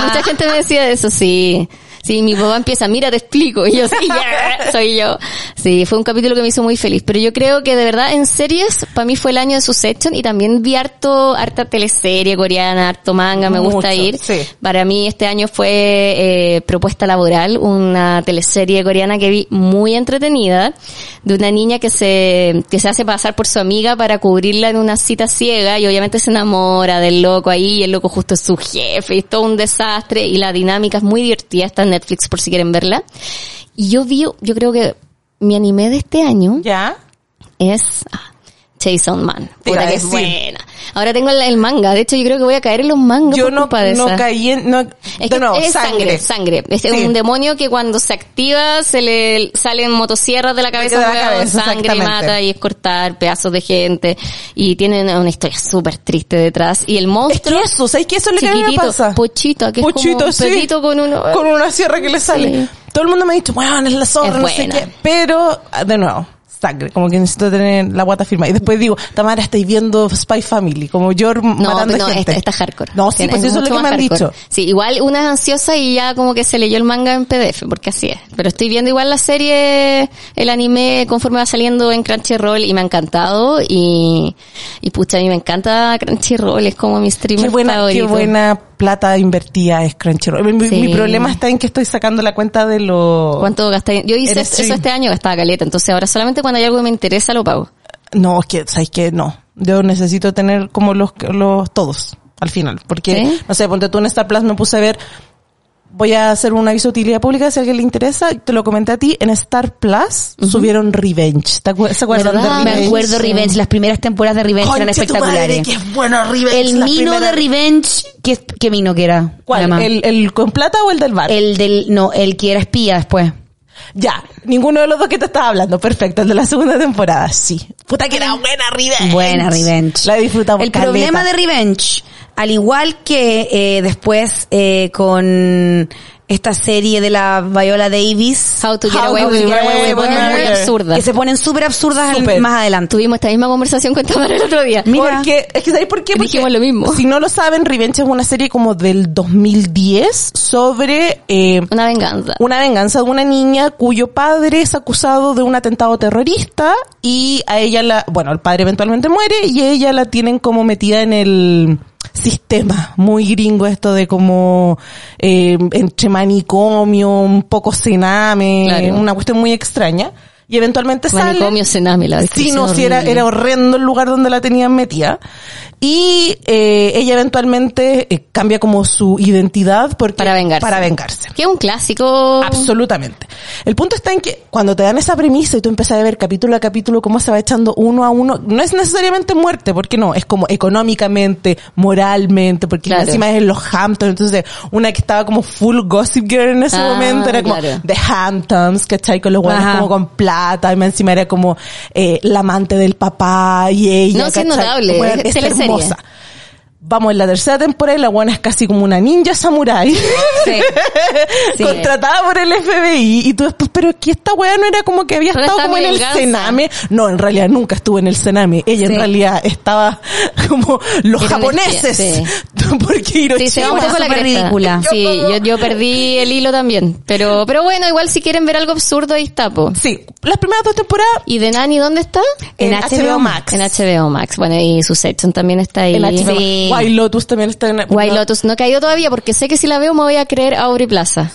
Speaker 1: mucha gente me decía eso, sí. Sí, mi papá empieza, mira, te explico. Y yo, sí, ya, soy yo. Sí, fue un capítulo que me hizo muy feliz. Pero yo creo que de verdad, en series, para mí fue el año de Succession y también vi harto, harta teleserie coreana, harto manga, me gusta
Speaker 2: Mucho,
Speaker 1: ir.
Speaker 2: sí.
Speaker 1: Para mí este año fue eh, Propuesta Laboral, una teleserie coreana que vi muy entretenida, de una niña que se, que se hace pasar por su amiga para cubrirla en una cita ciega y obviamente se enamora del loco ahí y el loco justo es su jefe y es todo un desastre y la dinámica es muy divertida, está en Netflix por si quieren verla. Y yo vi, yo creo que mi anime de este año
Speaker 2: Ya.
Speaker 1: es ah, Jason Man.
Speaker 2: Te iba
Speaker 1: Puta
Speaker 2: a
Speaker 1: que es
Speaker 2: decir.
Speaker 1: buena. Ahora tengo el, el manga. De hecho, yo creo que voy a caer en los mangas
Speaker 2: Yo
Speaker 1: por
Speaker 2: no,
Speaker 1: culpa de
Speaker 2: no
Speaker 1: esa.
Speaker 2: caí en, no,
Speaker 1: Es
Speaker 2: de
Speaker 1: que
Speaker 2: nuevo,
Speaker 1: es sangre, sangre. Es
Speaker 2: Sí.
Speaker 1: un demonio que cuando se activa se le salen motosierras de la cabeza,
Speaker 2: queda la
Speaker 1: huevón,
Speaker 2: cabeza,
Speaker 1: sangre y
Speaker 2: exactamente.
Speaker 1: mata y es cortar pedazos de gente y tienen una historia súper triste detrás y el
Speaker 2: Es que
Speaker 1: monstruo
Speaker 2: eso, ¿sabes qué? Eso es lo que a mí me
Speaker 1: chiquitito,
Speaker 2: pasa.
Speaker 1: pochito, que es como un
Speaker 2: sí.
Speaker 1: pelito con uno.
Speaker 2: Con una sierra que le sale.
Speaker 1: Sí.
Speaker 2: Todo el mundo me ha dicho, bueno, es la zorra,
Speaker 1: Es
Speaker 2: no sé
Speaker 1: buena.
Speaker 2: qué. Pero, ah, de nuevo, sangre. Como que necesito tener la guata firma. Y después digo, Tamara, estáis viendo Spy Family, como yo matando
Speaker 1: pero
Speaker 2: gente.
Speaker 1: Esta, esta es hardcore.
Speaker 2: No, sí,
Speaker 1: Tiene-
Speaker 2: pues eso es lo
Speaker 1: mucho
Speaker 2: que me
Speaker 1: más
Speaker 2: han
Speaker 1: hardcore.
Speaker 2: dicho.
Speaker 1: Sí, igual una es ansiosa y ya como que se leyó el manga en PDF, porque así es. Pero estoy viendo igual la serie, el anime, conforme va saliendo en Crunchyroll y me ha encantado y, y pucha, a mí me encanta Crunchyroll, es como mi streamer
Speaker 2: Qué buena,
Speaker 1: favorito.
Speaker 2: qué buena plata invertida es Crunchyroll. Mi, mi-
Speaker 1: Sí.
Speaker 2: mi problema está en que estoy sacando la cuenta de lo...
Speaker 1: ¿Cuánto gasté? Yo hice
Speaker 2: Eres
Speaker 1: eso
Speaker 2: stream.
Speaker 1: este año, gastaba caleta, entonces ahora solamente cuando hay algo que me interesa lo pago.
Speaker 2: No, es que, ¿sabes qué? No. Yo necesito tener como los, los todos al final. Porque,
Speaker 1: ¿Sí?
Speaker 2: no sé, ponte tú en Star Plus me puse a ver, voy a hacer un aviso de utilidad pública si a alguien le interesa, te lo comenté a ti, en Star Plus subieron Revenge. ¿Te acuer- ¿Se acuerdan de
Speaker 3: ¿Verdad?
Speaker 2: Revenge?
Speaker 3: Me acuerdo Revenge, las primeras temporadas de Revenge eran
Speaker 2: Conche tu madre,
Speaker 3: espectaculares.
Speaker 2: que es bueno Revenge.
Speaker 3: El
Speaker 2: la
Speaker 3: Mino
Speaker 2: primera-
Speaker 3: de Revenge, ¿qué, qué Mino que era?
Speaker 2: ¿Cuál?
Speaker 3: Además.
Speaker 2: ¿El, ¿El con plata o el del bar?
Speaker 3: El del, no, el que era espía después.
Speaker 2: Ya, ninguno de los dos que te estaba hablando. Perfecto, el de la segunda temporada, sí. Puta que era buena Revenge.
Speaker 3: Buena Revenge.
Speaker 2: La disfrutamos.
Speaker 3: El problema de Revenge, al igual que eh, después eh, con esta serie de la Viola Davis,
Speaker 1: How to get
Speaker 2: How
Speaker 1: away
Speaker 2: to
Speaker 1: with
Speaker 2: get
Speaker 1: murder.
Speaker 2: away
Speaker 1: Se
Speaker 2: with
Speaker 1: ponen muy
Speaker 2: murder.
Speaker 1: absurda.
Speaker 3: que se ponen súper absurdas al-
Speaker 2: Súper.
Speaker 3: más adelante.
Speaker 1: Tuvimos esta misma conversación con Tamara el otro día.
Speaker 3: Mira.
Speaker 2: Porque, es que ¿sabéis por qué? Porque
Speaker 1: Dijimos lo mismo.
Speaker 2: Si no lo saben, Revenge es una serie como del 2010 sobre eh,
Speaker 1: Una venganza.
Speaker 2: una venganza de una niña cuyo padre es acusado de un atentado terrorista y a ella la, bueno, el padre eventualmente muere y a ella la tienen como metida en el sistema muy gringo esto de como eh, entre manicomio, un poco cename,
Speaker 1: Claro.
Speaker 2: una cuestión muy extraña y eventualmente sale
Speaker 1: Manicomio Sename, la
Speaker 2: Sí,
Speaker 1: descripción
Speaker 2: no, sí, era,
Speaker 1: horrible.
Speaker 2: era horrendo el lugar donde la tenían metida. Y eh, ella eventualmente eh, cambia como su identidad porque,
Speaker 1: Para vengarse.
Speaker 2: Para vengarse.
Speaker 1: Que es un clásico.
Speaker 2: Absolutamente. El punto está en que cuando te dan esa premisa y tú empiezas a ver capítulo a capítulo cómo se va echando uno a uno, no es necesariamente muerte, porque no, es como económicamente, moralmente, porque
Speaker 1: Claro.
Speaker 2: encima es en los Hamptons, entonces una que estaba como full gossip girl en ese
Speaker 1: Ah,
Speaker 2: momento era como
Speaker 1: claro.
Speaker 2: The Hamptons, ¿cachai? Con los buenos
Speaker 3: Ajá.
Speaker 2: como con plata, y más encima era como eh, la amante del papá y ella.
Speaker 1: No, sí,
Speaker 2: ¿cachai?
Speaker 1: notable,
Speaker 2: Weón,
Speaker 1: es
Speaker 2: es
Speaker 1: teleserie.
Speaker 2: hermosa. Vamos en la tercera temporada y la buena es casi como una ninja samurái.
Speaker 3: Sí.
Speaker 1: Sí.
Speaker 2: contratada por el FBI y tú después, pero que esta weá no era como que había
Speaker 1: Pero
Speaker 2: estado
Speaker 1: esta
Speaker 2: como en el
Speaker 1: venganza.
Speaker 2: Sename. No, en realidad nunca estuvo en el Sename. Ella
Speaker 3: Sí.
Speaker 2: en realidad estaba como los
Speaker 1: Era una
Speaker 2: japoneses.
Speaker 1: espía,
Speaker 2: Porque
Speaker 1: Sí,
Speaker 2: Hiroshima.
Speaker 1: se va un poco la
Speaker 3: súper
Speaker 1: cresta.
Speaker 3: ridícula.
Speaker 1: Sí, yo, yo perdí el hilo también. Pero, pero bueno, igual si quieren ver algo absurdo, ahí está, po.
Speaker 2: Sí, las primeras dos temporadas
Speaker 1: ¿Y de Nani dónde está?
Speaker 2: en, HBO Max.
Speaker 1: En HBO Max. Bueno, y Succession también está ahí.
Speaker 2: En HBO Max.
Speaker 1: Sí.
Speaker 2: White Lotus también está en
Speaker 1: White Lotus no ha caído todavía porque sé que si la veo me voy a creer a Aubrey Plaza.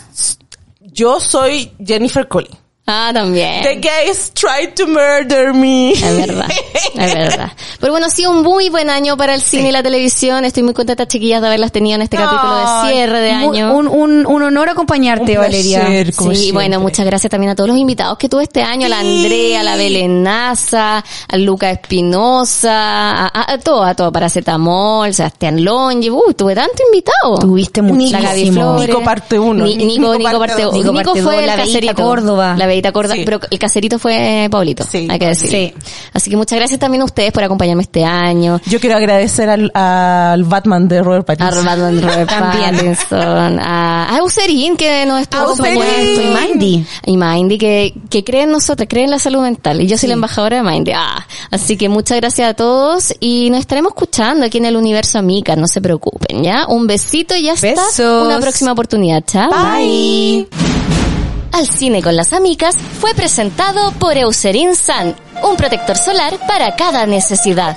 Speaker 2: Yo soy Jennifer Coley.
Speaker 1: Ah, también.
Speaker 2: The guys tried to murder me.
Speaker 1: Es verdad, es verdad. Pero bueno, ha sido un muy buen año para el cine y la televisión. Estoy muy contenta, chiquillas, de haberlas tenido en este
Speaker 2: Ay,
Speaker 1: capítulo de cierre de
Speaker 3: Mu-
Speaker 1: año.
Speaker 3: Un, un, un honor acompañarte,
Speaker 2: Un
Speaker 3: Valeria.
Speaker 2: placer.
Speaker 1: Sí,
Speaker 2: como siempre.
Speaker 1: bueno, muchas gracias también a todos los invitados que tuve este año, a la
Speaker 2: Sí.
Speaker 1: Andrea, a la Belenaza, a Luca Espinosa, a, a, a todo, a todo, Paracetamol, Sebastián Longe, uy, tuve tanto invitado.
Speaker 3: Tuviste
Speaker 1: la Gaby
Speaker 3: muchísimo.
Speaker 1: Flores.
Speaker 2: Nico parte uno.
Speaker 1: Ni- Nico,
Speaker 2: Nico
Speaker 1: Nico
Speaker 2: parte
Speaker 1: parte
Speaker 2: dos.
Speaker 1: 1. Nico,
Speaker 3: Nico parte
Speaker 1: fue
Speaker 3: dos,
Speaker 1: el
Speaker 3: la Bellita
Speaker 1: caserito.
Speaker 3: Córdoba.
Speaker 1: La Bellita Córdoba,
Speaker 2: Sí.
Speaker 1: pero el caserito fue Paulito.
Speaker 2: Sí.
Speaker 1: hay que decir.
Speaker 3: Sí.
Speaker 1: Así que muchas gracias también a ustedes por acompañarme este año.
Speaker 2: Yo quiero agradecer al, al Batman de Robert
Speaker 1: A
Speaker 2: Pattinson.
Speaker 1: Robert Robert
Speaker 3: También.
Speaker 1: Pattinson, Ah, a, a Eucerin que nos
Speaker 2: A
Speaker 1: estuvo
Speaker 2: Eucerin.
Speaker 1: acompañando, y Mindy, y Mindy que, que cree en nosotros, cree en la salud mental y yo soy la embajadora de Mindy. Ah, así que muchas gracias a todos y nos estaremos escuchando aquí en el Universo Amica, no se preocupen, ¿ya? Un besito y hasta
Speaker 3: Besos.
Speaker 1: una próxima oportunidad. Chao.
Speaker 3: Bye.
Speaker 1: Al cine con las amigas fue presentado por Eucerin San, un protector solar para cada necesidad.